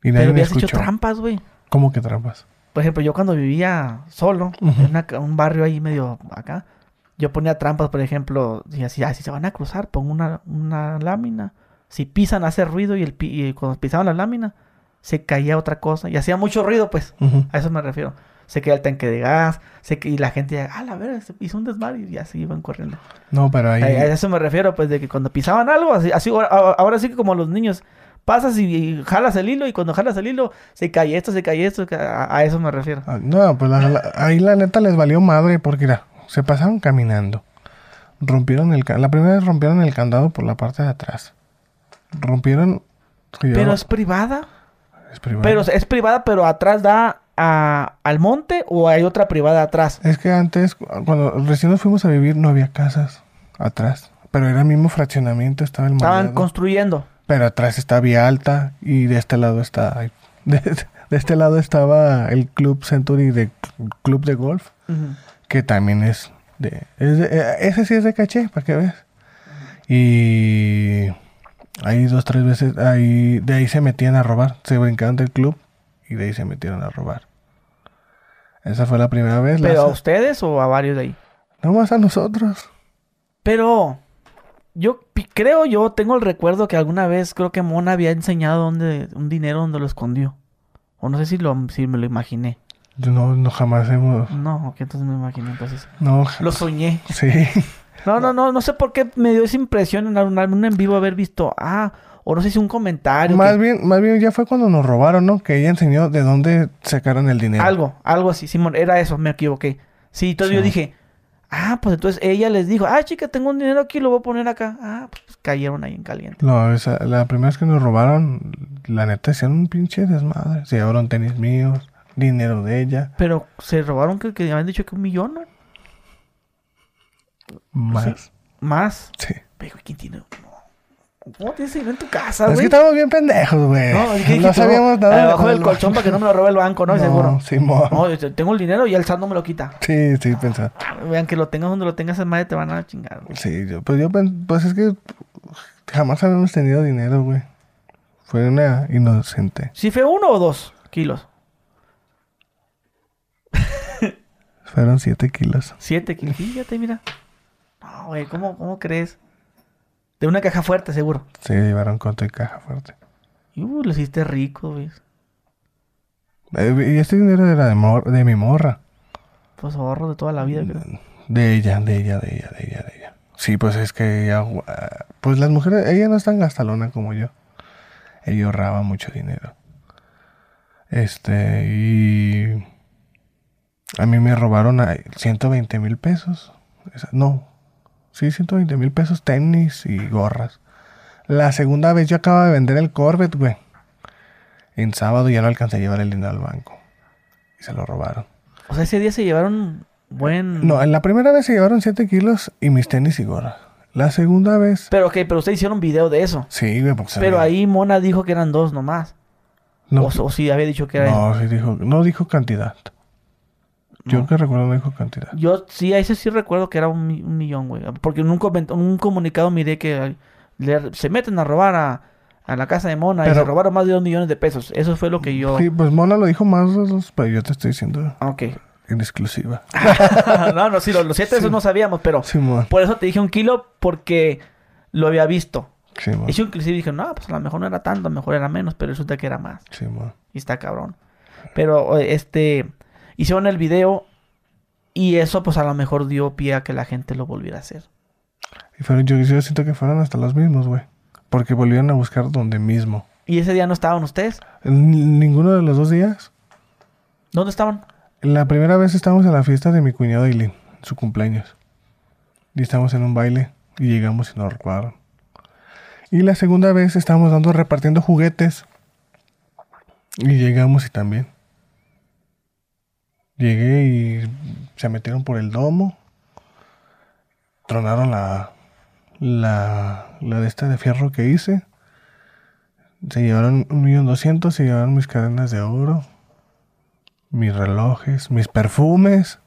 Speaker 1: Y nadie
Speaker 2: Pero
Speaker 1: me
Speaker 2: habías hecho
Speaker 1: escuchó.
Speaker 2: trampas, güey.
Speaker 1: ¿Cómo que trampas?
Speaker 2: Por ejemplo, yo cuando vivía solo, en una ca- un barrio ahí medio acá, yo ponía trampas, por ejemplo, y así, ah, si se van a cruzar, pongo una, una lámina. Si pisan, hace ruido y, el pi- y cuando pisaban la lámina, se caía otra cosa. Y hacía mucho ruido, pues.
Speaker 1: Ujú.
Speaker 2: A eso me refiero. Se caía el tanque de gas, se ca- y la gente, ya, ah, la verga, se hizo un desmadre y así iban corriendo.
Speaker 1: No, pero ahí.
Speaker 2: A, a eso me refiero, pues, de que cuando pisaban algo, así, así ahora, ahora- ahora sí que como los niños, pasas y, y jalas el hilo y cuando jalas el hilo, se cae esto, se cae esto, ca- a, a eso me refiero.
Speaker 1: Ah, No, pues la- la- ahí la neta les valió madre porque mira, se pasaron caminando. Rompieron el ca- la primera vez rompieron el candado por la parte de atrás. Rompieron que yo-
Speaker 2: Pero es privada,
Speaker 1: es privado.
Speaker 2: pero es privada, pero atrás da a- al monte o hay otra privada atrás.
Speaker 1: es que antes cu- cuando recién nos fuimos a vivir no había casas atrás, pero era el mismo fraccionamiento, estaba el
Speaker 2: Estaban
Speaker 1: maleado,
Speaker 2: construyendo.
Speaker 1: pero atrás está vía alta y de este lado está *laughs* ay, de, de este lado estaba el Club Century de club de golf.
Speaker 2: Ujú.
Speaker 1: que también es de, es de- eh, ese sí es de caché para que veas y ahí dos tres veces ahí de ahí se metían a robar se brincaron del club y de ahí se metieron a robar esa fue la primera vez la
Speaker 2: Pero a
Speaker 1: se-
Speaker 2: ustedes o a varios de ahí.
Speaker 1: no más a nosotros
Speaker 2: Pero yo pi- creo, yo tengo el recuerdo que alguna vez creo que Mona había enseñado dónde, un dinero donde lo escondió. O no sé si, lo, si me lo imaginé.
Speaker 1: Yo no no jamás hemos
Speaker 2: No, ok, entonces me imaginé entonces.
Speaker 1: no ja-
Speaker 2: Lo soñé.
Speaker 1: sí
Speaker 2: No, no, no, no sé por qué me dio esa impresión en algún en un en vivo haber visto, ah, o no sé si un comentario.
Speaker 1: más
Speaker 2: que-
Speaker 1: bien más bien ya fue cuando nos robaron no que ella enseñó de dónde sacaron el dinero
Speaker 2: Algo, algo así, Simón, era eso, me equivoqué. Sí, entonces
Speaker 1: Sí.
Speaker 2: yo dije, ah, pues entonces ella les dijo, ah, chica, tengo un dinero aquí, lo voy a poner acá. Ah, pues cayeron ahí en caliente.
Speaker 1: No, esa- la primera vez que nos robaron, la neta, hicieron un pinche desmadre. Se llevaron tenis míos, dinero de ella,
Speaker 2: Pero se robaron, que, que habían dicho que un millón, ¿no?
Speaker 1: más.
Speaker 2: Más.
Speaker 1: Sí.
Speaker 2: Pero, ¿quién tiene? No. ¿Cómo tienes dinero en tu casa,
Speaker 1: es que
Speaker 2: güey?
Speaker 1: estamos bien pendejos, güey.
Speaker 2: No,
Speaker 1: No,
Speaker 2: es que dije,
Speaker 1: sabíamos nada.
Speaker 2: Debajo del colchón para que no me lo robe el banco, ¿no?
Speaker 1: *laughs* No,
Speaker 2: Seguro.
Speaker 1: Simón.
Speaker 2: No, yo te- tengo el dinero y alzando me lo quita.
Speaker 1: Sí, sí, pensaba.
Speaker 2: Vean que lo tengas donde lo tengas, es madre te van a chingar. güey.
Speaker 1: Sí, yo, pues yo, pen- pues es que jamás habíamos tenido dinero, güey. Fue una inocente.
Speaker 2: ¿Sí fue uno o dos kilos?
Speaker 1: Fueron 7 kilos.
Speaker 2: Siete kilos. Fíjate, mira. No, güey, ¿cómo, ¿cómo crees? De una caja fuerte, seguro.
Speaker 1: Sí, llevaron con y caja fuerte.
Speaker 2: Y uh, lo hiciste rico, güey.
Speaker 1: Eh, Y este dinero era de, mor- de mi morra.
Speaker 2: Pues ahorro de toda la vida. creo.
Speaker 1: De ella, de ella, de ella, de ella, de ella. Sí, pues es que ella... gua- Pues las mujeres, ella no es tan gastalona como yo. Ella ahorraba mucho dinero. Este, y... A mí me robaron a 120 mil pesos. Esa- No. Sí, 120 mil pesos, tenis y gorras. La segunda vez yo acabo de vender el Corvette, güey. En sábado ya no alcancé a llevar el dinero al banco. Y se lo robaron.
Speaker 2: O sea, ese día se llevaron buen...
Speaker 1: No, en la primera vez se llevaron 7 kilos y mis tenis y gorra. La segunda vez.
Speaker 2: Pero, ok, pero ustedes hicieron video de eso.
Speaker 1: Sí, güey, porque se
Speaker 2: Pero
Speaker 1: veía-
Speaker 2: ahí Mona dijo que eran dos nomás.
Speaker 1: No,
Speaker 2: O, o sí había dicho que era...
Speaker 1: no, sí dijo, no dijo cantidad. Yo que recuerdo no dijo cantidad.
Speaker 2: Yo sí, a ese sí recuerdo que era un, mi- un millón, güey. Porque en un, coment- un comunicado miré que le- se meten a robar a, a la casa de Mona y
Speaker 1: Pero-
Speaker 2: se robaron más de dos millones de pesos. Eso fue lo que yo...
Speaker 1: Sí, pues Mona lo dijo más, de dos, pero yo te estoy diciendo
Speaker 2: Ah, Ok. *laughs*
Speaker 1: en exclusiva.
Speaker 2: no, no, sí, lo- los siete de esos no sabíamos, pero...
Speaker 1: Simón,
Speaker 2: Por eso te dije un kilo porque lo había visto.
Speaker 1: Simón,
Speaker 2: Y yo inclusive dije, no, pues a lo mejor no era tanto, a lo mejor era menos, pero resulta que era más.
Speaker 1: Simón.
Speaker 2: Y está cabrón. Pero o- este hicieron el video y eso pues a lo mejor dio pie a que la gente lo volviera a hacer.
Speaker 1: Y fueron, yo, yo siento que fueron hasta los mismos, güey. Porque volvieron a buscar donde mismo.
Speaker 2: Y ese día no estaban ustedes.
Speaker 1: En ninguno de los dos días.
Speaker 2: ¿Dónde estaban?
Speaker 1: La primera vez estábamos en la fiesta de mi cuñado Aileen, en su cumpleaños. Y estábamos en un baile y llegamos y nos recuadran. Y la segunda vez estábamos dando repartiendo juguetes. Y llegamos y también. Llegué y se metieron por el domo. Tronaron la la la de esta de fierro que hice. Se llevaron un millón doscientos, se llevaron mis cadenas de oro, mis relojes, mis perfumes.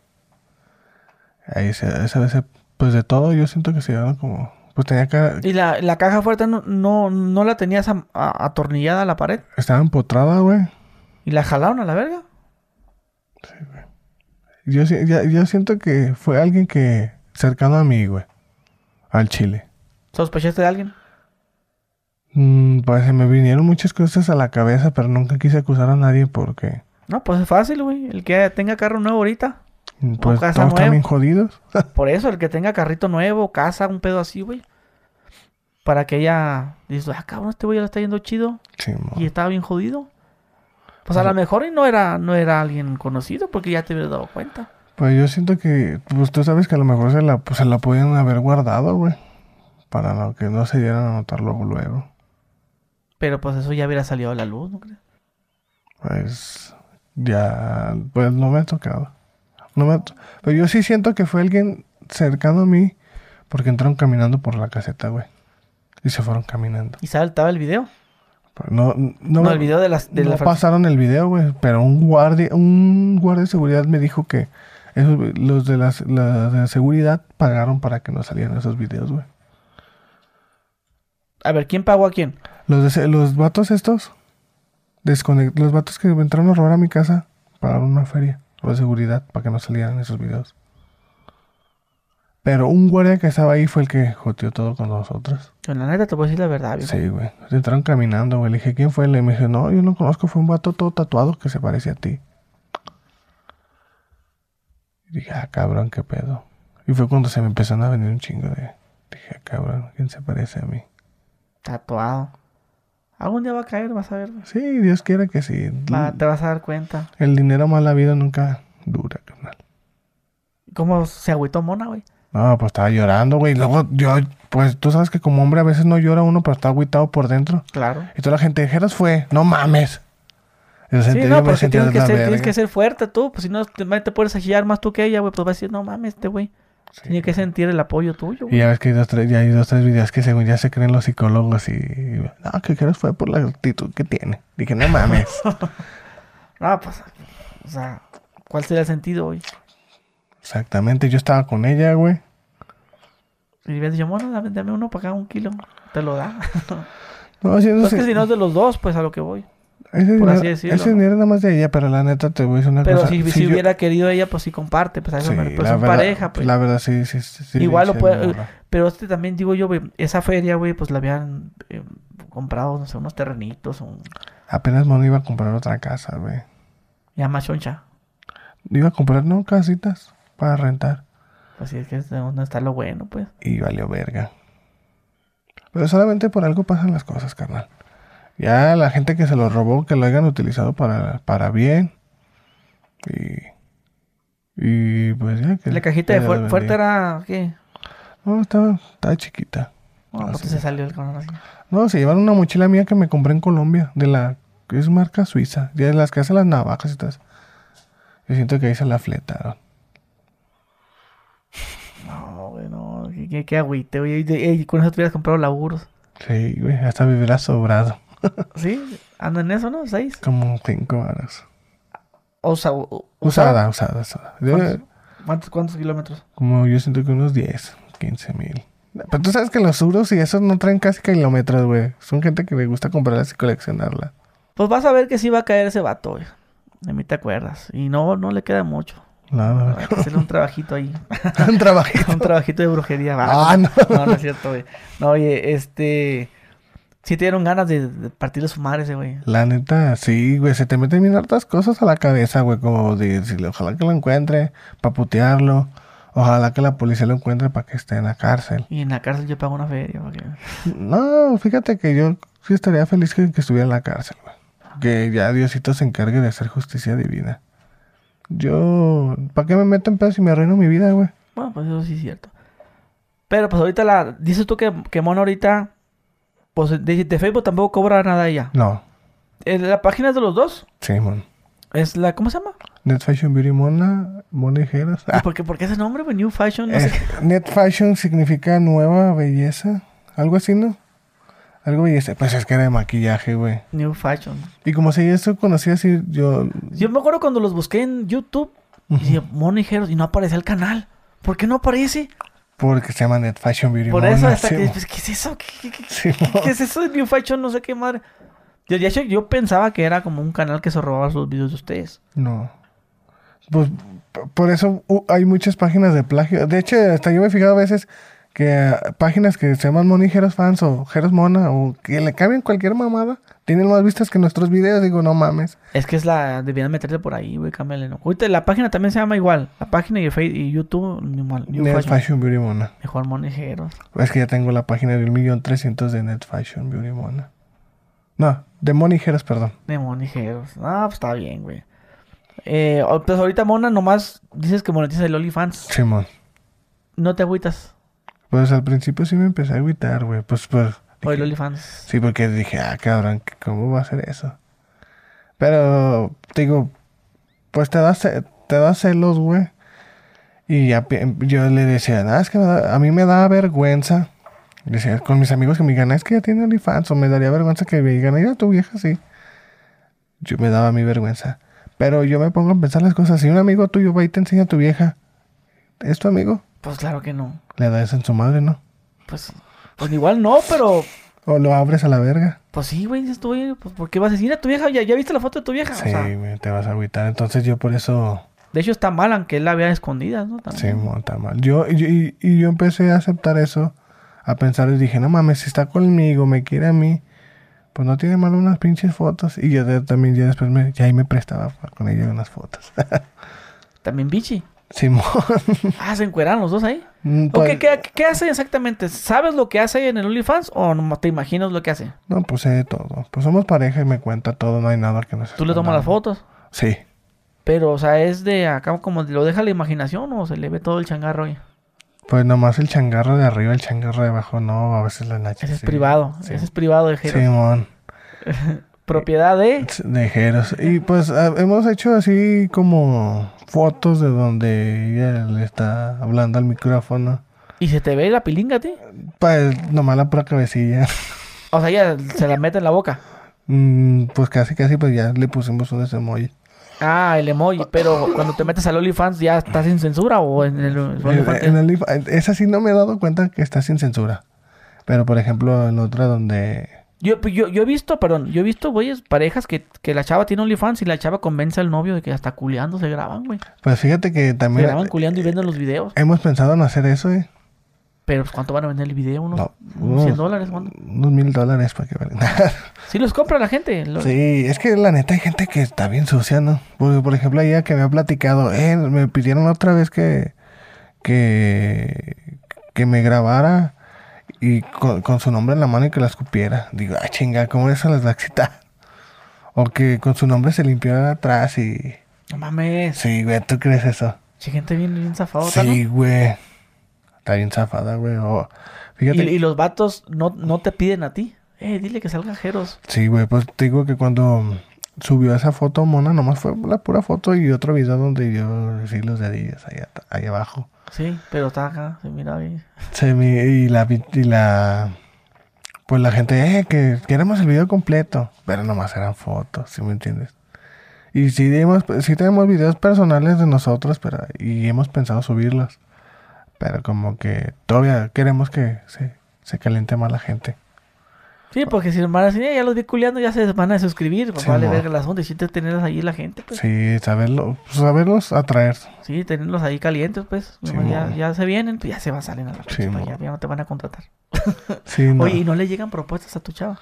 Speaker 1: Ahí se, esa vez, se- pues de todo, yo siento que se llevaron como. Pues tenía que.
Speaker 2: Y la, la caja fuerte no, no, no la tenías am- a- atornillada a la pared.
Speaker 1: Estaba empotrada, güey.
Speaker 2: Y la jalaron a la verga.
Speaker 1: Yo, si- ya- yo siento que fue alguien que. cercano a mí, güey. Al Chile.
Speaker 2: ¿Sospechaste de alguien?
Speaker 1: Mm, pues se me vinieron muchas cosas a la cabeza, pero nunca quise acusar a nadie porque.
Speaker 2: No, pues es fácil, güey. El que tenga carro nuevo ahorita.
Speaker 1: mm, Pues
Speaker 2: casa
Speaker 1: todos están
Speaker 2: nueva.
Speaker 1: bien jodidos.
Speaker 2: Por eso, el que tenga carrito nuevo, casa, un pedo así, güey. Para que ella... Dices, ah, cabrón, este güey ya le está yendo chido.
Speaker 1: Sí, mo.
Speaker 2: Y estaba bien jodido. Pues a lo mejor y no era, no era alguien conocido porque ya te hubieras dado cuenta.
Speaker 1: Pues yo siento que. Pues tú sabes que a lo mejor se la, pues, se la podían haber guardado, güey. Para no, que no se dieran a notar luego, luego.
Speaker 2: Pero pues eso ya hubiera salido a la luz, ¿no crees?
Speaker 1: Pues ya, pues no me ha tocado. No me ha to- Pero yo sí siento que fue alguien cercano a mí porque entraron caminando por la caseta, güey. Y se fueron caminando.
Speaker 2: Y saltaba el video.
Speaker 1: Pero No, no,
Speaker 2: No, el video de las... De
Speaker 1: no
Speaker 2: la fra-
Speaker 1: pasaron el video, güey. Pero un guardia, un guardia de seguridad me dijo que esos- los de las, la de seguridad pagaron para que no salieran esos videos, güey.
Speaker 2: A ver, ¿quién pagó a quién?
Speaker 1: Los, de se- los vatos estos, desconec- los vatos que entraron a robar a mi casa, pagaron una feria por seguridad para que no salieran esos videos. Pero un guardia que estaba ahí fue el que joteó todo con nosotros.
Speaker 2: Yo, la neta te puedo decir la verdad, viejo.
Speaker 1: Sí, güey. Entraron caminando, güey. Le dije, ¿quién fue? Le me dijo, no, yo no conozco. Fue un vato todo tatuado que se parece a ti. Y dije, ah, cabrón, qué pedo. Y fue cuando se me empezaron a venir un chingo de... Dije, ah, cabrón, ¿quién se parece a mí?
Speaker 2: Tatuado. Algún día va a caer, vas a ver. güey.
Speaker 1: Sí, Dios quiera que sí.
Speaker 2: Va- te vas a dar cuenta.
Speaker 1: El dinero mal habido nunca dura, carnal.
Speaker 2: ¿Cómo se agüitó Mona, güey?
Speaker 1: No, pues estaba llorando, güey. Luego yo, pues tú sabes que como hombre a veces no llora uno, pero está agüitado por dentro.
Speaker 2: Claro.
Speaker 1: Y toda la gente, Jeras fue, no mames. Yo, sentí-
Speaker 2: Sí,
Speaker 1: yo
Speaker 2: no,
Speaker 1: me
Speaker 2: porque
Speaker 1: sentía de
Speaker 2: tienes que,
Speaker 1: la
Speaker 2: ser,
Speaker 1: verga.
Speaker 2: tienes que ser fuerte tú, pues si no te, te puedes agillar más tú que ella, güey, pues vas a decir, no mames, este güey. Tiene que sentir el apoyo tuyo,
Speaker 1: Y
Speaker 2: güey.
Speaker 1: ya ves que hay dos, tres, ya hay dos, tres videos que según ya se creen los psicólogos y... y, no, que Jeras fue por la actitud que tiene. Dije, no
Speaker 2: *laughs*
Speaker 1: mames.
Speaker 2: Ah, pues, o sea, ¿cuál sería el sentido, güey?
Speaker 1: Exactamente, yo estaba con ella, güey.
Speaker 2: Y le hubieras dicho, bueno, dame, dame uno para acá, un kilo, te lo da.
Speaker 1: No, si no
Speaker 2: Pues
Speaker 1: sé-
Speaker 2: es que si no es de los dos, pues a lo que voy.
Speaker 1: Ese
Speaker 2: por
Speaker 1: dinero,
Speaker 2: así decirlo,
Speaker 1: ese
Speaker 2: ¿no?
Speaker 1: dinero nada más de ella, pero la neta te voy a decir una
Speaker 2: Pero
Speaker 1: cosa.
Speaker 2: si, si,
Speaker 1: yo-
Speaker 2: hubiera querido ella, pues sí comparte. Pues, a eso
Speaker 1: sí,
Speaker 2: me- pues
Speaker 1: la
Speaker 2: son
Speaker 1: verdad-
Speaker 2: pareja, pues.
Speaker 1: La verdad, sí, sí. sí, sí,
Speaker 2: Igual
Speaker 1: sí,
Speaker 2: lo puede-
Speaker 1: morra.
Speaker 2: Pero este también digo yo, güey, esa feria, güey, pues la habían eh, comprado, no sé, unos terrenitos, un...
Speaker 1: Apenas Mono iba a comprar otra casa, güey.
Speaker 2: ya más choncha.
Speaker 1: Iba a comprar, no, casitas para rentar.
Speaker 2: Así es que es donde está lo bueno, pues.
Speaker 1: Y valió verga. Pero solamente por algo pasan las cosas, carnal. Ya la gente que se lo robó, que lo hayan utilizado para, para bien. Y. Y pues ya que.
Speaker 2: la cajita de
Speaker 1: que
Speaker 2: fuer-
Speaker 1: Dios
Speaker 2: fuerte
Speaker 1: bendiga.
Speaker 2: era, ¿qué?
Speaker 1: No, estaba, estaba chiquita.
Speaker 2: No, pues
Speaker 1: Así
Speaker 2: se
Speaker 1: es.
Speaker 2: salió el cabrón así.
Speaker 1: No, se llevaron una mochila mía que me compré en Colombia, de la que es marca suiza, de las que hacen las navajas y todo eso. Yo siento que ahí se la fletaron.
Speaker 2: No, güey, no, qué, qué, qué agüite, güey. Y de- y con eso te hubieras comprado laburos. *laughs*
Speaker 1: Sí, güey, hasta me hubiera sobrado.
Speaker 2: ¿Sí? Andan en eso, ¿no? ¿Seis?
Speaker 1: Como cinco horas.
Speaker 2: O sea, u-
Speaker 1: Usada, usada, usada. Yo-
Speaker 2: ¿Cuántos? ¿Cuántos, cuántos kilómetros?
Speaker 1: como yo siento que unos 10, 15 mil. Pero tú sabes que los euros y esos no traen casi kilómetros, güey. Son gente que le gusta comprarlas y coleccionarlas.
Speaker 2: Pues vas a ver que sí va a caer ese vato, güey. De mí te acuerdas. Y no, no le queda mucho.
Speaker 1: No, no,
Speaker 2: Hay que hacerle un
Speaker 1: *laughs*
Speaker 2: trabajito ahí.
Speaker 1: no. trabajé.
Speaker 2: un trabajito de brujería. va.
Speaker 1: Ah, no.
Speaker 2: No, no es cierto, güey. No, oye, este... Sí te dieron ganas de, de partirle su madre ese, güey.
Speaker 1: La neta, sí, güey, se te meten bien hartas cosas a la cabeza, güey, como de decirle, ojalá que lo encuentre para putearlo, ojalá que la policía lo encuentre para que esté en la cárcel.
Speaker 2: Y en la cárcel yo pago una feria. porque-
Speaker 1: No, fíjate que yo sí estaría feliz que, que estuviera en la cárcel, güey. Que ya Diosito se encargue de hacer justicia divina. Yo, ¿para qué me meto en pedo si me arruino mi vida, güey?
Speaker 2: Bueno, pues eso sí es cierto. Pero pues ahorita la... Dices tú que, que Mono ahorita... Pues de, de Facebook tampoco cobra nada ella.
Speaker 1: No,
Speaker 2: Eh, La página es de los dos.
Speaker 1: Simón.
Speaker 2: Es la... ¿Cómo se llama?
Speaker 1: Net Fashion Beauty Mona, Mona *laughs* Hijeras.
Speaker 2: ¿Y por qué, por qué ese nombre, güey? New Fashion, no sé
Speaker 1: Ah. Eh, Net fashion significa nueva belleza. Algo así, ¿no? Algo belleza. Pues es que era de maquillaje, güey.
Speaker 2: qué. New Fashion.
Speaker 1: Y como si eso conocía así, yo.
Speaker 2: Yo me acuerdo cuando los busqué en YouTube. Y decía, Mono y Jero", y no aparecía el canal. ¿Por qué no aparece?
Speaker 1: Porque se llama Net Fashion Beauty.
Speaker 2: Por
Speaker 1: Mona,
Speaker 2: eso, hasta
Speaker 1: sí,
Speaker 2: que... *laughs*
Speaker 1: mo-
Speaker 2: pues, ¿Qué es eso? ¿Qué, qué- qué-
Speaker 1: sí,
Speaker 2: qué-
Speaker 1: mo-
Speaker 2: *laughs* qué es eso de New Fashion? No sé qué madre. Yo, de hecho, yo pensaba que era como un canal que se robaba los videos de ustedes.
Speaker 1: No. Pues p- por eso uh, hay muchas páginas de plagio. De hecho, hasta yo me he fijado a veces que ah, páginas que se llaman Moni Jeros Fans o Jeros Mona o que le cambian cualquier mamada tienen más vistas que nuestros videos. Digo, no mames.
Speaker 2: Es que es la... Debían meterte por ahí, güey. Cámbiale, ¿no? Ahorita la página también se llama igual. La página y, Facebook, y YouTube... New, Mon- New
Speaker 1: Net
Speaker 2: Fashion.
Speaker 1: Fashion Beauty Mona.
Speaker 2: Mejor Mono y Jero.
Speaker 1: Es que ya tengo la página de 1.300.000 de Net Fashion Beauty Mona. No, de Moni Jeras, perdón.
Speaker 2: De monijeros. Ah, pues está bien, güey. Eh, o- pues ahorita, Mona, nomás dices que monetiza el OnlyFans.
Speaker 1: Simón.
Speaker 2: No te agüitas
Speaker 1: Pues al principio sí me empecé a agüitar, güey. Pues, pues.
Speaker 2: por el
Speaker 1: dije-
Speaker 2: OnlyFans.
Speaker 1: sí, porque dije, ah, cabrón, ¿qué- ¿cómo va a ser eso? Pero, digo, pues te da, ce- te da celos, güey. Y ya pi- yo le decía, nada, es que me da- a mí me da vergüenza. Decía, con mis amigos que me digan, "Ah, es que ya tiene OnlyFans, o me daría vergüenza que me digan, mira tu vieja, sí. Yo me daba mi vergüenza. Pero yo me pongo a pensar las cosas. Si un amigo tuyo va y te enseña a tu vieja, ¿es tu amigo?
Speaker 2: Pues claro que no.
Speaker 1: Le das en su madre, ¿no?
Speaker 2: Pues, pues igual no, pero...
Speaker 1: O lo abres a la verga.
Speaker 2: Pues sí, güey, dices tú, güey, pues ¿por qué vas a decir a tu vieja? ¿Ya, ya viste la foto de tu vieja?
Speaker 1: Sí,
Speaker 2: O sea,
Speaker 1: güey, te vas a agüitar. Entonces yo por eso
Speaker 2: de hecho está mal, aunque él la vea escondida, ¿no?
Speaker 1: se
Speaker 2: También.
Speaker 1: monta mal. Yo, y- y, y yo empecé a aceptar eso, a pensar y dije, no mames, si está conmigo, me quiere a mí, pues no tiene mal unas pinches fotos. Y yo de- también ya después me, ya ahí me prestaba pa- con ella unas fotos. *laughs*
Speaker 2: También bichi.
Speaker 1: Simón.
Speaker 2: Ah, se encueran los dos ahí.
Speaker 1: Mm,
Speaker 2: ¿O
Speaker 1: pues-
Speaker 2: qué, qué, qué hace exactamente? ¿Sabes lo que hace en el OnlyFans o no te imaginas lo que hace?
Speaker 1: No, pues sé de todo. Pues somos pareja y me cuenta todo, no hay nada que nos
Speaker 2: Tú le
Speaker 1: escondamos.
Speaker 2: tomas las fotos.
Speaker 1: Sí.
Speaker 2: Pero, o sea, es de acá como lo deja la imaginación o se le ve todo el changarro ahí.
Speaker 1: Pues nomás el changarro de arriba, el changarro de abajo, no, a veces la nacha.
Speaker 2: Ese es
Speaker 1: sí.
Speaker 2: privado,
Speaker 1: Sí.
Speaker 2: ese es privado de Jero.
Speaker 1: Simón.
Speaker 2: Propiedad de...
Speaker 1: Dejeros. Y pues ah, hemos hecho así como fotos de donde ella le está hablando al micrófono.
Speaker 2: Y se te ve la pilinga a ti.
Speaker 1: Pues nomás la pura cabecilla. *laughs*
Speaker 2: O sea, ya se la mete en la boca.
Speaker 1: Mm, pues casi, casi, pues ya le pusimos un emoji.
Speaker 2: Ah, el emoji. Pero cuando te metes al OnlyFans ya estás sin censura o en
Speaker 1: Eh,
Speaker 2: el OnlyFans.
Speaker 1: En el Onlyfans- Esa sí no me he dado cuenta que está sin censura. Pero por ejemplo en otra donde...
Speaker 2: Yo, pues, yo, yo he visto, perdón, yo he visto, güeyes, parejas que, que la chava tiene OnlyFans y la chava convence al novio de que hasta culeando se graban, güey.
Speaker 1: Pues fíjate que
Speaker 2: Se
Speaker 1: también.
Speaker 2: graban culeando y venden los videos.
Speaker 1: Hemos pensado en hacer eso, ¿eh?
Speaker 2: Pero, pues, ¿cuánto van a vender el video? ¿Unos,
Speaker 1: No,
Speaker 2: unos 100
Speaker 1: unos-
Speaker 2: dólares? ¿cuánto?
Speaker 1: Unos mil dólares para que valga. *laughs*
Speaker 2: Sí los compra la gente. lo-
Speaker 1: Sí, es que la neta hay gente que está bien sucia, ¿no? Porque, por ejemplo, ella que me ha platicado, eh, me pidieron otra vez que, que, que me grabara y con, con su nombre en la mano y que la escupiera. Digo, ah, chinga, ¿cómo eso las va a excitar? *laughs* O que con su nombre se limpiara atrás y...
Speaker 2: No mames.
Speaker 1: Sí, güey, ¿tú crees eso?
Speaker 2: Che, gente bien, bien zafada, ¿no?
Speaker 1: Sí, güey. Está bien zafada, güey. O-
Speaker 2: Y,
Speaker 1: fíjate.
Speaker 2: y los vatos no, no te piden a ti. Eh, dile que salgan jeros.
Speaker 1: Sí, güey, pues te digo que cuando subió esa foto, Mona, nomás fue la pura foto y otro video donde yo sí los dedillos ahí, at- ahí abajo.
Speaker 2: Sí, pero está acá, se mira bien.
Speaker 1: Se me, y la vi- y la pues la gente, eh, que queremos el video completo, pero nomás eran fotos, ¿sí me entiendes? Y sí dimos, sí tenemos videos personales de nosotros, pero y hemos pensado subirlos. Pero como que todavía queremos que se, se caliente más la gente.
Speaker 2: Sí, porque si van así, "Eh, ya los vi culeando, ya se van a suscribir. Pues
Speaker 1: Sí,
Speaker 2: vale,
Speaker 1: mo.
Speaker 2: verga las ondas. Y si te tenerlos ahí la gente, pues. Sí,
Speaker 1: Sí, saberlo, saberlos atraer.
Speaker 2: tenerlos ahí calientes, pues.
Speaker 1: Sí,
Speaker 2: Nomás ya,
Speaker 1: mo.
Speaker 2: ya se vienen, pues ya se van, salen a la
Speaker 1: Sí,
Speaker 2: pinche pa'
Speaker 1: mo.
Speaker 2: allá, ya no te van a contratar.
Speaker 1: Sí, no,
Speaker 2: Oye, ¿y no le llegan propuestas a tu chava?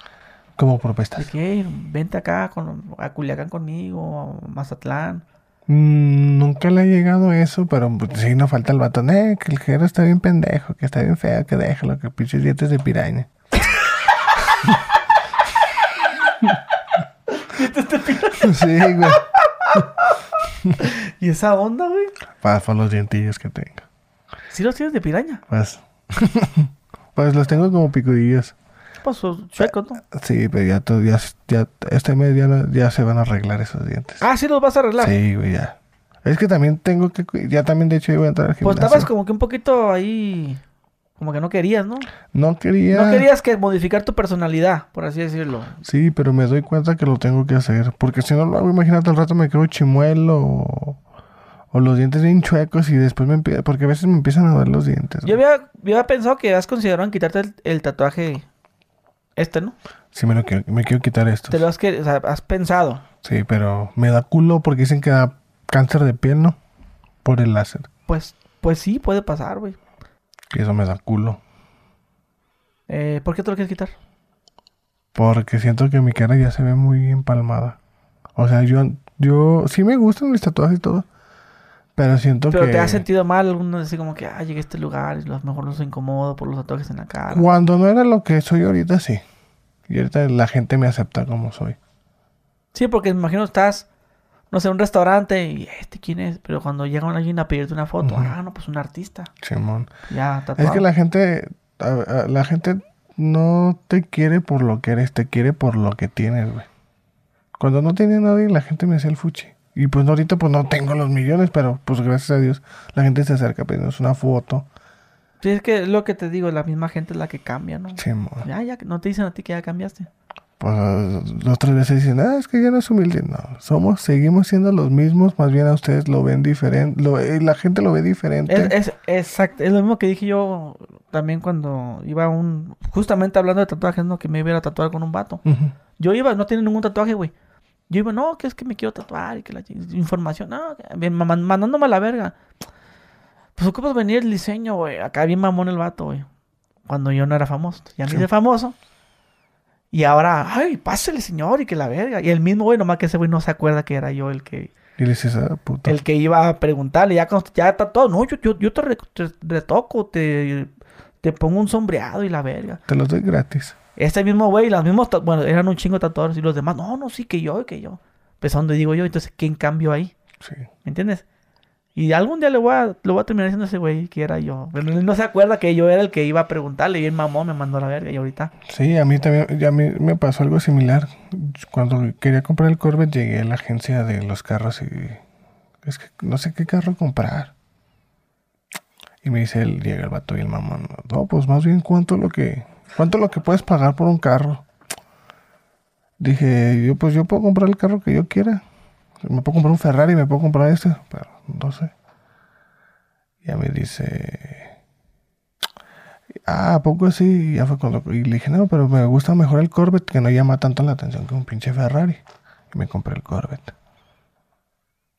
Speaker 1: como
Speaker 2: De
Speaker 1: propuestas.
Speaker 2: que, "Ey, vente acá con, a Culiacán conmigo, a Mazatlán.
Speaker 1: Mm, Nunca le ha llegado eso, pero pues, sí no falta el batón. Eh, que el jero está bien pendejo, que está bien feo, que déjalo, que pinches dientes de piraña. *laughs* sí, güey.
Speaker 2: ¿Y esa onda, güey?
Speaker 1: Para Pues, los dientillos que tengo.
Speaker 2: ¿Sí los tienes de piraña?
Speaker 1: Pues, *laughs* pues los tengo como picudillos.
Speaker 2: Pues su- chuecos, ¿no?
Speaker 1: Ah, Sí, pero ya, to- ya, ya este mes ya, lo- ya se van a arreglar esos dientes.
Speaker 2: Ah, sí los vas a arreglar.
Speaker 1: Sí, güey, ya. Es que también tengo que... cu- Ya también, de hecho, iba a entrar al
Speaker 2: Pues
Speaker 1: gimnasio.
Speaker 2: estabas como que un poquito ahí. Como que no querías, ¿no?
Speaker 1: No quería...
Speaker 2: No querías que modificar tu personalidad, por así decirlo.
Speaker 1: Sí, pero me doy cuenta que lo tengo que hacer. Porque si no lo hago, imagínate al rato me quedo chimuelo o, o los dientes bien chuecos y después me empieza. Porque a veces me empiezan a doler los dientes.
Speaker 2: Yo
Speaker 1: güey.
Speaker 2: había, yo había pensado que has considerado en quitarte el, el tatuaje este, ¿no?
Speaker 1: Sí, me, lo quiero, me quiero quitar esto.
Speaker 2: Te lo has, que, o sea, has pensado.
Speaker 1: Sí, pero me da culo porque dicen que da cáncer de piel, ¿no? Por el láser.
Speaker 2: Pues, pues sí, puede pasar, güey.
Speaker 1: Y eso me da culo.
Speaker 2: Eh, ¿Por qué te lo quieres quitar?
Speaker 1: Porque siento que mi cara ya se ve muy empalmada. O sea, yo, yo sí me gustan mis tatuajes y todo. Pero siento
Speaker 2: Pero
Speaker 1: que.
Speaker 2: te has sentido mal alguno así como que, ah, llegué a este lugar y a lo mejor los incomodo por los tatuajes en la cara.
Speaker 1: Cuando no era lo que soy ahorita, sí. Y ahorita la gente me acepta como soy.
Speaker 2: Sí, porque me imagino estás, no sé, en un restaurante y este quién es, pero cuando llega alguien a pedirte una foto,
Speaker 1: Ujú.
Speaker 2: ah, no, pues un artista.
Speaker 1: Simón.
Speaker 2: Ya, tatuado.
Speaker 1: Es que la gente, a- a- la gente no te quiere por lo que eres, te quiere por lo que tienes, güey. Cuando no tenía nadie, la gente me hacía el fuchi. Y pues ahorita pues no tengo los millones, pero pues gracias a Dios la gente se acerca pidiéndose una foto.
Speaker 2: Sí, es que es lo que te digo, la misma gente es la que cambia, ¿no?
Speaker 1: Simón.
Speaker 2: Ya, ya, no te dicen a ti que ya cambiaste.
Speaker 1: Pues los tres veces dicen, ah, es que ya no es humilde. No, somos, seguimos siendo los mismos, más bien a ustedes lo ven diferente, lo, eh, la gente lo ve diferente.
Speaker 2: Es, es, exacto, es lo mismo que dije yo también cuando iba a un... Justamente hablando de tatuajes, ¿no? Que me iba a ir a tatuar con un vato.
Speaker 1: Ujú.
Speaker 2: Yo iba, no tiene ningún tatuaje, güey. Yo iba, no, que es que me quiero tatuar y que la ching- información, no, que- bien, ma- man- mandándome a la verga. Pues ocupas venir el diseño, güey. Acá bien mamón el vato, güey. Cuando yo no era famoso. Ya me
Speaker 1: Sí.
Speaker 2: hice famoso. Y ahora, ay, pásele, señor, y que la verga. Y el mismo, güey, nomás que ese güey no se acuerda que era yo el que,
Speaker 1: Y le dices, ah, puta.
Speaker 2: el que iba a preguntarle. Ya, cuando- ya está todo, no, yo, yo, yo te, re- te retoco, te, te pongo un sombreado y la verga.
Speaker 1: Te los doy gratis.
Speaker 2: Este mismo güey, los mismos, ta- bueno, eran un chingo de tatuadores y los demás, no, no, sí, que yo, que yo. Pues ¿a dónde digo yo, entonces, ¿quién cambió ahí?
Speaker 1: Sí.
Speaker 2: ¿Me entiendes? Y algún día le voy a, lo voy a terminar diciendo a ese güey que era yo. Pero él no se acuerda que yo era el que iba a preguntarle y el mamón me mandó a la verga y ahorita.
Speaker 1: Sí, a mí también, y a mí me pasó algo similar. Cuando quería comprar el Corvette llegué a la agencia de los carros y es que no sé qué carro comprar. Y me dice él, llega el vato y el mamón, no, pues más bien cuánto lo que, cuánto lo que puedes pagar por un carro. Dije, yo pues yo puedo comprar el carro que yo quiera. Me puedo comprar un Ferrari, me puedo comprar este, pero no sé. Ya me dice, Ah, ¿a poco sí? Ya fue cuando... Y le dije, no, pero me gusta mejor el Corvette, que no llama tanto la atención que un pinche Ferrari. Y me compré el Corvette.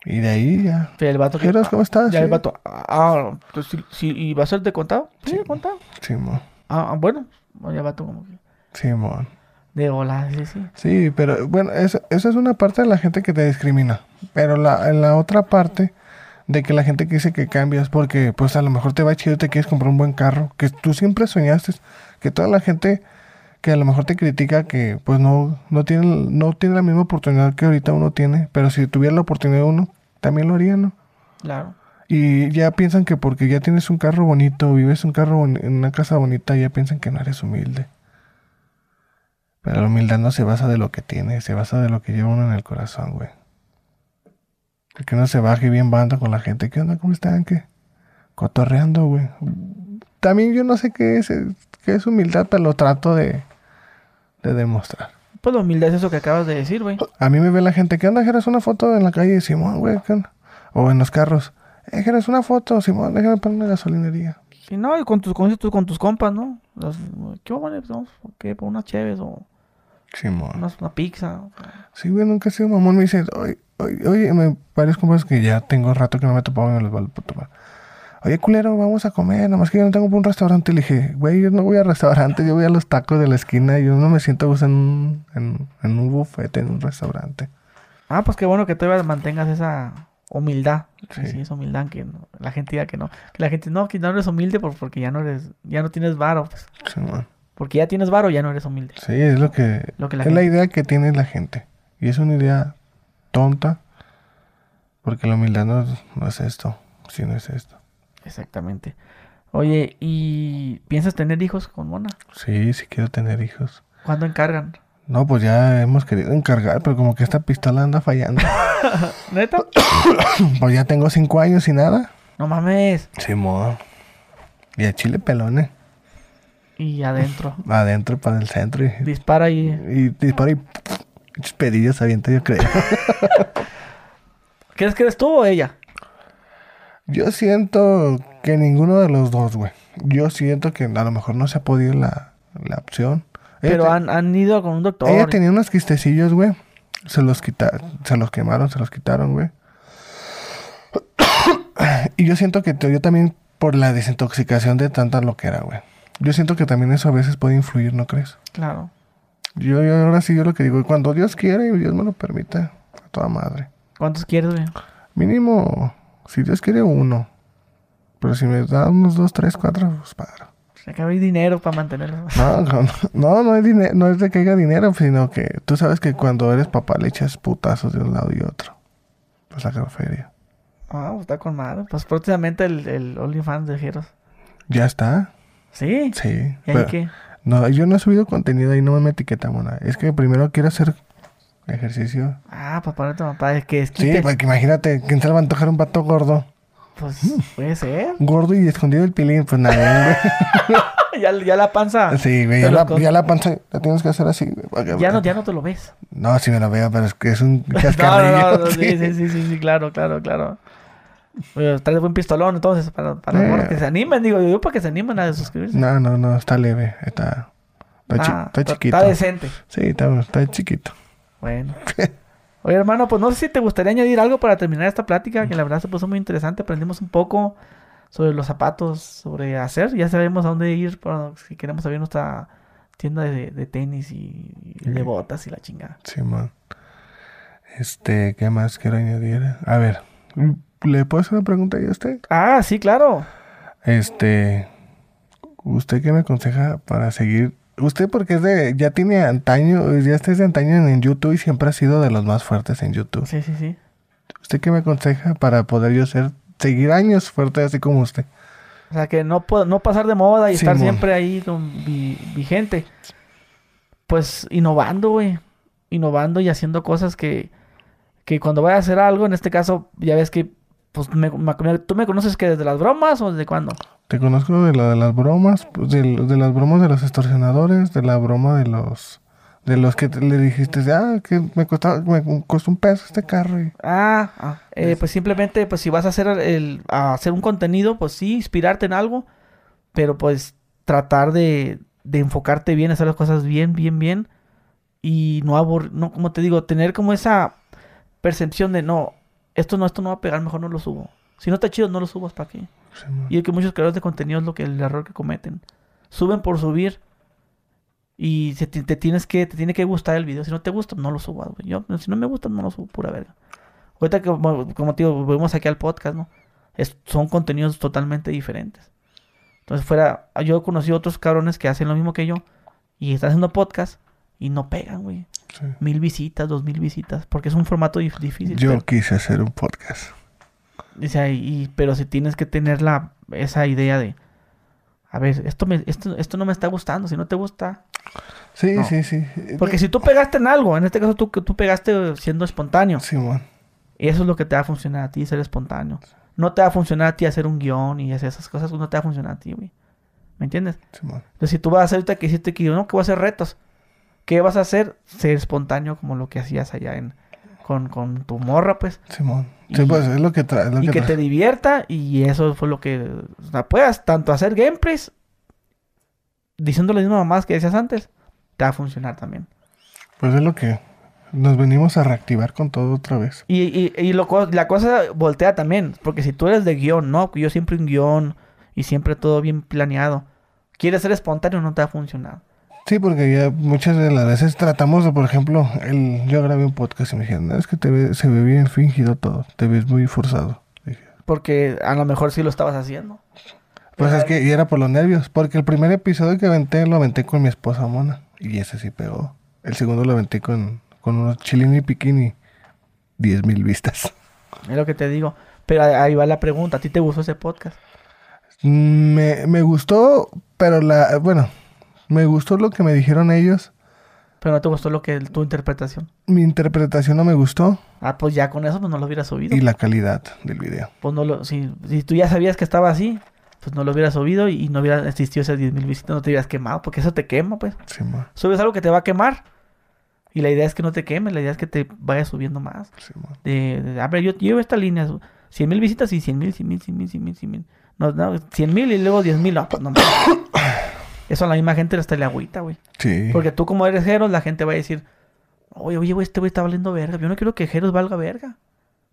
Speaker 1: Y de ahí ya.
Speaker 2: El vato que,
Speaker 1: ¿Quieres? ¿Cómo estás?
Speaker 2: Ya
Speaker 1: Sí.
Speaker 2: el vato. Ah, pues, sí, sí, ¿y va a ser de contado? Sí, de contado.
Speaker 1: Simón.
Speaker 2: Ah, ah, bueno. Bueno, ya el vato como que.
Speaker 1: Simón.
Speaker 2: De hola, sí, sí.
Speaker 1: Sí, pero bueno, eso, eso es una parte de la gente que te discrimina. Pero la, la otra parte de que la gente que dice que cambias porque pues a lo mejor te va chido, te quieres comprar un buen carro, que tú siempre soñaste, que toda la gente que a lo mejor te critica que pues no, no, tiene, no tiene la misma oportunidad que ahorita uno tiene, pero si tuviera la oportunidad uno, también lo haría, ¿no?
Speaker 2: Claro.
Speaker 1: Y ya piensan que porque ya tienes un carro bonito, vives un carro boni- en una casa bonita, ya piensan que no eres humilde. Pero la humildad no se basa de lo que tiene, se basa de lo que lleva uno en el corazón, güey. El Que no se baje bien bando con la gente. ¿Qué onda? ¿Cómo están? ¿Qué? Cotorreando, güey. También yo no sé qué es, eh, qué es humildad, pero lo trato de, de demostrar.
Speaker 2: Pues la humildad es eso que acabas de decir, güey.
Speaker 1: A mí me ve la gente, ¿qué onda, Geras? Una foto en la calle, Simón, güey, ¿qué onda? O en los carros, eh, Geras, una foto, Simón, déjame poner una gasolinería.
Speaker 2: Y no, y con tus, con, tus- con tus compas, ¿no? Los- ¿Qué bueno, pues vamos, ¿por ¿qué? Por unas cheves o
Speaker 1: Simón.
Speaker 2: unas- una pizza.
Speaker 1: Sí, güey, nunca he sido mamón, me dice, oye, oye, oye, me, varios compas que ya tengo rato que no me topaba y me los vuelvo a topar. Oye, culero, vamos a comer, nomás que yo no tengo un restaurante. Y le dije, güey, yo no voy a restaurante, yo voy a los tacos de la esquina, yo no me siento a gusto en, un- en, en un bufete, en un restaurante.
Speaker 2: Ah, pues qué bueno que todavía mantengas esa humildad.
Speaker 1: Sí.
Speaker 2: Sí, es humildad que no- la gente diga que no. Que la gente, no, que no eres humilde por- porque ya no eres, ya no tienes varo, pues.
Speaker 1: Simón.
Speaker 2: Porque ya tienes varo, ya no eres humilde.
Speaker 1: Sí, es lo que,
Speaker 2: Lo que la
Speaker 1: es la idea que tiene la gente. Y es una idea tonta, porque la humildad no, es- no es esto, si no es esto.
Speaker 2: Exactamente. Oye, ¿y piensas tener hijos con Mona?
Speaker 1: Sí, sí quiero tener hijos.
Speaker 2: ¿Cuándo encargan?
Speaker 1: No, pues ya hemos querido encargar, pero como que esta pistola anda fallando. *laughs*
Speaker 2: ¿Neta?
Speaker 1: pues ya tengo cinco años y nada.
Speaker 2: No mames.
Speaker 1: Simón. Y a Chile pelones.
Speaker 2: Y adentro.
Speaker 1: Adentro para el centro y,
Speaker 2: Dispara y...
Speaker 1: y disparo y... Muchos pedillos avienta, yo creo. *laughs*
Speaker 2: ¿Crees que eres tú o ella?
Speaker 1: Yo siento que ninguno de los dos, güey. Yo siento que a lo mejor no se ha podido la, la opción. Ella
Speaker 2: Pero
Speaker 1: te-
Speaker 2: han, han ido con un doctor.
Speaker 1: Ella tenía unos quistecillos, güey. Se los quita, se los quemaron, se los quitaron, güey. *coughs* y yo siento que te- yo también por la desintoxicación de tanta loquera, güey. Yo siento que también eso a veces puede influir, ¿no crees?
Speaker 2: Claro.
Speaker 1: Yo, yo ahora sí yo lo que digo, cuando Dios quiere y Dios me lo permita, a toda madre.
Speaker 2: ¿Cuántos quieres, güey?
Speaker 1: Mínimo, si Dios quiere uno. Pero si me da unos dos, tres, cuatro, pues padre.
Speaker 2: Se acaba el dinero para mantenerlo.
Speaker 1: No, no, no, no es, dine- no es de que haya dinero, sino que tú sabes que cuando eres papá le echas putazos de un lado y otro. Pues la feria.
Speaker 2: Ah, pues está con madre. Pues próximamente el, el OnlyFans de Jeros.
Speaker 1: ¿Ya está?
Speaker 2: ¿Sí?
Speaker 1: Sí.
Speaker 2: ¿Y ahí
Speaker 1: pero-
Speaker 2: qué?
Speaker 1: no, yo no he subido contenido y no me etiquetamos nada. Es que primero quiero hacer ejercicio.
Speaker 2: Ah, pues ponerte papá. Es que es
Speaker 1: Sí, porque imagínate, ¿quién se le va a antojar un pato gordo?
Speaker 2: Pues
Speaker 1: Mm.
Speaker 2: puede ser. *laughs*
Speaker 1: Gordo y escondido el pilín, pues nada.
Speaker 2: ya, ya la panza.
Speaker 1: güey. Sí, güey, ya
Speaker 2: Ah, Pero
Speaker 1: la,
Speaker 2: con-
Speaker 1: ya la panza la tienes que hacer así. güey, para que-
Speaker 2: Ya no, ya no te lo
Speaker 1: *laughs*
Speaker 2: ves.
Speaker 1: No, sí me la veo, pero es que es un
Speaker 2: *laughs* No,
Speaker 1: cascarrillo.
Speaker 2: no, no,
Speaker 1: *laughs* sí.
Speaker 2: sí, sí, sí, sí, sí, claro, claro, claro. Pero trae buen pistolón entonces para, para
Speaker 1: Eh.
Speaker 2: morros que se animen, digo yo, para que se animen a suscribirse.
Speaker 1: No, no, no, está leve, está, está, chi-
Speaker 2: Ah,
Speaker 1: está chiquito.
Speaker 2: Está decente.
Speaker 1: sí, está, está chiquito. *laughs*
Speaker 2: Bueno. Oye, hermano, pues no sé si te gustaría añadir algo para terminar esta plática, que la verdad se puso muy interesante. Aprendimos un poco sobre los zapatos, sobre hacer. Ya sabemos a dónde ir para, si queremos abrir nuestra tienda de, de tenis y, y de
Speaker 1: Ujú.
Speaker 2: botas y la chingada.
Speaker 1: Simón. Este, ¿qué más quiero añadir? A ver, ¿le puedo hacer una pregunta yo a usted?
Speaker 2: Ah, sí, claro.
Speaker 1: Este, ¿usted qué me aconseja para seguir? Usted porque es de, ya tiene antaño, ya está desde antaño en, en YouTube y siempre ha sido de los más fuertes en YouTube.
Speaker 2: Sí, sí, sí.
Speaker 1: ¿Usted qué me aconseja para poder yo ser, seguir años fuerte así como usted?
Speaker 2: O sea, que no, po- no pasar de moda y estar
Speaker 1: Simón.
Speaker 2: siempre ahí con- vi- vigente. Pues innovando, güey. Innovando y haciendo cosas que, que cuando vaya a hacer algo, en este caso, ya ves que, pues, me- me- tú me conoces que desde las bromas o desde cuándo.
Speaker 1: Te conozco de la de las bromas, pues, de, de las bromas de los extorsionadores, de la broma de los de los que te- le dijiste, ah, que me costaba, me costó un peso este carro. y-
Speaker 2: Ah, ah, eh, pues simplemente, pues si vas a hacer el, a hacer un contenido, pues sí, inspirarte en algo, pero pues tratar de, de enfocarte bien, hacer las cosas bien, bien, bien. Y no aburrir, no, como te digo, tener como esa percepción de no, esto no, esto no va a pegar, mejor no lo subo. Si no está chido, no lo subas para qué.
Speaker 1: Sí, man.
Speaker 2: Y es que muchos creadores de contenido es lo que el error que cometen. Suben por subir. Y se te, te tienes que, te tiene que gustar el video. Si no te gusta, no lo subas, güey. Yo, si no me gusta, no lo subo, pura verga. Ahorita que, como, como te digo, volvemos aquí al podcast, ¿no? Es, son contenidos totalmente diferentes. Entonces fuera, yo conocí otros cabrones que hacen lo mismo que yo y están haciendo podcast y no pegan, güey.
Speaker 1: Sí.
Speaker 2: Mil visitas, dos mil visitas, porque es un formato dif- difícil.
Speaker 1: Yo quise hacer un podcast.
Speaker 2: O sea, y, pero si tienes que tener la, esa idea de, a ver, esto, me, esto, esto no me está gustando, si no te gusta.
Speaker 1: Sí,
Speaker 2: No.
Speaker 1: sí, sí.
Speaker 2: Porque si tú pegaste en algo, en este caso tú, que tú pegaste siendo espontáneo,
Speaker 1: Simón.
Speaker 2: y eso es lo que te va a funcionar a ti, ser espontáneo. No te va a funcionar a ti hacer un guión y hacer esas cosas, no te va a funcionar a ti, güey. ¿Me entiendes?
Speaker 1: Simón.
Speaker 2: Entonces, si tú vas a hacer ahorita que hiciste que yo no, que voy a hacer retos. ¿Qué vas a hacer? Ser espontáneo como lo que hacías allá en con, con tu morra, pues.
Speaker 1: Simón.
Speaker 2: Y-
Speaker 1: Sí, pues es lo que trae. Lo
Speaker 2: Y
Speaker 1: que
Speaker 2: que
Speaker 1: tra-
Speaker 2: te divierta y eso fue lo que... O sea, puedas tanto hacer gameplays diciendo las mismas mamás que decías antes, te va a funcionar también.
Speaker 1: Pues es lo que nos venimos a reactivar con todo otra vez.
Speaker 2: Y, y, y lo co- la cosa voltea también, porque si tú eres de guión, ¿no? Yo siempre un guión y siempre todo bien planeado. Quieres ser espontáneo, no te va a funcionar.
Speaker 1: Sí, porque ya muchas de las veces tratamos de, por ejemplo, el, yo grabé un podcast y me dijeron, "No, es que te ve- se ve bien fingido todo, te ves muy forzado. Dije,
Speaker 2: Porque a lo mejor sí lo estabas haciendo.
Speaker 1: Pues
Speaker 2: Ajá.
Speaker 1: es que, y era por los nervios, porque el primer episodio que aventé lo aventé con mi esposa Mona, y ese sí pegó. El segundo lo aventé con, con unos chilini piquini, 10 mil vistas.
Speaker 2: Es lo que te digo. Pero ahí ahí va la pregunta. ¿A ti te gustó ese podcast?
Speaker 1: Me, me gustó, pero la, bueno, me gustó lo que me dijeron ellos,
Speaker 2: Pero no te gustó lo que tu interpretación.
Speaker 1: mi interpretación no me gustó,
Speaker 2: Ah, pues ya con eso pues no lo hubieras subido.
Speaker 1: y la calidad del video.
Speaker 2: Pues no lo, si, si tú ya sabías que estaba así, pues no lo hubieras subido y, y no hubieras existido esas 10.000 visitas, no te hubieras quemado, porque eso te quema, pues.
Speaker 1: Simón,
Speaker 2: Subes algo que te va a quemar. Y la idea es que no te quemes, la idea es que te vayas subiendo más.
Speaker 1: Simón.
Speaker 2: De, de- a ver, yo llevo esta línea, 100 mil visitas y 100 mil, 100 mil, 100 mil, 100 mil, 100 mil. No, no, 100 mil y luego 10 mil. No, pues no mames. Eso a la misma gente hasta le agüita, güey.
Speaker 1: Sí.
Speaker 2: Porque tú como eres Heros, la gente va a decir, oye, oye, güey, este güey está valiendo verga. Yo no quiero que Heros valga verga.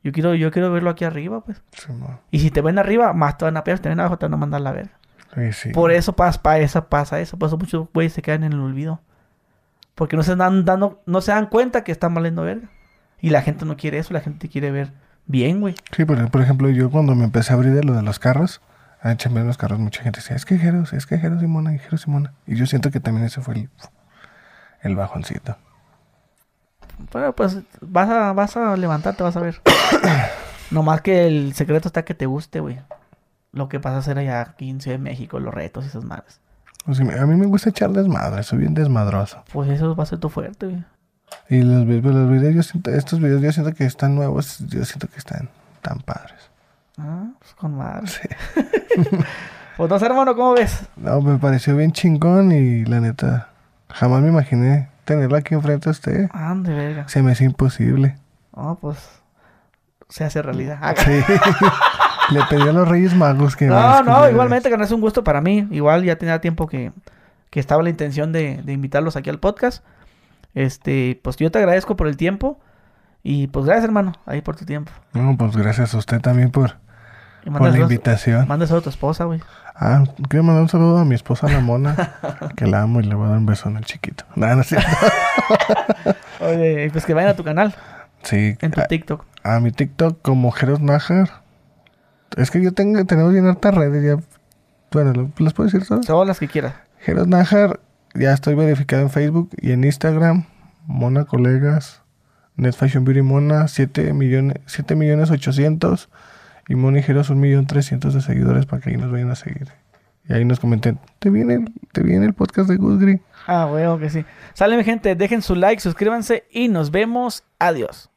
Speaker 2: Yo quiero, yo quiero verlo aquí arriba, pues.
Speaker 1: Simón.
Speaker 2: Y si te ven arriba, más te van a pegar. Si te ven abajo, te van a mandar la verga.
Speaker 1: Sí, sí.
Speaker 2: Por eso pasa, pasa, pasa eso. Por eso muchos güeyes se quedan en el olvido. Porque no se dan dando, no se dan cuenta que están valiendo verga. Y la gente no quiere eso, la gente quiere ver bien, güey.
Speaker 1: Sí, por, por ejemplo, yo cuando me empecé a abrir de lo de los carros, a echarme los carros, mucha gente decía, es que Jeros, es que Jeros y Mona, y Jeros y Mona. Y yo siento que también ese fue el, el bajoncito.
Speaker 2: Pero pues vas a, vas a levantarte, vas
Speaker 1: *coughs*
Speaker 2: a ver. Nomás que el secreto está que te guste, güey. Lo que pasa a hacer allá aquí en Ciudad de México, los retos y esas madres.
Speaker 1: O sea, a mí me gusta echar desmadre, soy bien desmadroso.
Speaker 2: Pues eso va a ser tu fuerte, güey.
Speaker 1: Y los, vi- los videos, yo siento- estos videos yo siento que están nuevos, yo siento que están tan padres.
Speaker 2: Ah, pues con madre.
Speaker 1: Sí.
Speaker 2: *laughs* Pues no sé, hermano, ¿cómo ves?
Speaker 1: No, me pareció bien chingón y la neta, jamás me imaginé tenerlo aquí enfrente a usted.
Speaker 2: Ande, Ah, verga.
Speaker 1: Se me hace imposible.
Speaker 2: No, pues se hace realidad. *laughs* Ah,
Speaker 1: Sí. *laughs* Le pedí a los Reyes Magos que me
Speaker 2: No, no,
Speaker 1: escribieran.
Speaker 2: igualmente que no es un gusto para mí. Igual ya tenía tiempo que, que estaba la intención de, de invitarlos aquí al podcast. Este, pues yo te agradezco por el tiempo. Y pues gracias, hermano, ahí por tu tiempo.
Speaker 1: No, pues gracias a usted también por,
Speaker 2: Y
Speaker 1: por la
Speaker 2: saludos-
Speaker 1: invitación.
Speaker 2: manda saludos a tu esposa, güey.
Speaker 1: Ah, quiero mandar un saludo a mi esposa, la mona, *laughs* que la amo y le voy a dar un beso en el chiquito. No, no es
Speaker 2: *laughs*
Speaker 1: cierto.
Speaker 2: Oye, pues que vayan a tu canal,
Speaker 1: Sí,
Speaker 2: en tu TikTok.
Speaker 1: a, a mi TikTok como Jeros Najar. Es que yo tengo, tenemos bien hartas redes ya. Bueno, ¿lo- ¿les puedo decir todas?
Speaker 2: Todas las que quieras.
Speaker 1: Jeros Najar, ya estoy verificado en Facebook y en Instagram. Mona Colegas, Net Fashion Beauty Mona, 7 millones, 7 millones 800. Y Mona y Jeros, 1 millón 300 de seguidores para que ahí nos vayan a seguir. Y ahí nos comenten, ¿te viene, el- te viene el podcast de Gusgri?
Speaker 2: Ah, güey, que sí. Sale mi gente, dejen su like, suscríbanse y nos vemos. Adiós.